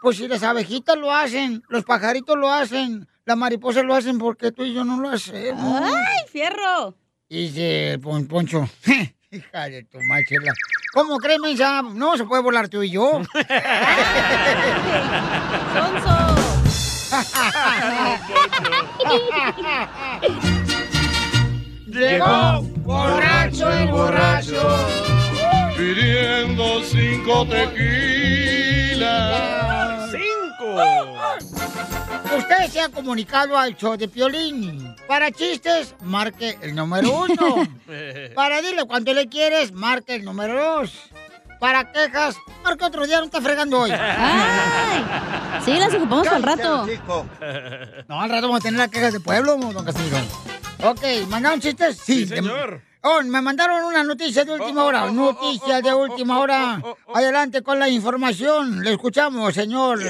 [SPEAKER 3] pues si las abejitas lo hacen, los pajaritos lo hacen, las mariposas lo hacen, ¿por qué tú y yo no lo hacemos?
[SPEAKER 4] ¡Ay, fierro!
[SPEAKER 3] Y dice Pon- Poncho, hija de tu madre, chela. ¿Cómo crees, mensa? No se puede volar tú y yo.
[SPEAKER 14] Llegó
[SPEAKER 9] borracho el borracho, pidiendo cinco tequilas.
[SPEAKER 3] Usted se ha comunicado al show de Piolín. Para chistes, marque el número uno. Para dile cuánto le quieres, marque el número dos. Para quejas, marque otro día, no está fregando hoy.
[SPEAKER 4] Sí, las ocupamos al
[SPEAKER 3] Cállate,
[SPEAKER 4] rato.
[SPEAKER 3] hocico. No, al rato vamos a tener las quejas de pueblo, don Castillo. Ok, ¿mandaron chistes? Sí, señor. Oh, me mandaron una noticia de última hora. Noticia de última hora. Adelante con la información. Le escuchamos, señor.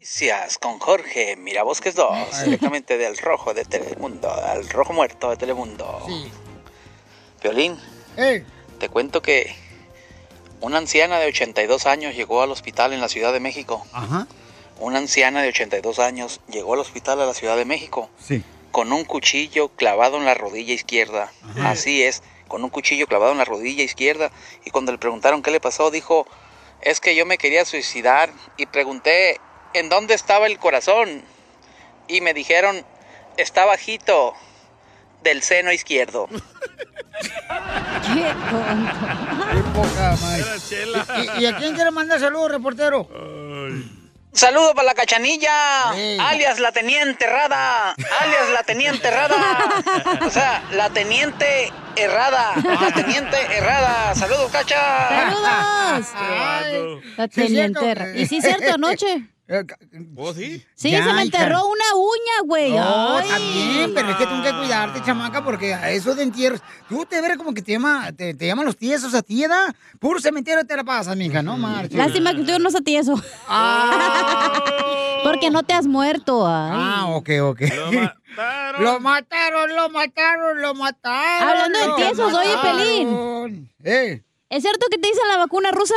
[SPEAKER 15] Noticias con Jorge Mirabosques 2, directamente del Rojo de Telemundo, al Rojo Muerto de Telemundo. Violín, te cuento que una anciana de 82 años llegó al hospital en la Ciudad de México.
[SPEAKER 3] Ajá.
[SPEAKER 15] Una anciana de 82 años llegó al hospital a la Ciudad de México
[SPEAKER 3] Sí.
[SPEAKER 15] con un cuchillo clavado en la rodilla izquierda. Así es, con un cuchillo clavado en la rodilla izquierda. Y cuando le preguntaron qué le pasó, dijo, es que yo me quería suicidar y pregunté, ¿en dónde estaba el corazón? Y me dijeron, está bajito del seno izquierdo.
[SPEAKER 3] Qué tonto. Qué poca madre. ¿Y, y a quién quiere mandar saludos, reportero?
[SPEAKER 15] Saludo para la cachanilla, alias la tenía enterrada, alias la tenía enterrada, o sea, la teniente errada, la teniente errada. Saludos, cacha.
[SPEAKER 4] ¡Saludos! La
[SPEAKER 15] Sí, es
[SPEAKER 4] tenía
[SPEAKER 15] cierto.
[SPEAKER 4] enterra- Y sí es cierto, anoche.
[SPEAKER 2] ¿Vos sí?
[SPEAKER 4] Sí, se me enterró una uña, güey.
[SPEAKER 3] No,
[SPEAKER 4] Ay.
[SPEAKER 3] también, pero es que tengo que cuidarte, chamaca, porque a eso de entierros. Tú te ves como que te llama, te, te llaman los tiesos a ti, ¿verdad? Puro cementerio te la pasas, mija, no marches.
[SPEAKER 4] Lástima que tú no se eso. Porque no te has muerto. ay.
[SPEAKER 3] Ah, ok, ok. Lo mataron, lo mataron, lo mataron.
[SPEAKER 4] Hablando de
[SPEAKER 3] lo
[SPEAKER 4] tiesos, oye,
[SPEAKER 3] mataron. Eh.
[SPEAKER 4] ¿Es cierto que te dicen la vacuna rusa?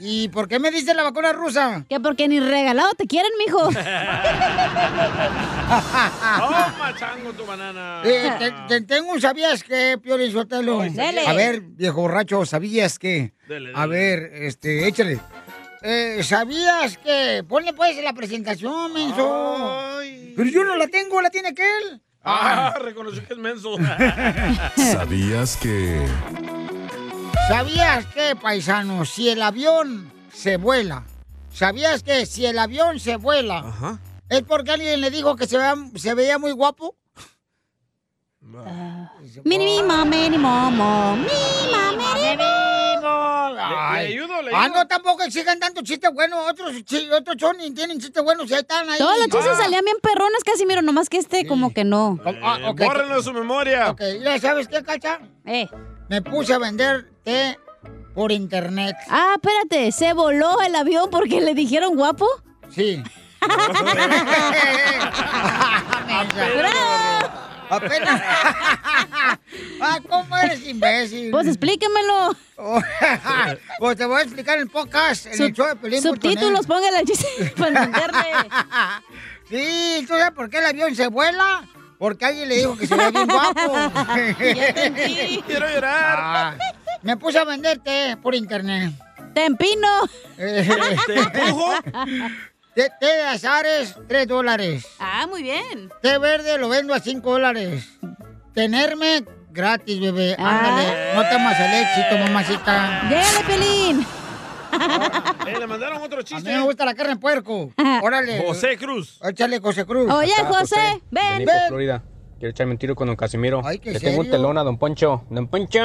[SPEAKER 3] ¿Y por qué me dicen la vacuna rusa?
[SPEAKER 4] Que porque ni regalado te quieren, mijo.
[SPEAKER 2] Toma, chango, tu banana.
[SPEAKER 3] Eh, te- te- tengo un sabías que, Piolín Sotelo.
[SPEAKER 2] Dele.
[SPEAKER 3] A ver, viejo borracho, ¿sabías que?
[SPEAKER 2] Dele,
[SPEAKER 3] A ver, este, échale. Eh, ¿Sabías que? Ponle pues la presentación, menso. Pero yo no la tengo, la tiene aquel.
[SPEAKER 2] Ah, reconoció que es menso.
[SPEAKER 13] ¿Sabías que...
[SPEAKER 3] ¿Sabías que, paisano, si el avión se vuela? ¿Sabías que si el avión se vuela? ¿Es porque alguien le dijo que se vea- se veía muy guapo?
[SPEAKER 4] Ah. Mínimo, mínimo, mínimo.
[SPEAKER 3] Ay.
[SPEAKER 4] le ayudo, le
[SPEAKER 3] Ah,
[SPEAKER 4] ayudo.
[SPEAKER 3] no, tampoco exigen tanto chiste bueno. Otros, chi- otros son y tienen chistes buenos y ahí están ahí.
[SPEAKER 4] Todos los chistes
[SPEAKER 3] Ah.
[SPEAKER 4] salían bien perrones, casi miro, nomás que este como que no.
[SPEAKER 3] Ah, ok.
[SPEAKER 2] Eh, Bórrenlo de su memoria.
[SPEAKER 3] Ok, mira, ¿sabes qué, Cacha?
[SPEAKER 4] Eh.
[SPEAKER 3] Me puse a vender té por internet.
[SPEAKER 4] Ah, espérate, ¿se voló el avión porque le dijeron guapo?
[SPEAKER 3] Sí. Apenas. ah, ¿cómo eres imbécil?
[SPEAKER 4] Pues explíquemelo.
[SPEAKER 3] pues te voy a explicar en podcast. En
[SPEAKER 4] Sub-
[SPEAKER 3] el show de Pelín punto net.
[SPEAKER 4] subtítulos, póngale al chiste para entenderle.
[SPEAKER 3] Sí, ¿tú sabes por qué el avión se vuela? Porque alguien le dijo que se ve bien guapo. Ah,
[SPEAKER 4] Ya entendí.
[SPEAKER 2] Quiero llorar.
[SPEAKER 3] me puse a venderte por internet.
[SPEAKER 4] ¡Te empino!
[SPEAKER 2] ¿Te empujo?
[SPEAKER 3] Té té de azares, 3 dólares.
[SPEAKER 4] Ah, muy bien.
[SPEAKER 3] Té verde lo vendo a 5 dólares. Tenerme gratis, bebé.
[SPEAKER 4] Ah.
[SPEAKER 3] Ándale, no te amas el éxito, mamacita.
[SPEAKER 4] ¡Dale, Pelín!
[SPEAKER 2] Eh, le mandaron otro
[SPEAKER 3] A mí
[SPEAKER 2] chiste.
[SPEAKER 3] me gusta la carne de puerco. Órale.
[SPEAKER 2] José Cruz.
[SPEAKER 3] Échale, José Cruz.
[SPEAKER 4] Oye,
[SPEAKER 16] Acá,
[SPEAKER 4] José, ven,
[SPEAKER 16] Felipe,
[SPEAKER 4] ven.
[SPEAKER 16] Florida. Quiero echarme un tiro con don Casimiro.
[SPEAKER 3] qué
[SPEAKER 16] Le tengo un
[SPEAKER 3] serio.
[SPEAKER 16] telón a don Poncho. ¡Don Poncho!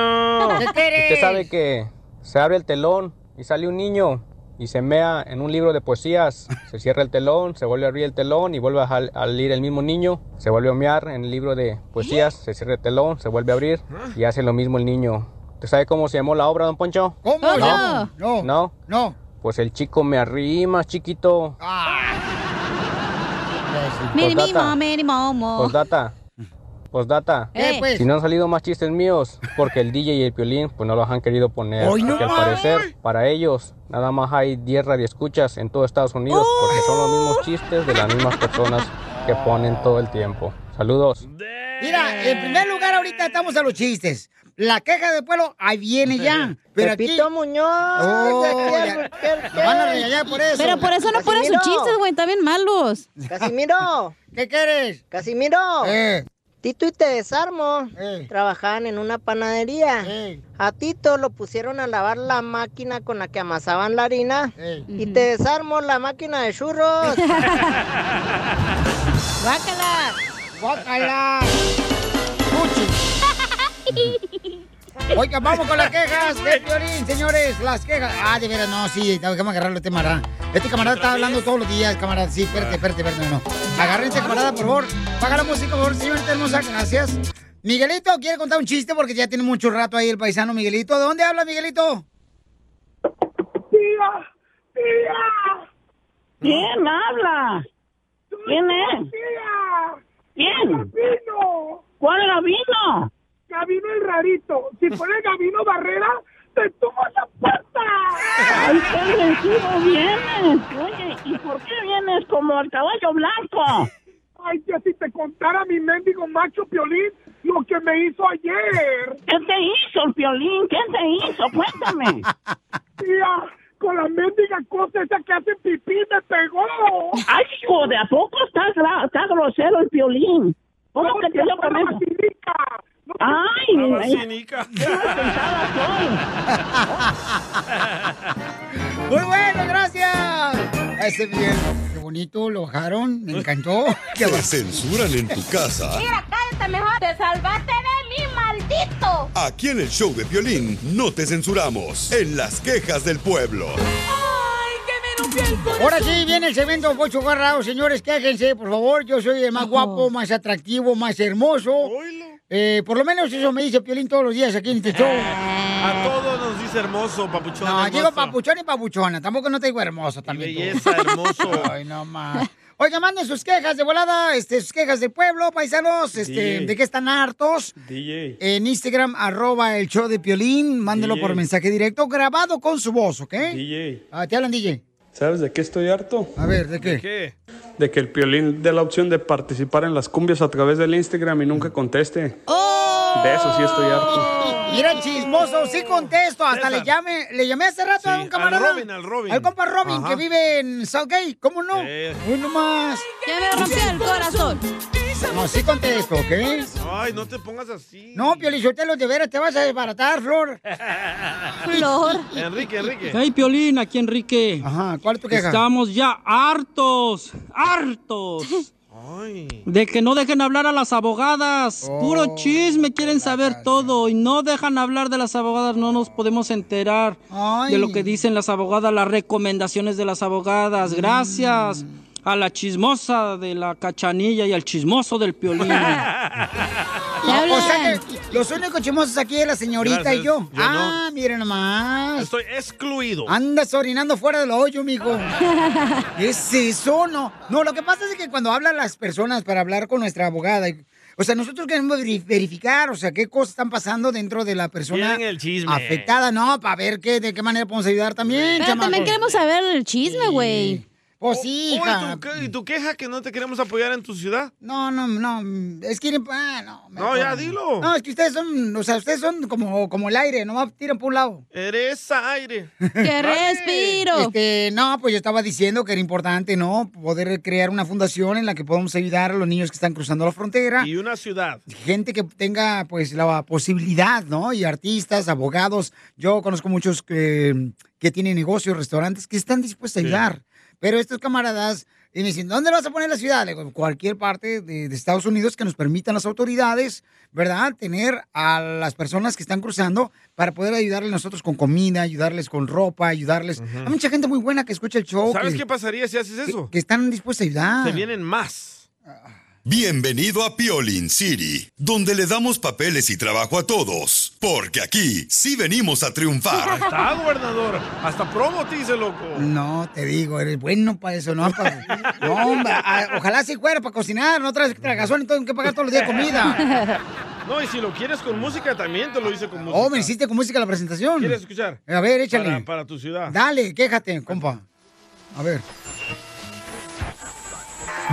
[SPEAKER 3] ¿Qué eres?
[SPEAKER 16] Usted sabe que se abre el telón y sale un niño y se mea en un libro de poesías. Se cierra el telón, se vuelve a abrir el telón y vuelve a jal- a salir el mismo niño. Se vuelve a mear en el libro de poesías. Se cierra el telón, se vuelve a abrir y hace lo mismo el niño. ¿Usted sabe cómo se llamó la obra, don Poncho?
[SPEAKER 3] ¿Cómo?
[SPEAKER 16] ¿No?
[SPEAKER 3] No.
[SPEAKER 16] ¿No?
[SPEAKER 3] No. Ah.
[SPEAKER 16] Pues el chico me arrima, chiquito.
[SPEAKER 4] Mínimo,
[SPEAKER 16] Postdata.
[SPEAKER 4] mínimo, mo.
[SPEAKER 16] Postdata. Postdata.
[SPEAKER 4] Eh, pues.
[SPEAKER 16] Si no han salido más chistes míos, porque el DJ y el Piolín pues no los han querido poner.
[SPEAKER 4] ¡Ay, no
[SPEAKER 16] porque al
[SPEAKER 4] más!
[SPEAKER 16] parecer, para ellos, nada más hay 10 radioescuchas en todo Estados Unidos, porque son los mismos chistes de las mismas personas que ponen todo el tiempo. Saludos.
[SPEAKER 3] Mira, en primer lugar ahorita estamos a los chistes. La queja del pueblo, ahí viene ya. Pero
[SPEAKER 4] Pepito
[SPEAKER 3] aquí... Muñoz. van a regañar por eso.
[SPEAKER 4] Pero por eso no ponen sus
[SPEAKER 3] Casimiro.
[SPEAKER 4] chistes, güey, también malos.
[SPEAKER 23] Casimiro.
[SPEAKER 3] ¿Qué quieres? Eh.
[SPEAKER 23] Casimiro. Tito y te desarmo. Trabajaban en una panadería. A Tito lo pusieron a lavar la máquina con la que amasaban la harina.
[SPEAKER 3] Ey.
[SPEAKER 23] Y te desarmo la máquina de churros.
[SPEAKER 4] ¡Bácala!
[SPEAKER 3] ¡Bácala! Oiga, vamos con las quejas de Piolín, señores. Las quejas. Ah, de veras, no, sí, tengo que agarrarlo este camarada. Este camarada está hablando todos los días, camarada. Sí, espérate, espérate, espérate, no. Agárrense, camarada, por favor. Paga la música, por favor, señorita hermosa, gracias. Miguelito, ¿quiere contar un chiste? Porque ya tiene mucho rato ahí el paisano Miguelito. ¿De dónde habla Miguelito?
[SPEAKER 24] ¡Tía! ¡Tía! ¿Quién habla? ¿Quién es? ¡Tía! ¿Quién? ¡Gabino! ¿Cuál Gabino? ¡Gabino el rarito! Si pones Gabino Barrera, te tuvo la puerta. ¡Ay, qué agresivo vienes! Oye, ¿y por qué vienes como el caballo blanco? ¡Ay, que si te contara mi mendigo macho Piolín lo que me hizo ayer! ¿Qué te hizo el piolín? ¿Qué te hizo? Cuéntame. ¡Tía! Con la mendiga cosa esa que hace pipí me pegó. ¡Ay, hijo, de a poco está, gra- ah, está grosero el piolín! ¿Cómo que te dio con eso? ¡Ay! La ay, vacinica. sentada soy.
[SPEAKER 3] Muy bueno, gracias. Este bien. Qué bonito, lo bajaron. Me encantó. Qué
[SPEAKER 6] Te censuran en tu casa.
[SPEAKER 34] Mira, cállate mejor. Te salvaste de mí, maldito.
[SPEAKER 6] Aquí en el show de violín no te censuramos. En las quejas del pueblo.
[SPEAKER 34] Ay, que me rompió el corazón.
[SPEAKER 3] Ahora sí, viene el segmento Pocho Garrado. Señores, quéjense, por favor. Yo soy el más guapo, más atractivo, más hermoso. Eh, por lo menos eso me dice Piolín todos los días aquí en este show.
[SPEAKER 2] A todos nos dice hermoso, papuchón.
[SPEAKER 3] No, digo
[SPEAKER 2] hermoso.
[SPEAKER 3] papuchón y papuchona. Tampoco no te digo hermoso también. tú.
[SPEAKER 2] belleza, hermoso.
[SPEAKER 3] Ay, no más. Oiga, manden sus quejas de volada, este, sus quejas del pueblo, paisanos, este,
[SPEAKER 2] DJ.
[SPEAKER 3] de qué están hartos.
[SPEAKER 2] DJ.
[SPEAKER 3] En Instagram, arroba el show de Piolín. Mándelo
[SPEAKER 2] DJ.
[SPEAKER 3] por mensaje directo, grabado con su voz, ¿ok?
[SPEAKER 7] DJ,
[SPEAKER 3] Ah, te hablan, DJ.
[SPEAKER 7] ¿sabes de qué estoy harto?
[SPEAKER 3] A ver, ¿de qué?
[SPEAKER 7] De que el piolín dé la opción de participar en las cumbias a través del Instagram y nunca conteste.
[SPEAKER 3] Oh.
[SPEAKER 7] De eso sí estoy harto.
[SPEAKER 3] Mira, chismoso, sí contesto. Hasta le llamé, le llamé hace rato a un camarada.
[SPEAKER 7] al Robin, al Robin.
[SPEAKER 3] compa Robin
[SPEAKER 7] Ajá.
[SPEAKER 3] que vive en Southgate. ¿Cómo no? Uy, nomás.
[SPEAKER 4] Que me rompió el corazón.
[SPEAKER 3] No, sí contesto, ¿ok?
[SPEAKER 2] Ay, no te pongas así.
[SPEAKER 3] No, Piolichotelo, de veras te vas a desbaratar, Flor. Flor.
[SPEAKER 2] Enrique, Enrique.
[SPEAKER 10] Hey, Piolín, aquí Enrique.
[SPEAKER 3] Ajá, ¿cuál es tu
[SPEAKER 2] queja?
[SPEAKER 10] Estamos ya hartos, hartos. De que no dejen hablar a las abogadas.
[SPEAKER 3] Oh,
[SPEAKER 10] Puro chisme, quieren saber todo y no dejan hablar de las abogadas. No nos podemos enterar
[SPEAKER 3] Ay.
[SPEAKER 10] de lo que dicen las abogadas, las recomendaciones de las abogadas.
[SPEAKER 3] Mm.
[SPEAKER 10] Gracias a la chismosa de la cachanilla y al chismoso del piolín.
[SPEAKER 3] o sea que los únicos chismosos aquí es la señorita y
[SPEAKER 10] Gracias,
[SPEAKER 3] yo.
[SPEAKER 10] yo
[SPEAKER 3] ah, miren nomás.
[SPEAKER 2] Estoy excluido.
[SPEAKER 3] Andas orinando fuera del hoyo, mijo. ¿Qué es eso? No. No, lo que pasa es que cuando hablan las personas para hablar con nuestra abogada, y- o sea, nosotros queremos veri- verificar, o sea, qué cosas están pasando dentro de la persona
[SPEAKER 2] Quieren el chisme.
[SPEAKER 3] afectada, ¿no? Para ver qué, de qué manera podemos ayudar también.
[SPEAKER 4] Pero también queremos saber el chisme, güey.
[SPEAKER 3] Pues sí,
[SPEAKER 2] Oye,
[SPEAKER 3] hija.
[SPEAKER 2] ¿tu que- ¿y tu queja que no te queremos apoyar en tu ciudad?
[SPEAKER 3] No, no, no. Es que. Ah, no.
[SPEAKER 2] No, ya, dilo.
[SPEAKER 3] No, es que ustedes son. O sea, ustedes son como, como el aire, nomás tiran por un lado.
[SPEAKER 2] Eres aire.
[SPEAKER 3] ¡Qué
[SPEAKER 2] respiro!
[SPEAKER 3] Este, no, pues yo estaba diciendo que era importante, ¿no? Poder crear una fundación en la que podamos ayudar a los niños que están cruzando la frontera.
[SPEAKER 2] Y una ciudad.
[SPEAKER 3] Gente que tenga, pues, la posibilidad, ¿no? Y artistas, abogados. Yo conozco muchos que, que tienen negocios, restaurantes, que están dispuestos a ayudar. Pero estos camaradas y me dicen, ¿dónde vas a poner la ciudad? Le digo, cualquier parte de, de Estados Unidos que nos permitan las autoridades, ¿verdad? Tener a las personas que están cruzando para poder ayudarles nosotros con comida, ayudarles con ropa, ayudarles. Hay mucha gente muy buena que escucha el show.
[SPEAKER 2] ¿Sabes
[SPEAKER 3] que-
[SPEAKER 2] qué pasaría si haces eso?
[SPEAKER 3] que están dispuestos a ayudar.
[SPEAKER 2] Te vienen más.
[SPEAKER 6] Bienvenido a Piolin City, donde le damos papeles y trabajo a todos, porque aquí sí venimos a triunfar.
[SPEAKER 2] Está, gobernador. Hasta promo te hice, loco.
[SPEAKER 3] No, te digo, eres bueno para eso, no para... No, hombre, a- ojalá si fuera para cocinar, no traes tragazón y tengo que pagar todos los días comida.
[SPEAKER 2] No, y si lo quieres con música, también te lo hice con música.
[SPEAKER 3] Oh, me hiciste con música la presentación.
[SPEAKER 2] ¿Quieres escuchar?
[SPEAKER 3] A ver, échale.
[SPEAKER 2] Para, para tu ciudad.
[SPEAKER 3] Dale, quéjate, compa. A ver.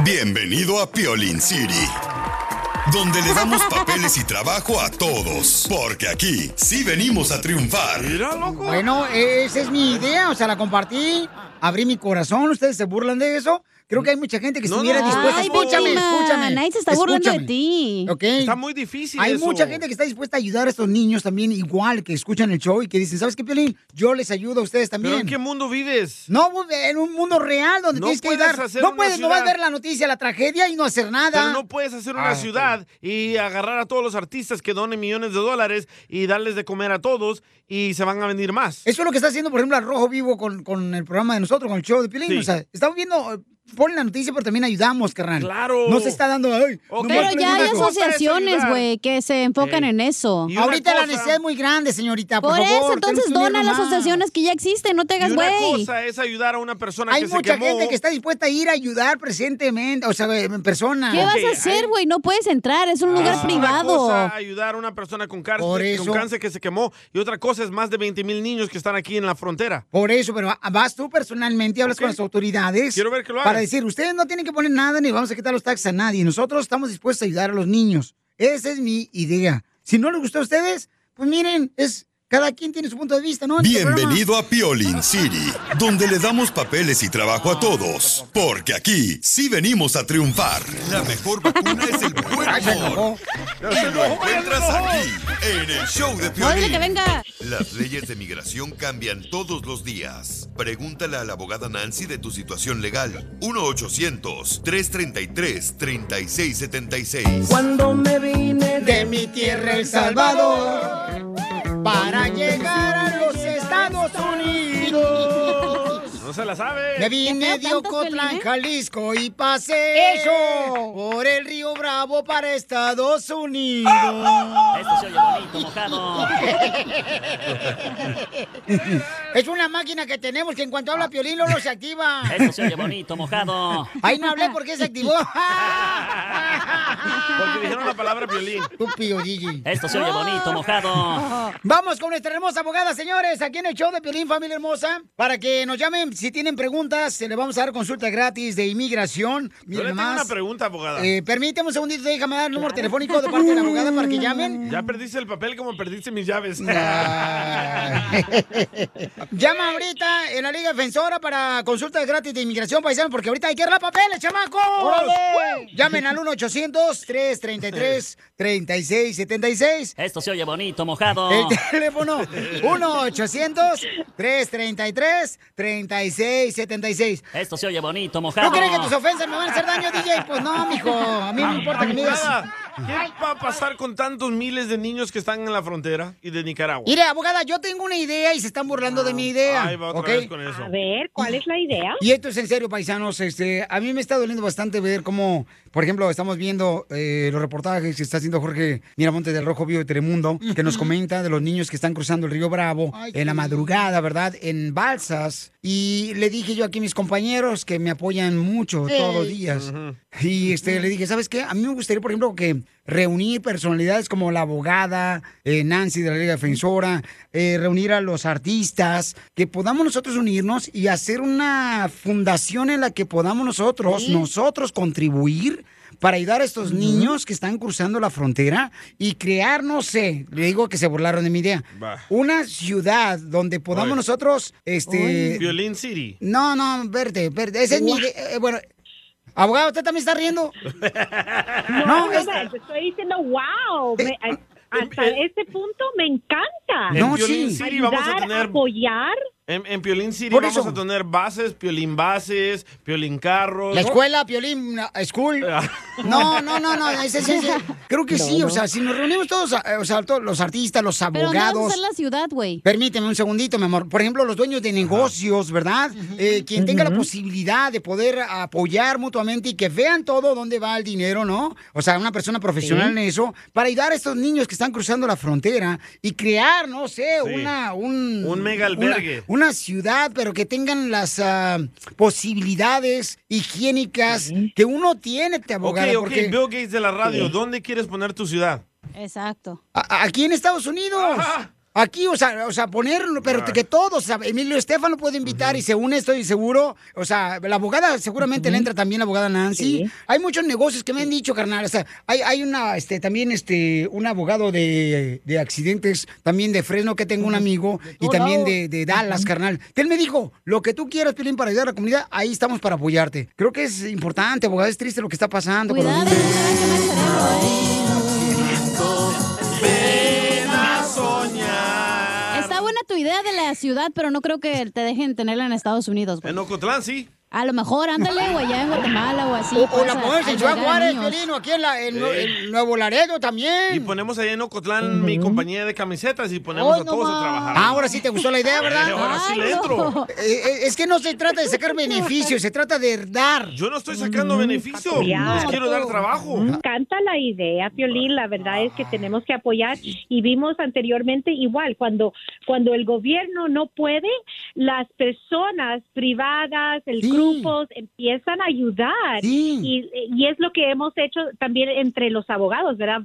[SPEAKER 6] Bienvenido a Piolin City, donde le damos papeles y trabajo a todos, porque aquí sí venimos a triunfar.
[SPEAKER 3] Bueno, esa es mi idea, o sea, la compartí, abrí mi corazón, ustedes se burlan de eso. Creo que hay mucha gente que estuviera
[SPEAKER 4] no,
[SPEAKER 3] dispuesta.
[SPEAKER 4] Ay,
[SPEAKER 3] Pues, escúchame,
[SPEAKER 4] Piolín,
[SPEAKER 3] escúchame.
[SPEAKER 4] nadie se está burlando de
[SPEAKER 3] escúchame.
[SPEAKER 4] ti.
[SPEAKER 3] ¿Ok?
[SPEAKER 4] Está
[SPEAKER 2] muy difícil
[SPEAKER 3] Hay
[SPEAKER 2] eso.
[SPEAKER 3] mucha gente que está dispuesta a ayudar a estos niños también, igual que escuchan el show y que dicen, ¿sabes qué, Piolín? Yo les ayudo a ustedes también.
[SPEAKER 2] ¿Pero en qué mundo vives?
[SPEAKER 3] No, pues, en un mundo real donde
[SPEAKER 2] No
[SPEAKER 3] tienes que
[SPEAKER 2] puedes
[SPEAKER 3] ayudar.
[SPEAKER 2] hacer
[SPEAKER 3] no
[SPEAKER 2] una
[SPEAKER 3] puedes, no vas a
[SPEAKER 2] ciudad.
[SPEAKER 3] ver la noticia, la tragedia y no hacer nada.
[SPEAKER 2] Pero no puedes hacer una
[SPEAKER 3] Ah,
[SPEAKER 2] ciudad y agarrar a todos los artistas que donen millones de dólares y darles de comer a todos y se van a venir más.
[SPEAKER 3] Eso es lo que está haciendo, por ejemplo, al Rojo Vivo con, con el programa de nosotros, con el show de Pilín.
[SPEAKER 2] Sí.
[SPEAKER 3] O sea, estamos viendo, eh, ponen la noticia, pero también ayudamos, carnal.
[SPEAKER 2] Claro.
[SPEAKER 3] No se está dando. ay, nomás
[SPEAKER 2] Ok.
[SPEAKER 4] Pero ya hay
[SPEAKER 3] preguntas tú.
[SPEAKER 4] asociaciones, güey, que se enfocan
[SPEAKER 3] Ey.
[SPEAKER 4] en eso.
[SPEAKER 3] Y una Ahorita la cosa- necesidad es muy grande, señorita.
[SPEAKER 4] Por,
[SPEAKER 3] Por
[SPEAKER 4] eso,
[SPEAKER 3] favor,
[SPEAKER 4] entonces
[SPEAKER 3] tenemos que
[SPEAKER 4] dona a las
[SPEAKER 3] unirnos más.
[SPEAKER 4] asociaciones que ya existen, no te hagas
[SPEAKER 2] y una
[SPEAKER 4] güey.
[SPEAKER 2] cosa es ayudar a una persona
[SPEAKER 3] Hay
[SPEAKER 2] que
[SPEAKER 3] mucha
[SPEAKER 2] se quemó.
[SPEAKER 3] gente que está dispuesta a ir a ayudar presentemente, o sea, en persona.
[SPEAKER 4] ¿Qué vas a hacer, güey? No puedes entrar, es un lugar
[SPEAKER 2] Ah, Es una
[SPEAKER 4] privado.
[SPEAKER 2] cosa ayudar a una persona con cáncer, con
[SPEAKER 3] eso.
[SPEAKER 2] cáncer que se quemó y otra cosa es más de 20 mil niños que están aquí en la frontera.
[SPEAKER 3] Por eso, pero va- vas tú personalmente y hablas con las autoridades.
[SPEAKER 2] Quiero ver que lo
[SPEAKER 3] Para
[SPEAKER 2] hagas.
[SPEAKER 3] decir, ustedes no tienen que poner nada ni vamos a quitar los taxes a nadie. Nosotros estamos dispuestos a ayudar a los niños. Esa es mi idea. Si no les gustó a ustedes, pues miren, es Cada quien tiene su punto de vista, ¿no? En este programa.
[SPEAKER 6] Bienvenido a Piolin City, donde le damos papeles y trabajo a todos, porque aquí sí venimos a triunfar. La mejor vacuna es el buen humor. Y lo encuentras aquí, en el show de
[SPEAKER 4] ¡Órale, que
[SPEAKER 6] Piolín.
[SPEAKER 4] venga!
[SPEAKER 6] Las leyes de migración cambian todos los días. Pregúntale a la abogada Nancy de tu situación legal. 1-800-333-3676.
[SPEAKER 14] Cuando me vine
[SPEAKER 3] de mi tierra El Salvador para llegar a los Estados Unidos.
[SPEAKER 2] No se la sabe.
[SPEAKER 3] Me vine de
[SPEAKER 5] eh?
[SPEAKER 3] Ocotlán, Jalisco y pasé
[SPEAKER 2] ¡Eso!
[SPEAKER 3] por el río Bravo para Estados Unidos. es una máquina que tenemos que en cuanto habla Piolín Lolo se activa.
[SPEAKER 5] Ah. Eso se oye bonito, mojado.
[SPEAKER 3] Ahí no hablé porque se activó.
[SPEAKER 2] Porque dijeron la palabra violín.
[SPEAKER 3] Estúpido, Gigi.
[SPEAKER 5] Esto se oye bonito, mojado.
[SPEAKER 3] Vamos con nuestra hermosa abogada, señores, aquí en el show de Piolín Familia Hermosa, para que nos llamen si tienen preguntas, se le vamos a dar consulta gratis de inmigración.
[SPEAKER 2] Yo le
[SPEAKER 3] Miren
[SPEAKER 2] tengo
[SPEAKER 3] más. eh,
[SPEAKER 2] una pregunta, abogada.
[SPEAKER 3] permíteme un segundito, déjame dar el número telefónico de parte de la abogada para que llamen.
[SPEAKER 2] Ya perdiste el papel como perdiste mis llaves.
[SPEAKER 3] Llama ahorita en la Liga Defensora para consulta gratis de inmigración paisano, porque ahorita hay que arreglar papeles, chamacos.
[SPEAKER 5] ¡Órale!
[SPEAKER 3] Llamen al 1-800-333-3676.
[SPEAKER 5] Esto se oye bonito, mojado.
[SPEAKER 3] El teléfono 1-800-333-3676.
[SPEAKER 5] Esto se oye bonito, mojado.
[SPEAKER 3] ¿No creen que tus ofensas me van a hacer daño, DJ? Pues no, mijo. A mí no me importa que me digas.
[SPEAKER 2] Abogada, ¿Qué va a pasar con tantos miles de niños que están en la frontera y de Nicaragua?
[SPEAKER 3] Mire, abogada, yo tengo una idea y se están burlando de mi idea.
[SPEAKER 2] Ahí va otra
[SPEAKER 3] ¿ok?
[SPEAKER 2] vez con eso.
[SPEAKER 3] ver, ¿cuál es la idea? Y esto es en serio, paisanos. Este, a mí me está doliendo bastante ver cómo, por ejemplo, estamos viendo eh, los reportajes que está haciendo Jorge Miramonte del Rojo Vivo de Telemundo, que nos comenta de los niños que están cruzando el río Bravo
[SPEAKER 14] Ay,
[SPEAKER 3] en la
[SPEAKER 14] sí.
[SPEAKER 3] madrugada, ¿verdad? En balsas. Y le dije yo aquí a mis compañeros que me apoyan mucho
[SPEAKER 14] Ey.
[SPEAKER 3] todos los días. Y este, le dije, ¿sabes qué? A mí me gustaría, por ejemplo, que reunir personalidades como la abogada, eh, Nancy de la Liga Defensora, eh, reunir a los artistas, que podamos nosotros unirnos y hacer una fundación en la que podamos nosotros, nosotros contribuir para ayudar a estos niños que están cruzando la frontera y crear, no sé, le digo que se burlaron de mi idea,
[SPEAKER 2] Va.
[SPEAKER 3] una ciudad donde podamos
[SPEAKER 2] Ay.
[SPEAKER 3] nosotros, este...
[SPEAKER 2] Violín City.
[SPEAKER 3] No, no, verte, verte, esa es mi
[SPEAKER 2] Gua-
[SPEAKER 3] idea, eh, bueno... Abogado, ¿usted también está riendo?
[SPEAKER 32] No,
[SPEAKER 3] No,
[SPEAKER 32] no,
[SPEAKER 3] es-
[SPEAKER 32] no, te estoy diciendo, wow, me- a- hasta este punto me encanta.
[SPEAKER 2] En Piolín City vamos a
[SPEAKER 32] Ayudar,
[SPEAKER 2] tener-
[SPEAKER 32] apoyar.
[SPEAKER 2] En, en Piolín City
[SPEAKER 3] Por
[SPEAKER 2] vamos
[SPEAKER 3] eso.
[SPEAKER 2] a tener bases, Piolín bases, Piolín carros.
[SPEAKER 3] La escuela, Piolín uh, School. No, no, no, no. ese- ese- ese- Creo que
[SPEAKER 2] No,
[SPEAKER 3] sí.
[SPEAKER 2] no.
[SPEAKER 3] O sea, si nos reunimos todos, eh, o sea, todos los artistas, los
[SPEAKER 4] Pero no vamos a
[SPEAKER 3] abogados.
[SPEAKER 4] hacer la ciudad, güey.
[SPEAKER 3] Permíteme un segundito, mi amor. Por ejemplo, los dueños de negocios, ¿verdad? Eh, quien tenga la posibilidad de poder apoyar mutuamente y que vean todo dónde va el dinero, ¿no? O sea, una persona profesional
[SPEAKER 14] Sí.
[SPEAKER 3] en eso, para ayudar a estos niños que están cruzando la frontera y crear, no sé,
[SPEAKER 14] Sí.
[SPEAKER 3] una... Un,
[SPEAKER 14] Un mega albergue.
[SPEAKER 3] Una, una ciudad, pero que tengan las ah, posibilidades higiénicas que uno tiene, te
[SPEAKER 2] Ok,
[SPEAKER 3] abogado.
[SPEAKER 2] ok,
[SPEAKER 3] porque...
[SPEAKER 2] Bill Gates de la radio,
[SPEAKER 3] Sí.
[SPEAKER 2] ¿dónde quieres poner tu ciudad?
[SPEAKER 4] Exacto.
[SPEAKER 3] A- Aquí en Estados Unidos. Aquí, o sea, o sea, ponerlo, pero
[SPEAKER 2] Claro.
[SPEAKER 3] que todos, o sea, Emilio Estefan lo puede invitar y se une, estoy seguro. O sea, la abogada seguramente le entra también la abogada Nancy. Hay muchos negocios que me han dicho, carnal. O sea, hay, hay una, este, también, este, un abogado de, de accidentes, también de Fresno, que tengo un amigo, y
[SPEAKER 14] todos
[SPEAKER 3] también
[SPEAKER 14] lados.
[SPEAKER 3] de, de Dallas, carnal. Que él me dijo, lo que tú quieras, Pilín, para ayudar a la comunidad, ahí estamos para apoyarte. Creo que es importante, abogada, es triste lo que está pasando. con los niños.
[SPEAKER 4] Está buena tu idea de la ciudad, pero no creo que te dejen tenerla en Estados Unidos, güey.
[SPEAKER 2] En Ocotlán, sí.
[SPEAKER 4] A lo mejor, ándale, güey, ya en Guatemala o así.
[SPEAKER 3] O, o
[SPEAKER 4] pues,
[SPEAKER 3] la
[SPEAKER 4] a-
[SPEAKER 3] ponemos en Ciudad
[SPEAKER 4] albergar
[SPEAKER 3] Juárez,
[SPEAKER 4] niños.
[SPEAKER 3] Piolín, o aquí en, la- en-
[SPEAKER 2] Ey.
[SPEAKER 3] en Nuevo Laredo también.
[SPEAKER 2] Y ponemos ahí en Ocotlán mi compañía de camisetas y ponemos
[SPEAKER 3] Ay,
[SPEAKER 2] a
[SPEAKER 3] no
[SPEAKER 2] todos a
[SPEAKER 3] más.
[SPEAKER 2] trabajar.
[SPEAKER 3] Ahora sí te gustó la idea, ¿verdad?
[SPEAKER 2] Eh, ahora sí le entro.
[SPEAKER 3] Eh, eh, Es que no se trata de sacar beneficios, se trata de dar.
[SPEAKER 2] Yo no estoy sacando beneficio,
[SPEAKER 32] apoyar.
[SPEAKER 2] les quiero dar trabajo.
[SPEAKER 3] Mm,
[SPEAKER 32] Me encanta la idea, Piolín. La verdad es que tenemos que apoyar y vimos anteriormente igual cuando cuando el gobierno no puede, las personas privadas, el grupos empiezan a ayudar y, y es lo que hemos hecho también entre los abogados, ¿verdad?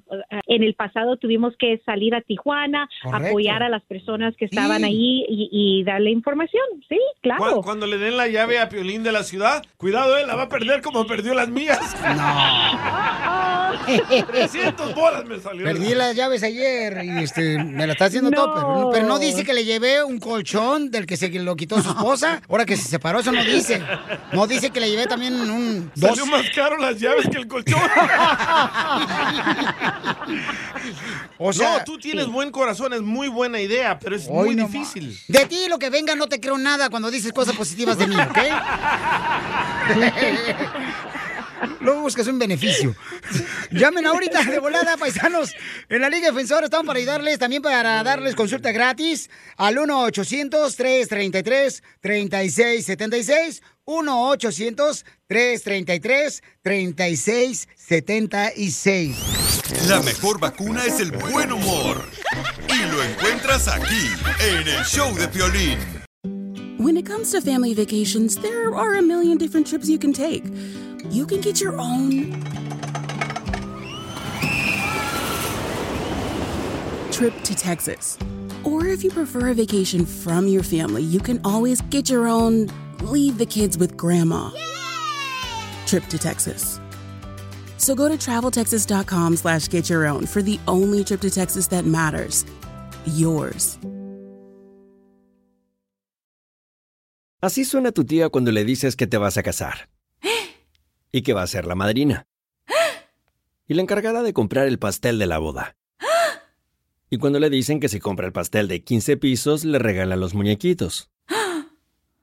[SPEAKER 32] En el pasado tuvimos que salir a Tijuana,
[SPEAKER 2] Correcto.
[SPEAKER 32] apoyar a las personas que estaban
[SPEAKER 2] Sí.
[SPEAKER 32] ahí y, y darle información, sí, claro.
[SPEAKER 2] Cu- Cuando le den la eh, llave a Piolín de la ciudad, cuidado, él la va a perder como perdió las mías.
[SPEAKER 3] No.
[SPEAKER 32] Oh,
[SPEAKER 2] 300 bolas me salió.
[SPEAKER 3] Perdí las llaves ayer y este, me la está haciendo todo. Pero, pero no dice que le llevé un colchón del que se lo quitó su esposa. Ahora que se separó, eso no dice. No dice que le llevé también un.
[SPEAKER 2] Salió más caro las llaves que el colchón.
[SPEAKER 3] O sea-
[SPEAKER 2] no, tú tienes buen corazón, es muy buena idea, pero es
[SPEAKER 3] Hoy
[SPEAKER 2] muy
[SPEAKER 3] no
[SPEAKER 2] difícil.
[SPEAKER 3] De ti lo que venga no te creo nada cuando dices cosas positivas de mí, ¿ok? Luego buscas un beneficio. Llamen ahorita de volada, paisanos. En la Liga Defensora estamos para ayudarles, también para darles consulta gratis al 1-800-333-3676. 1-800-333-3676.
[SPEAKER 6] La mejor vacuna es el buen humor. Y lo encuentras aquí, en el show de Piolín.
[SPEAKER 35] When it comes to family vacations, there are a million different trips you can take. You can get your own trip to Texas. Or if you prefer a vacation from your family, you can always get your own leave the kids with grandma trip to Texas. So go to traveltexas.com slash get your own for the only trip to Texas that matters. Yours.
[SPEAKER 11] Así suena tu tía cuando le dices que te vas a casar. Y que va a ser la madrina. Y la encargada de comprar el pastel de la boda. Y cuando le dicen que si compra el pastel de 15 pisos, le regalan los muñequitos.